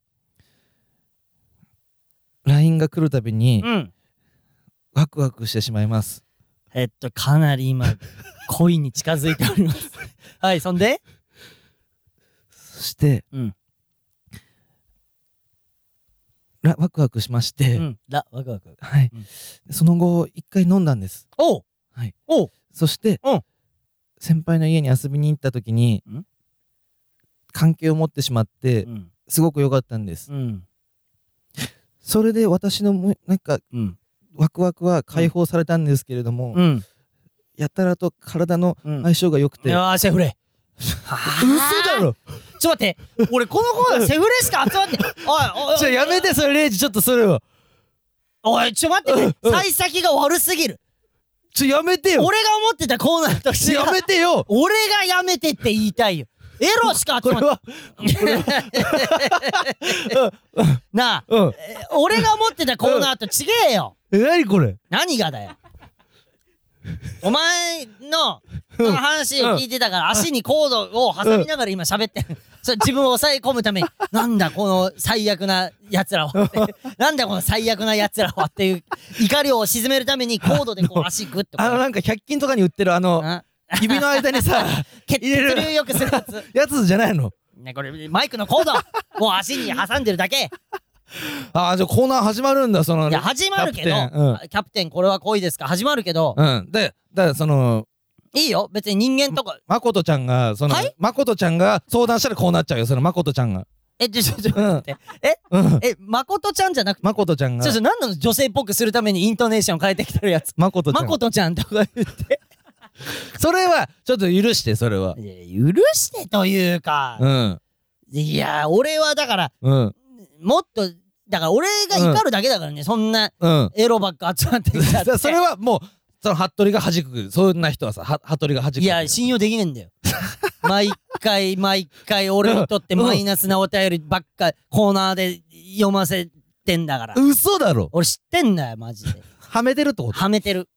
[SPEAKER 4] LINE が来るたびに
[SPEAKER 1] うん。
[SPEAKER 4] ワクワクしてしまいます
[SPEAKER 1] えっと、かなり 今、恋に近づいております。はい、そんで
[SPEAKER 4] そして、
[SPEAKER 1] うん
[SPEAKER 4] らワクワクしまして、
[SPEAKER 1] うん。ら、ワクワク。
[SPEAKER 4] はい、
[SPEAKER 1] うん
[SPEAKER 4] その後一回飲んだんです
[SPEAKER 1] おう
[SPEAKER 4] はい
[SPEAKER 1] おう
[SPEAKER 4] そして、
[SPEAKER 1] うん
[SPEAKER 4] 先輩の家に遊びに行った時に
[SPEAKER 1] ん
[SPEAKER 4] 関係を持ってしまって
[SPEAKER 1] うん。
[SPEAKER 4] すごく良かったんです、
[SPEAKER 1] うん。
[SPEAKER 4] それで私のもなんか
[SPEAKER 1] うん。
[SPEAKER 4] ワクワクは解放されたんですけれども、
[SPEAKER 1] うん。
[SPEAKER 4] やたらと体の
[SPEAKER 1] うん。
[SPEAKER 4] 相性が良く
[SPEAKER 1] い
[SPEAKER 4] て、
[SPEAKER 1] やー、セフレ。
[SPEAKER 4] 嘘だろ
[SPEAKER 1] ちょっと待って、俺このコーナーセフレしか集まって、おい、おい
[SPEAKER 4] ちょやめてそれレイジちょっとそれは
[SPEAKER 1] おい、ちょっと待ってくれ、
[SPEAKER 4] うん
[SPEAKER 1] 幸先が悪すぎる。
[SPEAKER 4] ちょやめてよ
[SPEAKER 1] 俺が思ってたコーナーとして
[SPEAKER 4] ちょ
[SPEAKER 1] は
[SPEAKER 4] や、め てよ
[SPEAKER 1] 俺がやめてって言いたいよ。エロしか集
[SPEAKER 4] こ
[SPEAKER 1] ま
[SPEAKER 4] れ
[SPEAKER 1] って
[SPEAKER 4] は
[SPEAKER 1] なあ、
[SPEAKER 4] うん
[SPEAKER 1] え俺が思ってたコーナーと違えよ。
[SPEAKER 4] え何これ
[SPEAKER 1] 何がだよお前の話を聞いてたから足にコードを挟みながら今喋ってるそれ自分を抑え込むためになんだこの最悪なやつらをなんだこの最悪なやつらをっていう怒りを沈めるためにコードでこう足グッとこう
[SPEAKER 4] あのなんか100均とかに売ってるあの
[SPEAKER 1] あ
[SPEAKER 4] 指の間 にさ
[SPEAKER 1] 血
[SPEAKER 4] 入れる
[SPEAKER 1] 流よくするやつ
[SPEAKER 4] やつじゃないの
[SPEAKER 1] ねこれマイクのコードもう足に挟んでるだけ
[SPEAKER 4] ああじゃあコーナー始まるんだその
[SPEAKER 1] いや始まるけど
[SPEAKER 4] キャプテンうん
[SPEAKER 1] キャプテンこれは恋ですか始まるけど
[SPEAKER 4] うんでだからその
[SPEAKER 1] いいよ別に人間とか
[SPEAKER 4] まことちゃんがその、
[SPEAKER 1] はい
[SPEAKER 4] まことちゃんが相談したらこうなっちゃうよそのまことちゃんが
[SPEAKER 1] えちょちょちょ
[SPEAKER 4] うん
[SPEAKER 1] 待って
[SPEAKER 4] うん
[SPEAKER 1] え誠ちゃんじゃなくて
[SPEAKER 4] まことちゃんが
[SPEAKER 1] そうそう、何なの女性っぽくするためにイントネーション変えてきてるやつ。
[SPEAKER 4] まことちゃ
[SPEAKER 1] ま
[SPEAKER 4] ん
[SPEAKER 1] ことちゃんとか言って。
[SPEAKER 4] それはちょっと許してそれはい
[SPEAKER 1] や許してというか、
[SPEAKER 4] うん
[SPEAKER 1] いや、俺はだから、
[SPEAKER 4] うん
[SPEAKER 1] もっと、だから俺が怒るだけだからね、そんな
[SPEAKER 4] うん
[SPEAKER 1] エロばっか集まってきた っ
[SPEAKER 4] だか
[SPEAKER 1] て。
[SPEAKER 4] らそれはもうその服部が弾くそんな人はさは服部が弾く
[SPEAKER 1] いや、信用できねえんだよ。毎回毎回俺にとってマイナスなお便りばっかコーナーで読ませてんだから。
[SPEAKER 4] 嘘だろ
[SPEAKER 1] 俺知ってんだよ、マジで。
[SPEAKER 4] はめてるってこと
[SPEAKER 1] はめ てる。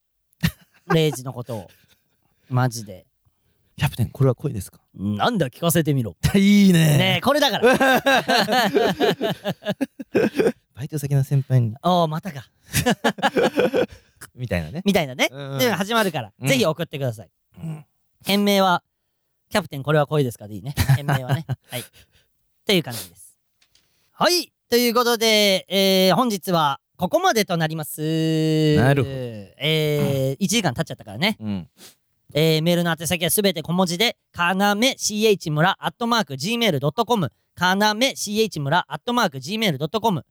[SPEAKER 1] レイジのことを。マジで。
[SPEAKER 4] キャプテンこれは恋ですか
[SPEAKER 1] なんだ聞かせてみろ。
[SPEAKER 4] いい
[SPEAKER 1] ねえ、これだから。
[SPEAKER 4] バイト先の先輩に
[SPEAKER 1] おお、またか。
[SPEAKER 4] みたいなね
[SPEAKER 1] みたいなね。
[SPEAKER 4] うん
[SPEAKER 1] で、始まるから、
[SPEAKER 4] うん
[SPEAKER 1] ぜひ送ってください。件名は、キャプテンこれは恋ですかでいい ね。店名はね。はい。という感じです。はい。ということで、えー本日はここまでとなります。
[SPEAKER 4] なるほど
[SPEAKER 1] えー、1時間経っちゃったからね。
[SPEAKER 4] うん。
[SPEAKER 1] えーメールの宛先はすべて小文字で、かなめ ch 村アットマーク gmail.com、かなめ ch 村アットマーク gmail.com、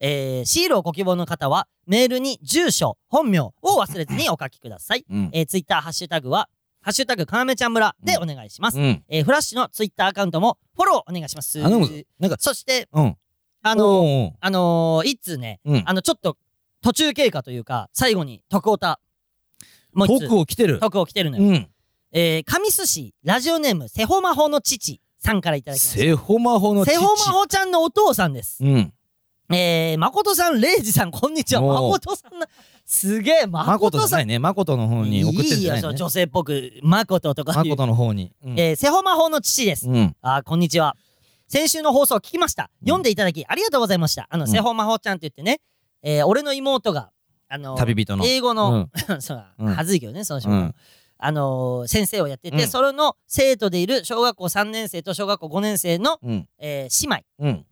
[SPEAKER 1] えー、シールをご希望の方は、メールに住所、本名を忘れずにお書きください。
[SPEAKER 4] うん。
[SPEAKER 1] えー、ツイッター、ハッシュタグは、ハッシュタグかなめちゃん村でお願いします。
[SPEAKER 4] うん。
[SPEAKER 1] えーフラッシュのツイッターアカウントもフォローお願いします。
[SPEAKER 4] 頼むぞなんか、
[SPEAKER 1] そして、
[SPEAKER 4] うん。
[SPEAKER 1] あ
[SPEAKER 4] あ
[SPEAKER 1] のー、
[SPEAKER 4] の
[SPEAKER 1] あのー、一通ね、
[SPEAKER 4] うん
[SPEAKER 1] あの、ちょっと途中経過というか、最後に徳オタ、もう一通
[SPEAKER 4] 僕を来てる。
[SPEAKER 1] 徳を来てるのよ。
[SPEAKER 4] うん。
[SPEAKER 1] えー、神栖市ラジオネームセホマホの父さんからいただきました
[SPEAKER 4] セホマホの父
[SPEAKER 1] セホマホちゃんのお父さんです、
[SPEAKER 4] うん。
[SPEAKER 1] えー、誠さんレイジさんこんにちは
[SPEAKER 4] おー
[SPEAKER 1] 誠さんなすげえ
[SPEAKER 4] マコ
[SPEAKER 1] 誠
[SPEAKER 4] トじゃ
[SPEAKER 1] さん
[SPEAKER 4] ないね。マコトの方に送ってるんじゃないい
[SPEAKER 1] よそ
[SPEAKER 4] の
[SPEAKER 1] う
[SPEAKER 4] ね。
[SPEAKER 1] 女性っぽく誠とか
[SPEAKER 4] マ
[SPEAKER 1] ってい
[SPEAKER 4] コ
[SPEAKER 1] う、
[SPEAKER 4] トの方に。うん
[SPEAKER 1] えー、セホマホの父です、
[SPEAKER 4] うん。
[SPEAKER 1] あーこんにちは先週の放送聞きました読んでいただきありがとうございましたあの、
[SPEAKER 4] うん
[SPEAKER 1] セホマホちゃんって言ってね、えー、俺の妹があのー
[SPEAKER 4] 旅人の。
[SPEAKER 1] 英語
[SPEAKER 4] う
[SPEAKER 1] の、
[SPEAKER 4] ん
[SPEAKER 1] そう
[SPEAKER 4] うん
[SPEAKER 1] はずいけどねその仕
[SPEAKER 4] う
[SPEAKER 1] 事、
[SPEAKER 4] ん。
[SPEAKER 1] あのー先生をやってて、
[SPEAKER 4] うん
[SPEAKER 1] それの生徒でいる小学校3年生と小学校5年生の、
[SPEAKER 4] うん。
[SPEAKER 1] えー姉妹
[SPEAKER 4] うん。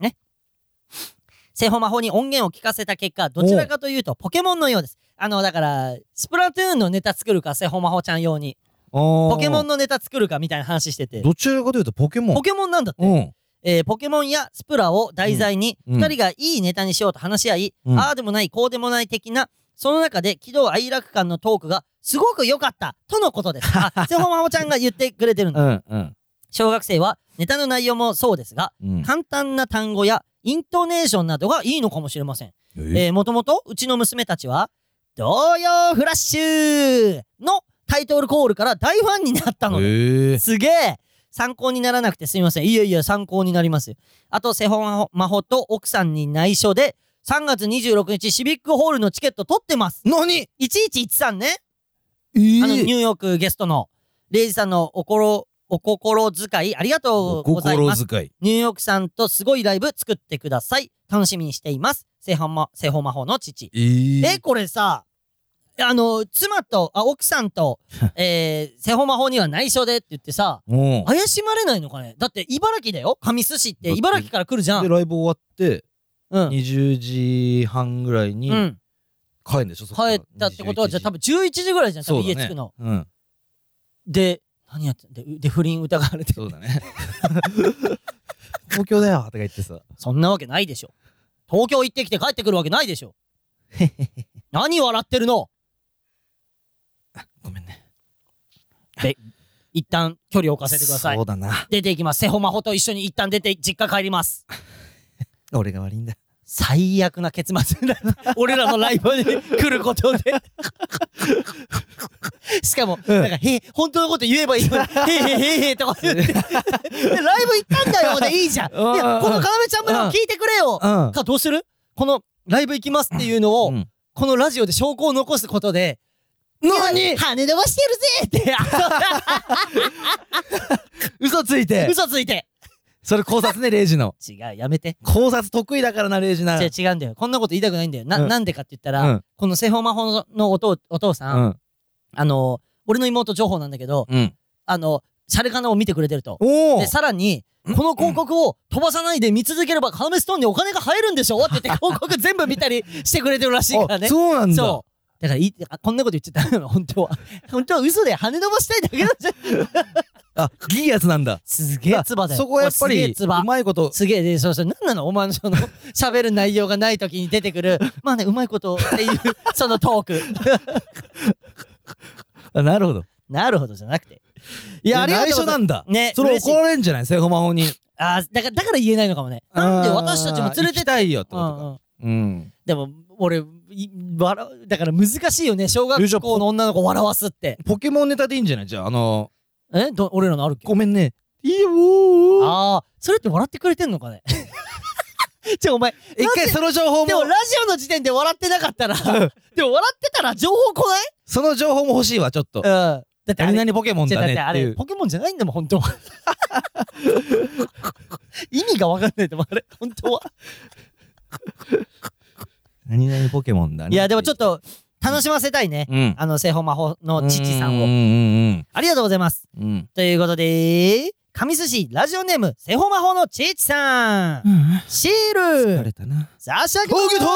[SPEAKER 1] セホマホに音源を聞かせた結果どちらかというとポケモンのようですあのだからスプラトゥーンのネタ作るかセホマホちゃん用に
[SPEAKER 4] ポ
[SPEAKER 1] ポケモンのネタ作るかみたいな話してて
[SPEAKER 4] どちらかというとポケモン
[SPEAKER 1] ポ。ケモンなんだって、
[SPEAKER 4] うん。
[SPEAKER 1] えーポケモンやスプラを題材に
[SPEAKER 4] うんうん
[SPEAKER 1] 2人がいいネタにしようと話し合い、
[SPEAKER 4] うん
[SPEAKER 1] ああでもないこうでもない的なその中で喜怒哀楽感のトークがすごく良かったとのことです あセホマホちゃんが言ってくれてるんだ
[SPEAKER 4] うん。うん。
[SPEAKER 1] 小学生はネタの内容もそうですが
[SPEAKER 4] うん。
[SPEAKER 1] 簡単な単語やイントネーションなどがいいのかもしれません、
[SPEAKER 4] え
[SPEAKER 1] えー、もともとうちの娘たちは「童謡フラッシュ!」のタイトルコールから大ファンになったので
[SPEAKER 4] え
[SPEAKER 1] すげえ参考にならなくてすみませんいやいや参考になりますあとセホマホマホと奥さんに内緒で3月26日シビックホールのチケット取ってます
[SPEAKER 4] 何
[SPEAKER 1] 1113ね
[SPEAKER 4] え
[SPEAKER 1] あのニ
[SPEAKER 4] ー
[SPEAKER 1] ューヨークゲストのレイジさんのおころお心遣いありがとう
[SPEAKER 4] お
[SPEAKER 1] ございます
[SPEAKER 4] 心遣い。
[SPEAKER 1] ニューヨークさんとすごいライブ作ってください。楽しみにしています。セホマ、セホマホの父。
[SPEAKER 4] えー
[SPEAKER 1] え、これさ、あの、妻と、あ、奥さん と、えー、セホマホには内緒でって言ってさ、
[SPEAKER 4] うん。
[SPEAKER 1] 怪しまれないのかねだって茨城だよ神栖市って茨城から来るじゃ
[SPEAKER 4] で、
[SPEAKER 1] ん。
[SPEAKER 4] ライブ終わって、
[SPEAKER 1] うん。
[SPEAKER 4] 20時半ぐらいに
[SPEAKER 1] うん。
[SPEAKER 4] 帰るんでしょ、そ
[SPEAKER 1] 帰
[SPEAKER 4] から
[SPEAKER 1] ったってことは、じゃあ多
[SPEAKER 4] 分、
[SPEAKER 1] 分11時ぐらいじゃん、多
[SPEAKER 4] そ
[SPEAKER 1] 分
[SPEAKER 4] う
[SPEAKER 1] 家
[SPEAKER 4] だ
[SPEAKER 1] 着
[SPEAKER 4] ね
[SPEAKER 1] くの。。
[SPEAKER 4] うん。
[SPEAKER 1] で、何やってんで、で、不倫疑われて
[SPEAKER 4] そうだね。東京だよとか言ってさ。
[SPEAKER 1] そんなわけないでしょ。東京行ってきて帰ってくるわけないでしょ。何笑ってるの
[SPEAKER 4] ごめんね。
[SPEAKER 1] 一旦距離を置かせてください
[SPEAKER 4] そう。だな。
[SPEAKER 1] 出ていきます。セホマホと一緒に一旦出て実家帰ります。
[SPEAKER 4] 俺が悪いんだ。
[SPEAKER 1] 最悪な結末になる俺らのライブに来ることで。しかも、なんか、へ本当のこと言えばいいのに、へへへへとか言って、でライブ行ったんだよでいいじゃん。い
[SPEAKER 4] うん
[SPEAKER 1] や、この要ちゃん村を聞いてくれよ
[SPEAKER 4] うん。
[SPEAKER 1] か、どうするこのライブ行きますっていうのを、
[SPEAKER 4] うん
[SPEAKER 1] このラジオで証拠を残すことで、何羽伸ばして るぜっ
[SPEAKER 4] 嘘つい
[SPEAKER 1] て、
[SPEAKER 4] て
[SPEAKER 1] 嘘ついて。
[SPEAKER 4] それ考察ね、レイジの。
[SPEAKER 1] 違う、やめて。
[SPEAKER 4] 考察得意だからな、レイジな。
[SPEAKER 1] 違う違うんだよこんなこと言いたくないんだよな,、
[SPEAKER 4] うん
[SPEAKER 1] ん、なんでかって言ったら、
[SPEAKER 4] うん
[SPEAKER 1] このセホマホのお父お父さん、
[SPEAKER 4] うん。
[SPEAKER 1] あの俺の妹情報なんだけど、
[SPEAKER 4] うん。
[SPEAKER 1] あのシャレカナを見てくれてると
[SPEAKER 4] お
[SPEAKER 1] でさらにこの広告を飛ばさないで見続ければカーメストーンにお金が入るんでし ょって言って広告全部見たりしてくれてるらしいからね
[SPEAKER 4] あそうなんだ。
[SPEAKER 1] そうだからいいあこんなこと言っちゃダメなの 本当は本当は嘘で跳ね伸ばしたいだけなんじゃん
[SPEAKER 4] あ、いいやつなんだ。
[SPEAKER 1] すげえツバだよ
[SPEAKER 4] そこはやっぱ
[SPEAKER 1] すげ
[SPEAKER 4] り、
[SPEAKER 1] えツバ
[SPEAKER 4] うまいこと。
[SPEAKER 1] すげえで、そうそう、なんなのお前のその、喋る内容がない時に出てくる、まあね、うまいことっていう、そのトーク。
[SPEAKER 4] あなるほど。
[SPEAKER 1] なるほどじゃなくて。い
[SPEAKER 4] い
[SPEAKER 1] や、ありがとう
[SPEAKER 4] 内
[SPEAKER 1] ご
[SPEAKER 4] 緒
[SPEAKER 1] ざいま
[SPEAKER 4] な
[SPEAKER 1] す。
[SPEAKER 4] んだ。
[SPEAKER 1] ね
[SPEAKER 4] それ
[SPEAKER 1] 嬉しい
[SPEAKER 4] 怒られんじゃないセホマホに。
[SPEAKER 1] あーだから、だから言えないのかもね。なんで私たちも連れ
[SPEAKER 4] あー行
[SPEAKER 1] て
[SPEAKER 4] きたいよって
[SPEAKER 1] う
[SPEAKER 4] こ
[SPEAKER 1] ん
[SPEAKER 4] と
[SPEAKER 1] うん
[SPEAKER 4] か。うん。
[SPEAKER 1] でも、俺、い笑うだから難しいよね、小
[SPEAKER 4] 友情
[SPEAKER 1] 学校の女の子笑わすって。
[SPEAKER 4] ポケモンネタでいいんじゃないじゃあ、あの、
[SPEAKER 1] えど俺らのあるっけ
[SPEAKER 4] ごめんね。いいよー
[SPEAKER 1] ああ、それって笑ってくれてんのかねちょ、お前、
[SPEAKER 4] 一回その情報
[SPEAKER 1] でも
[SPEAKER 4] も
[SPEAKER 1] ラ、ジオの時点で笑ってなかったら、でも笑ってたら情報来ない
[SPEAKER 4] その情報も欲しいわ、ちょっと。
[SPEAKER 1] うん。だってあれ
[SPEAKER 4] 何々ポケモン
[SPEAKER 1] じゃだ
[SPEAKER 4] だ
[SPEAKER 1] っ
[SPEAKER 4] ね
[SPEAKER 1] てあ
[SPEAKER 4] ってい
[SPEAKER 1] れ
[SPEAKER 4] う。
[SPEAKER 1] ポケモンじゃないんだもん本当は 意味が分かんないでもあれ本当は
[SPEAKER 4] 何々ポケモンだね。
[SPEAKER 1] いやでもちょっと楽しませたいね。
[SPEAKER 4] うん。
[SPEAKER 1] あの、製法魔法の父さん
[SPEAKER 4] うん
[SPEAKER 1] を。
[SPEAKER 4] うん
[SPEAKER 1] ありがとうございます。
[SPEAKER 4] うんうん。
[SPEAKER 1] ということで、神寿司ラジオネーム、製法魔法の父さん。
[SPEAKER 3] うん
[SPEAKER 1] シー
[SPEAKER 4] 疲
[SPEAKER 1] ル
[SPEAKER 4] れたな。
[SPEAKER 1] 差し上げま
[SPEAKER 4] お受けたー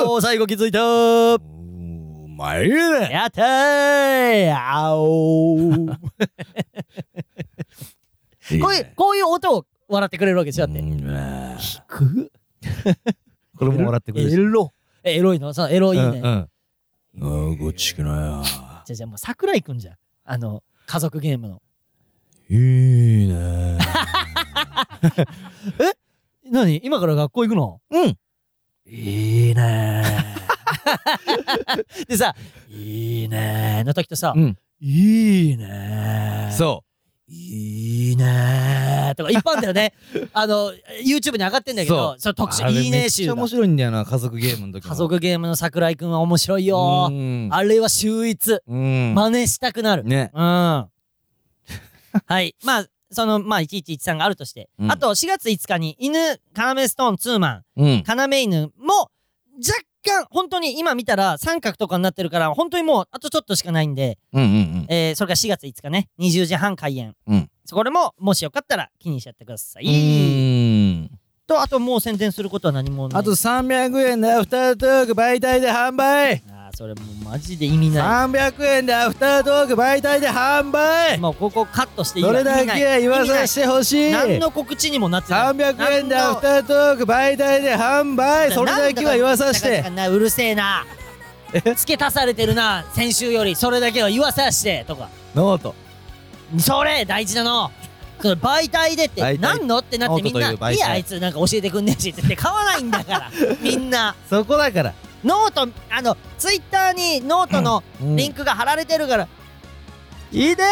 [SPEAKER 1] すおー最後気づいたー
[SPEAKER 4] お前ら。
[SPEAKER 1] やった ーあおーこういう、こういう音を笑ってくれるわけでしょだって。く
[SPEAKER 4] これも笑ってくれるし。
[SPEAKER 1] ロ。えエロいのそう、エロいね。
[SPEAKER 4] うんうん。あごっちきなよ。
[SPEAKER 1] じゃあじゃあもう桜井くんじゃん。あの、家族ゲームの。
[SPEAKER 4] いいね。
[SPEAKER 1] 何今から学校行くの
[SPEAKER 4] うん。
[SPEAKER 2] いいね。
[SPEAKER 1] でさ、
[SPEAKER 2] いい
[SPEAKER 1] えー、
[SPEAKER 2] ね。
[SPEAKER 1] の時とさ、
[SPEAKER 4] うん。
[SPEAKER 2] いいね。
[SPEAKER 4] そ
[SPEAKER 2] いいね。
[SPEAKER 1] とかいっぱいあんだよ ね。あの、YouTube に上がってんだけ
[SPEAKER 4] そ
[SPEAKER 1] ど、その
[SPEAKER 4] う。
[SPEAKER 1] 特
[SPEAKER 4] あ
[SPEAKER 1] 殊、
[SPEAKER 4] れ
[SPEAKER 1] いい
[SPEAKER 4] め
[SPEAKER 1] ね
[SPEAKER 4] っち
[SPEAKER 1] 集
[SPEAKER 4] ゃ
[SPEAKER 1] が。
[SPEAKER 4] 面白いんだよな、家族ゲームの時の。
[SPEAKER 1] 家族ゲームの桜井くんは面白いよ
[SPEAKER 4] う。ん。
[SPEAKER 1] あれは秀逸。
[SPEAKER 4] うん。
[SPEAKER 1] 真似したくなる。
[SPEAKER 4] ね。
[SPEAKER 1] うん。はい。まあ、その、まあ、1113があるとして。
[SPEAKER 4] うん
[SPEAKER 1] あと、4月5日に、犬、カナメストーンツーマン、
[SPEAKER 4] うん。
[SPEAKER 1] カナメ犬も、若干、本当に今見たら三角とかになってるから、本当にもう、あとちょっとしかないんで、
[SPEAKER 4] うんうん
[SPEAKER 1] えー、それが4月5日ね、20時半開演。
[SPEAKER 4] うん
[SPEAKER 1] そこでも、もしよかったら気にしちゃってくださ
[SPEAKER 4] うん。
[SPEAKER 1] い。
[SPEAKER 4] うん。
[SPEAKER 1] と、あともう宣伝することは何もない。
[SPEAKER 4] あと300円でアフタートーク媒体で販売
[SPEAKER 1] あー、それもうマジで意味な
[SPEAKER 4] !300 円でアフタートーク媒体で販
[SPEAKER 1] い。
[SPEAKER 4] 売
[SPEAKER 1] もうここカットしていいわ
[SPEAKER 4] それだけは言わさせてほし
[SPEAKER 1] 意
[SPEAKER 4] い
[SPEAKER 1] 味ない何の告知にもなってない。
[SPEAKER 4] 300円で
[SPEAKER 1] 何
[SPEAKER 4] ア
[SPEAKER 1] の
[SPEAKER 4] フタートーク媒体で販売それだけは言わさせ
[SPEAKER 1] なんか
[SPEAKER 4] て
[SPEAKER 1] なんかうるせえな付け足されてるな先週よりそれだけは言わさしてとか
[SPEAKER 4] ノート
[SPEAKER 1] それ大事なのそれ媒体でって
[SPEAKER 4] 媒体
[SPEAKER 1] 何のってなってみんな
[SPEAKER 4] ノートという媒体
[SPEAKER 1] いやあいつなんか教えてくんねえしって言って買わないんだから みんな
[SPEAKER 4] そこだから
[SPEAKER 1] ノートあのツイッターにノートの
[SPEAKER 4] うん
[SPEAKER 1] リンクが貼られてるから、いいで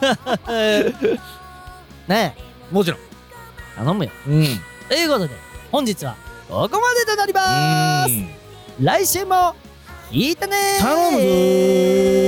[SPEAKER 1] ー ねえ
[SPEAKER 4] もちろん
[SPEAKER 1] 頼むよ
[SPEAKER 4] うん
[SPEAKER 1] ということで本日はここまでとなります来週も聞いてねー
[SPEAKER 4] 頼むぞー